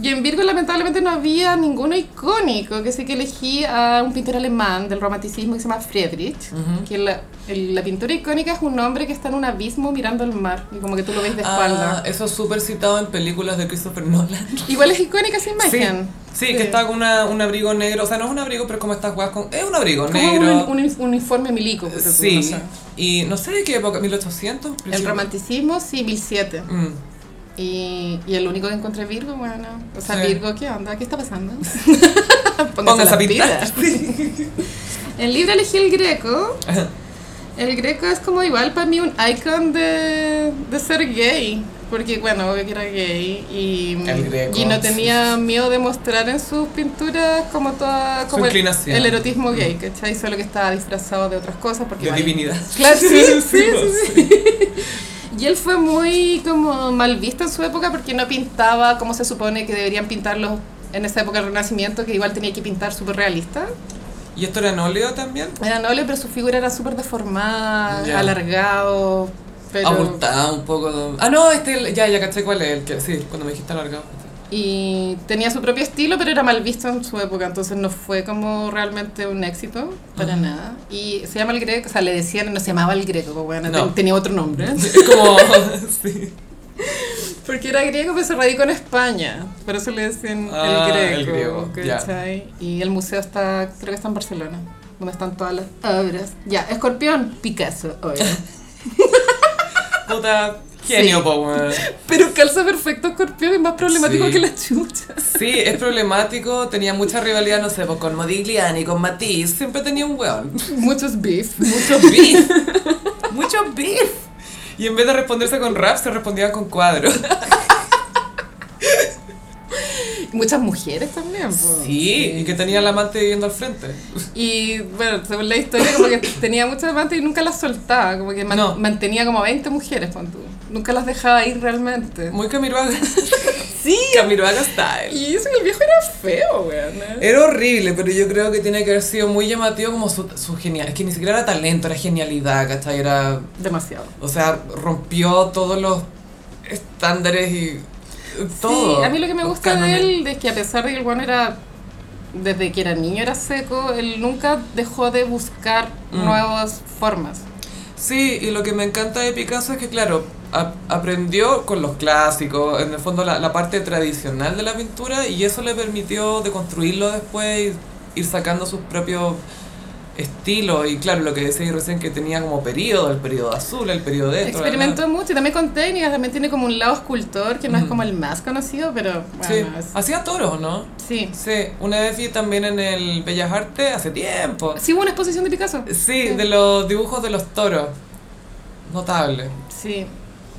S2: Y en Virgo lamentablemente no había ninguno icónico, que sé que elegí a un pintor alemán del romanticismo que se llama Friedrich,
S3: Ujú.
S2: que la, el- la pintura icónica es un hombre que está en un abismo mirando al mar y como que tú lo ves de
S3: Ah,
S2: espalda.
S3: eso es súper citado en películas de Christopher Nolan.
S2: Igual es icónica esa imagen.
S3: Sí, que está con una- un abrigo negro. O sea, no es un abrigo, pero como estas guas con. Es un abrigo
S2: como un,
S3: negro.
S2: un uni- uniforme milico. ponte tú,
S3: sí.
S2: no sé.
S3: Y no sé de qué época, 1800.
S2: El
S3: principio.
S2: romanticismo, sí, 1007.
S3: Mm.
S2: Y, y el único que encontré Virgo, bueno. O sea,
S3: Sí.
S2: Virgo, ¿qué onda? ¿Qué está pasando?
S3: Póngase a
S2: las
S3: pintar.
S2: pilas. En Libra elegí el Greco. El Greco es como igual para mí un icon de, de ser gay. Porque, bueno, obvio que era gay y,
S3: El Greco,
S2: y no
S3: sí.
S2: tenía miedo de mostrar en sus pinturas como toda como el,
S3: inclinación.
S2: el erotismo gay, ¿cachai? Solo que estaba disfrazado de otras cosas. Porque
S3: De
S2: igual-
S3: divinidad.
S2: Claro, sí, sí, sí,
S3: sí.
S2: Y él fue muy como mal visto en su época porque no pintaba como se supone que deberían pintarlos en esa época del Renacimiento, que igual tenía que pintar súper realista.
S3: ¿Y esto era en óleo también?
S2: Era noble, pero su figura era súper deformada,
S3: Ya.
S2: alargado. Pero...
S1: Abultada un poco. ¿no?
S3: Ah, no, este, el- ya, ya caché cuál es el que, sí, cuando me dijiste alargado.
S2: Y tenía su propio estilo, pero era mal visto en su época, entonces no fue como realmente un éxito para nada. Y se llama el greco, o sea, le decían, no se llamaba el greco, como bueno,
S3: No.
S2: ten- tenía otro nombre.
S3: Es como, sí.
S2: Porque era griego, pero se radicó en España, por eso le decían
S3: Ah,
S2: el greco.
S3: el griego, ya.
S2: ¿cachai? Y el museo está, creo que está en Barcelona, donde están todas las obras. Ya, escorpión, Picasso, obvio.
S3: Puta, genio,
S2: Sí.
S3: po, weón.
S2: pero calza perfecto escorpión, es más problemático
S3: Sí.
S2: que la chucha.
S3: Sí, es problemático, tenía mucha rivalidad, no sé, pues con Modigliani, con Matisse, siempre tenía un weón.
S2: Muchos beef.
S3: Mucho beef. Mucho beef. Y en vez de responderse con rap, se respondía con cuadros.
S2: Muchas mujeres también. po.
S3: Sí, y que tenía la amante viviendo al frente.
S2: Y bueno, según la historia, como que tenía muchas amantes y nunca las soltaba, como que man-
S3: No.
S2: mantenía como 20 mujeres, pon tú. Nunca las dejaba ir realmente.
S3: Muy Camiroaga.
S2: Sí.
S3: Camiroaga style.
S2: Y eso que el viejo era feo, weón. ¿eh?
S3: Era horrible, pero yo creo que tiene que haber sido muy llamativo como su, su genial. Es que ni siquiera era talento, era genialidad, ¿cachai? Era.
S2: Demasiado.
S3: O sea, rompió todos los estándares y. Todo.
S2: Sí, a mí lo que me
S3: Los
S2: gusta de
S3: cánones.
S2: él es que a pesar de que el weón era, desde que era niño era seco, él nunca dejó de buscar
S3: Mm.
S2: nuevas formas.
S3: Sí, y lo que me encanta de Picasso es que, claro, a- aprendió con los clásicos, en el fondo la, la parte tradicional de la pintura, y eso le permitió deconstruirlo después y ir sacando sus propios estilos. Y claro, lo que decía recién que tenía como periodo, el periodo azul, el periodo de esto.
S2: Experimentó mucho y también con técnicas, también tiene como un lado escultor que no es
S3: Mm.
S2: como el más conocido, pero
S3: la- Sí,
S2: bueno, es-
S3: hacía toros, ¿no?
S2: sí.
S3: Sí, una vez vi también en el Bellas Artes hace tiempo.
S2: Sí hubo una exposición de Picasso.
S3: Sí, de los dibujos de los toros. Notable.
S2: Sí,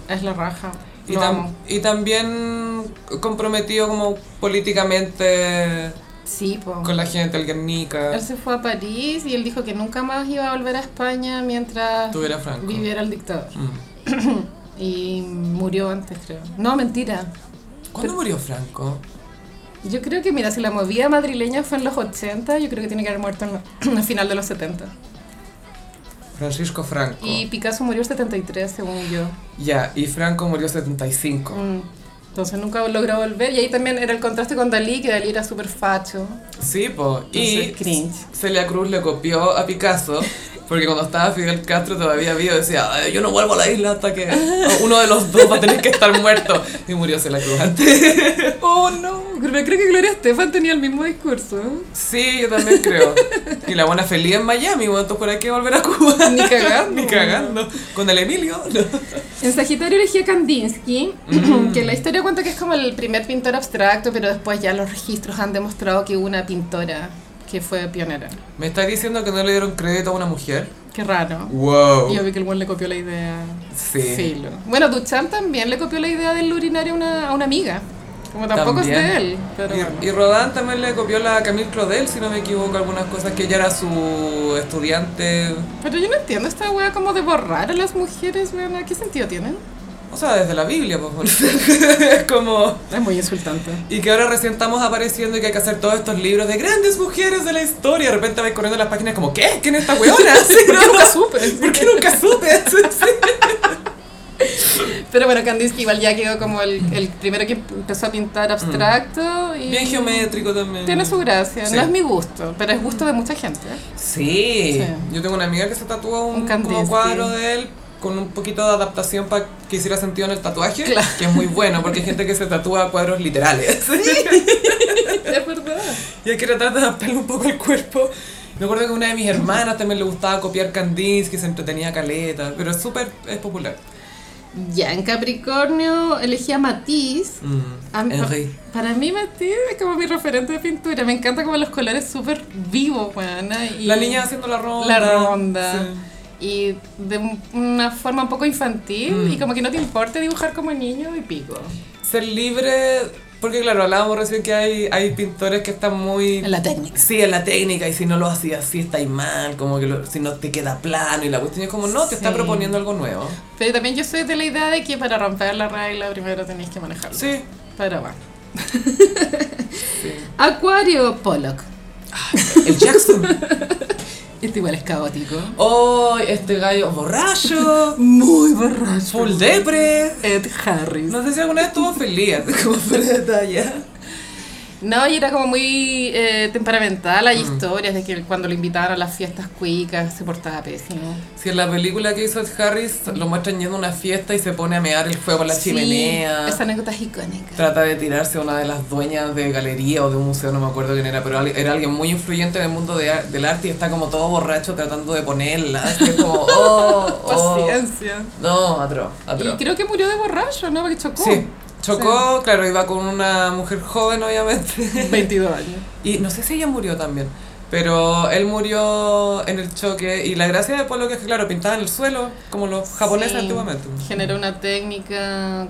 S2: es la raja.
S3: Y,
S2: Lo
S3: tam-
S2: amo.
S3: y también comprometido como políticamente
S2: Sí, po.
S3: con la gente, el Guernica,
S2: Él se fue a París y él dijo que nunca más iba a volver a España mientras
S3: tuviera Franco.
S2: viviera el dictador.
S3: Mm.
S2: Y murió antes, creo. No, mentira.
S3: ¿Cuándo murió Franco?
S2: Yo creo que, mira, si la movida madrileña fue en los 80, yo creo que tiene que haber muerto en la- a final de los 70.
S3: Francisco Franco.
S2: Y Picasso murió en 73, según yo.
S3: Ya, y Franco murió 75.
S2: Mm. Entonces nunca logró volver. Y ahí también era el contraste con Dalí, que Dalí era súper facho.
S3: Sí, po.
S2: Entonces,
S3: Y
S2: cringe.
S3: Celia Cruz le copió a Picasso, porque cuando estaba Fidel Castro todavía vivo, decía, "Ay, yo no vuelvo a la isla hasta que uno de los dos va a tener que estar muerto. Y murió Celia Cruz antes.
S2: Oh, no. Creo que Gloria Estefan tenía el mismo discurso.
S3: Sí, yo también creo. Y la buena feliz en Miami, bueno, ¿tú por qué volver a Cuba?
S2: Ni cagando.
S3: Ni cagando. Con el Emilio. no.
S2: En Sagitario elegía Kandinsky,
S3: Mm.
S2: que la historia cuenta que es como el primer pintor abstracto, pero después ya los registros han demostrado que hubo una pintora que fue pionera.
S3: ¿Me estás diciendo que no le dieron crédito a una mujer?
S2: Qué raro. Y yo
S3: Wow.
S2: vi que el buen le copió la idea.
S3: Sí.
S2: Filo. Bueno, Duchamp también le copió la idea del urinario a una, a una amiga. Como tampoco es de
S3: También.
S2: él, pero bueno.
S3: Y, y Rodin también le copió la Camille Claudel, si no me equivoco, algunas cosas que ella era su estudiante.
S2: Pero yo no entiendo esta wea como de borrar a las mujeres, weón. ¿Qué sentido tienen?
S3: O sea, desde la Biblia, pues. bueno. Es como.
S2: Es muy insultante.
S3: Y que ahora recién estamos apareciendo y que hay que hacer todos estos libros de grandes mujeres de la historia. De repente vais corriendo las páginas como, ¿qué? ¿Quién es esta weona? Sí,
S2: ¿Por qué
S3: no.
S2: nunca supe?
S3: ¿Por qué nunca supe? Sí, sí.
S2: Pero bueno, Kandinsky igual ya quedó como el, el primero que empezó a pintar abstracto y
S3: Mm. Bien geométrico también.
S2: tiene su gracia.
S3: Sí.
S2: No es mi gusto, pero es gusto de mucha gente.
S3: Sí.
S2: Sí.
S3: Yo tengo una amiga que se tatuó
S2: Un
S3: un,
S2: Kandinsky.
S3: como cuadro de él con un poquito de adaptación para que hiciera sentido en el tatuaje,
S2: Claro.
S3: que es muy bueno porque hay gente que se tatúa cuadros literales.
S2: Es verdad.
S3: y hay que tratar de adaptarle un poco al cuerpo. Me acuerdo que una de mis hermanas también le gustaba copiar Kandinsky, se entretenía caleta, pero es súper es popular.
S2: Ya en Capricornio elegía Matisse.
S3: Mm.
S2: A mí-
S3: Henry.
S2: Para mí Matisse es como mi referente de pintura. Me encanta como los colores súper vivos, weona, y
S3: La niña haciendo la ronda.
S2: La ronda.
S3: Sí.
S2: y de un- una forma un poco infantil y como que no te importe dibujar como niño y pico.
S3: Ser libre, porque claro, hablábamos recién que hay, hay pintores que están muy...
S2: En la técnica.
S3: Sí, en la técnica, y si no lo hacías así estáis mal, como que lo- si no te queda plano y la cuestión es como, no, te está
S2: Sí.
S3: proponiendo algo nuevo.
S2: Pero también yo soy de la idea de que para romper la regla primero tenéis que manejarlo.
S3: Sí.
S2: Pero bueno. Acuario Pollock.
S3: El Jackson.
S2: Este igual es caótico.
S3: ¡Oh, este gallo borracho!
S2: Muy borracho.
S3: ¡Full depre!
S2: Ed Harris.
S3: No sé si alguna vez estuvo feliz, así como fuera de talla.
S2: No, y era como muy eh, temperamental. Hay
S3: Mm.
S2: historias de que cuando lo invitaron a las fiestas cuicas se portaba pésimo.
S3: Si en la película que hizo Ed Harris lo muestran yendo a una fiesta y se pone a mear el fuego en la
S2: Sí,
S3: chimenea.
S2: Esa anécdota es icónica.
S3: Trata de tirarse a una de las dueñas de galería o de un museo, no me acuerdo quién era, pero al- era alguien muy influyente en el mundo de ar- del arte y está como todo borracho tratando de ponerla. Es que es como, oh, oh.
S2: Paciencia.
S3: No, atroz, atroz.
S2: Y creo que murió de borracho, ¿no? Porque chocó.
S3: Sí, chocó, claro, iba con una mujer joven, obviamente.
S2: 22 años.
S3: Y no sé si ella murió también, pero él murió en el choque. Y la gracia de Polo que es que, claro, pintaba en el suelo, como los japoneses
S2: Sí,
S3: antiguamente.
S2: Generó una técnica.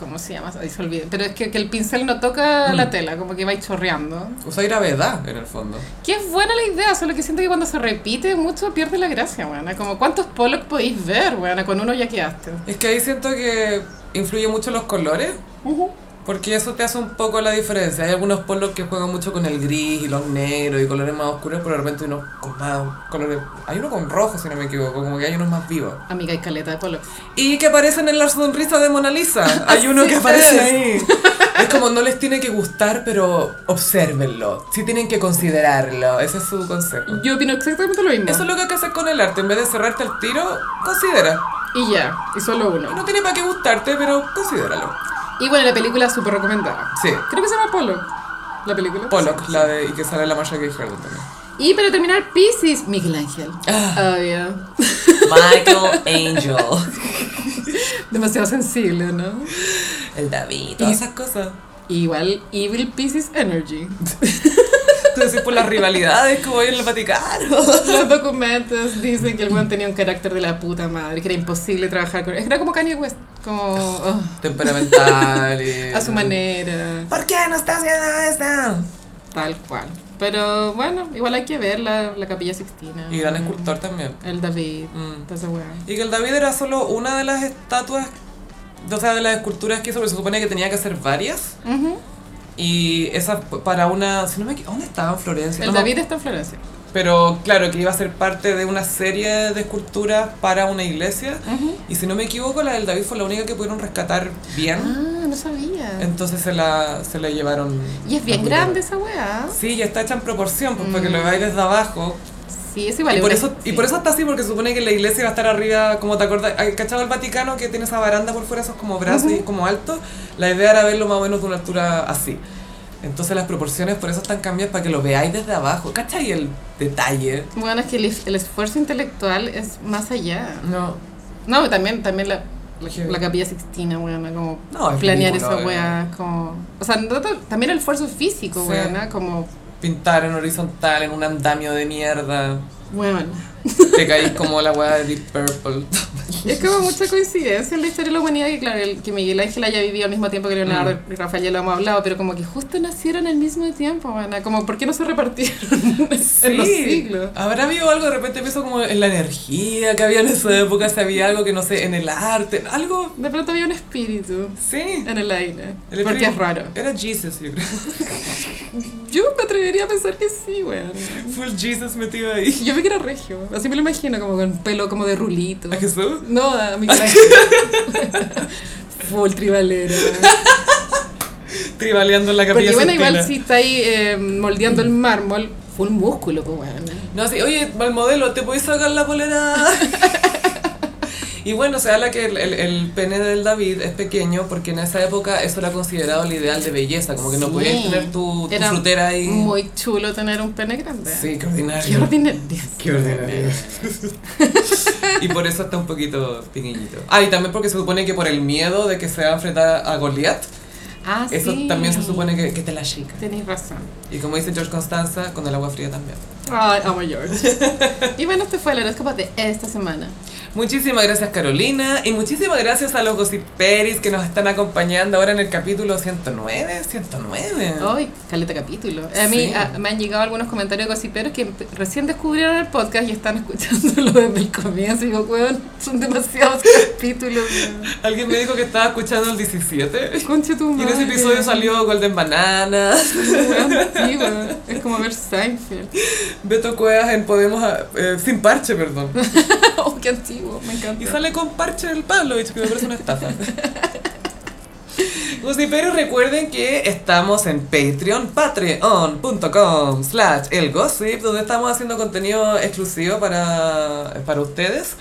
S2: ¿Cómo se llama? Ahí se olvidó. Pero es que, que el pincel no toca
S3: Mm.
S2: la tela, como que va chorreando.
S3: Usa gravedad, en el fondo.
S2: Que es buena la idea, solo que siento que cuando se repite mucho pierde la gracia, buena. Como cuántos Pollock podéis ver, buena, con uno ya quedaste.
S3: Es que ahí siento que influye mucho los colores, Uh-huh. porque eso te hace un poco la diferencia. Hay algunos polos que juegan mucho con el gris y los negros y colores más oscuros, pero de repente unos con más colores... Hay uno con rojo, si no me equivoco, como que hay unos más vivos.
S2: Amiga y caleta de Pollock.
S3: Y que aparecen en la sonrisa de Mona Lisa. Hay uno
S2: Así
S3: que aparece
S2: es.
S3: ahí. Es como no les tiene que gustar, pero obsérvenlo. Sí tienen que considerarlo. Ese es su consejo.
S2: Yo opino exactamente lo mismo.
S3: Eso es lo que hay que hacer con el arte. En vez de cerrarte al tiro, considera.
S2: Y ya, y solo
S3: Y
S2: uno.
S3: No tiene para qué gustarte, pero considéralo.
S2: Y bueno, la película es súper recomendada.
S3: Sí.
S2: Creo que se llama Pollock. La película.
S3: Pollock, la de. Y que sale la Masha Gay Harden también.
S2: Y para terminar, Pisces, Miguel Ángel. Ah, Obvio.
S1: Ah. Michael Angel.
S2: Demasiado sensible, ¿no?
S1: El David.
S3: Y esas cosas.
S2: Igual Evil Pisces Energy.
S3: Tú decís por las rivalidades como hay en el Vaticano.
S2: Los documentos dicen que el weón tenía un carácter de la puta madre, que era imposible trabajar con él. Era como Kanye West, como oh,
S1: Ah.
S3: Temperamental y.
S2: a su manera,
S3: ¿Por qué no estás haciendo esto?
S2: tal cual. Pero bueno, igual hay que ver la, la Capilla Sixtina. mm,
S3: Y gran escultor también.
S2: El David,
S3: Mm.
S2: toda esa weá.
S3: Y que el David era solo una de las estatuas, o sea, de las esculturas que hizo, pero se supone que tenía que hacer varias.
S2: Ujú.
S3: Y esa p- para una... Si no me equi- ¿Dónde estaba en Florencia?
S2: El
S3: No me
S2: David está en Florencia.
S3: acu- Pero claro, que iba a ser parte de una serie de esculturas para una iglesia.
S2: Ujú.
S3: Y si no me equivoco, la del David fue la única que pudieron rescatar bien.
S2: Ah, no sabía.
S3: Entonces se la, se la llevaron...
S2: Y es bien
S3: a cuidar.
S2: grande esa weá.
S3: Sí, ya está hecha en proporción, pues porque lo veis desde abajo.
S2: Sí, es igual.
S3: y, por
S2: una-
S3: eso, y
S2: sí.
S3: por eso está así, porque se supone que la iglesia va a estar arriba, como te acordás, ¿hay ¿cachado el Vaticano que tiene esa baranda por fuera, esos como brazos y como altos? La idea era verlo más o menos de una altura así. Entonces las proporciones por eso están cambiadas, para que lo veáis desde abajo. ¿Cachai el detalle?
S2: Bueno, es que el, el esfuerzo intelectual es más allá.
S3: No.
S2: No, también, también la, la,
S3: Sí.
S2: la capilla sixtina, weona, como
S3: No, es
S2: planear
S3: ridículo,
S2: esa
S3: eh.
S2: weá, como... O sea, no tan- también el esfuerzo físico,
S3: Sí.
S2: weona, como...
S3: Pintar en horizontal, en un andamio de mierda.
S2: Weona.
S3: Te caís como la weá de Deep Purple.
S2: Es como mucha coincidencia en la historia de la humanidad que, claro, el- que Miguel Ángel haya vivido al mismo tiempo que Leonardo
S3: Mm.
S2: y Rafael, ya lo hemos hablado, pero como que justo nacieron al mismo tiempo, weona, como ¿por qué no se repartieron en los siglos?
S3: Habrá habido algo, de repente pienso como en la energía que había en esa época, si había algo que no sé, en el arte, algo.
S2: De pronto había un espíritu
S3: Sí.
S2: en el aire,
S3: El
S2: porque
S3: espíritu-
S2: es raro.
S3: Era Jesus, yo creo.
S2: Yo me atrevería a pensar que sí, weona.
S3: Full Jesus metido ahí.
S2: Yo me que era regio, así me lo imagino, como con pelo como de rulito.
S3: ¿A Jesús?
S2: No, a mi cara. Full tribalero.
S3: Tribaleando en la capilla
S2: Porque bueno,
S3: Sixtina.
S2: igual si está ahí eh, moldeando el mármol, full músculo, pues bueno.
S3: No, así, oye, mal modelo, ¿te podés sacar la polera? y bueno, se habla que el, el- el pene del David es pequeño porque en esa época eso era considerado el ideal de belleza, como que no
S2: Sí.
S3: podías tener tu, tu
S2: Era
S3: frutera ahí.
S2: Muy chulo tener un pene grande.
S3: Sí, qué
S2: Qué
S3: ordinario.
S2: ordinario.
S3: Qué ordinario. y por eso está un poquito pequeñito. Ah, y también porque se supone que por el miedo de que se va a enfrentar a Goliath,
S2: Ah,
S3: Eso
S2: sí.
S3: también se supone que, que te la chica.
S2: Tenéis razón.
S3: Y como dice George Constanza, con el agua fría también.
S2: Ay, amo a George. y bueno, este fue el horóscopo de esta semana.
S3: Muchísimas gracias Carolina y muchísimas gracias a los gossiperis que nos están acompañando ahora en el capítulo 109, 109.
S2: Ay, caleta capítulo. A mí
S3: Sí.
S2: a- me han llegado algunos comentarios de gossiperos que recién descubrieron el podcast y están escuchándolo desde el comienzo. Y digo, weón, son demasiados capítulos. weón.
S3: Alguien me dijo que estaba escuchando el 17
S2: Concha tu
S3: y
S2: madre.
S3: en ese episodio salió Golden Banana,
S2: Weón, sí, weón. Es como ver Seinfeld.
S3: Beto Cuevas en Podemos, eh, sin parche, perdón.
S2: Oh, qué antiguo, me encanta.
S3: Y sale con parche del Pavlovich, que me parece una estafa. Gossiperos, recuerden que estamos en Patreon, patreon.com slash elgossip, donde estamos haciendo contenido exclusivo para, para ustedes.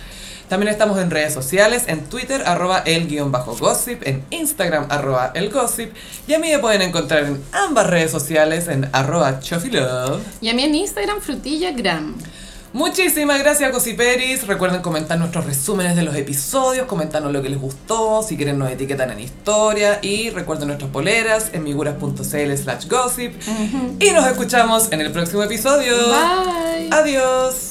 S3: También estamos en redes sociales, en Twitter, arroba el-gossip, en Instagram, arroba elgossip, y a mí me pueden encontrar en ambas redes sociales, en arroba chofilove.
S2: Y a mí en Instagram, frutillagram.
S3: Muchísimas gracias, Gossiperis. Recuerden comentar nuestros resúmenes de los episodios, comentarnos lo que les gustó, si quieren nos etiquetan en historia y recuerden nuestras poleras en miguras.cl slash gossip. Y nos escuchamos en el próximo episodio.
S2: Bye.
S3: Adiós.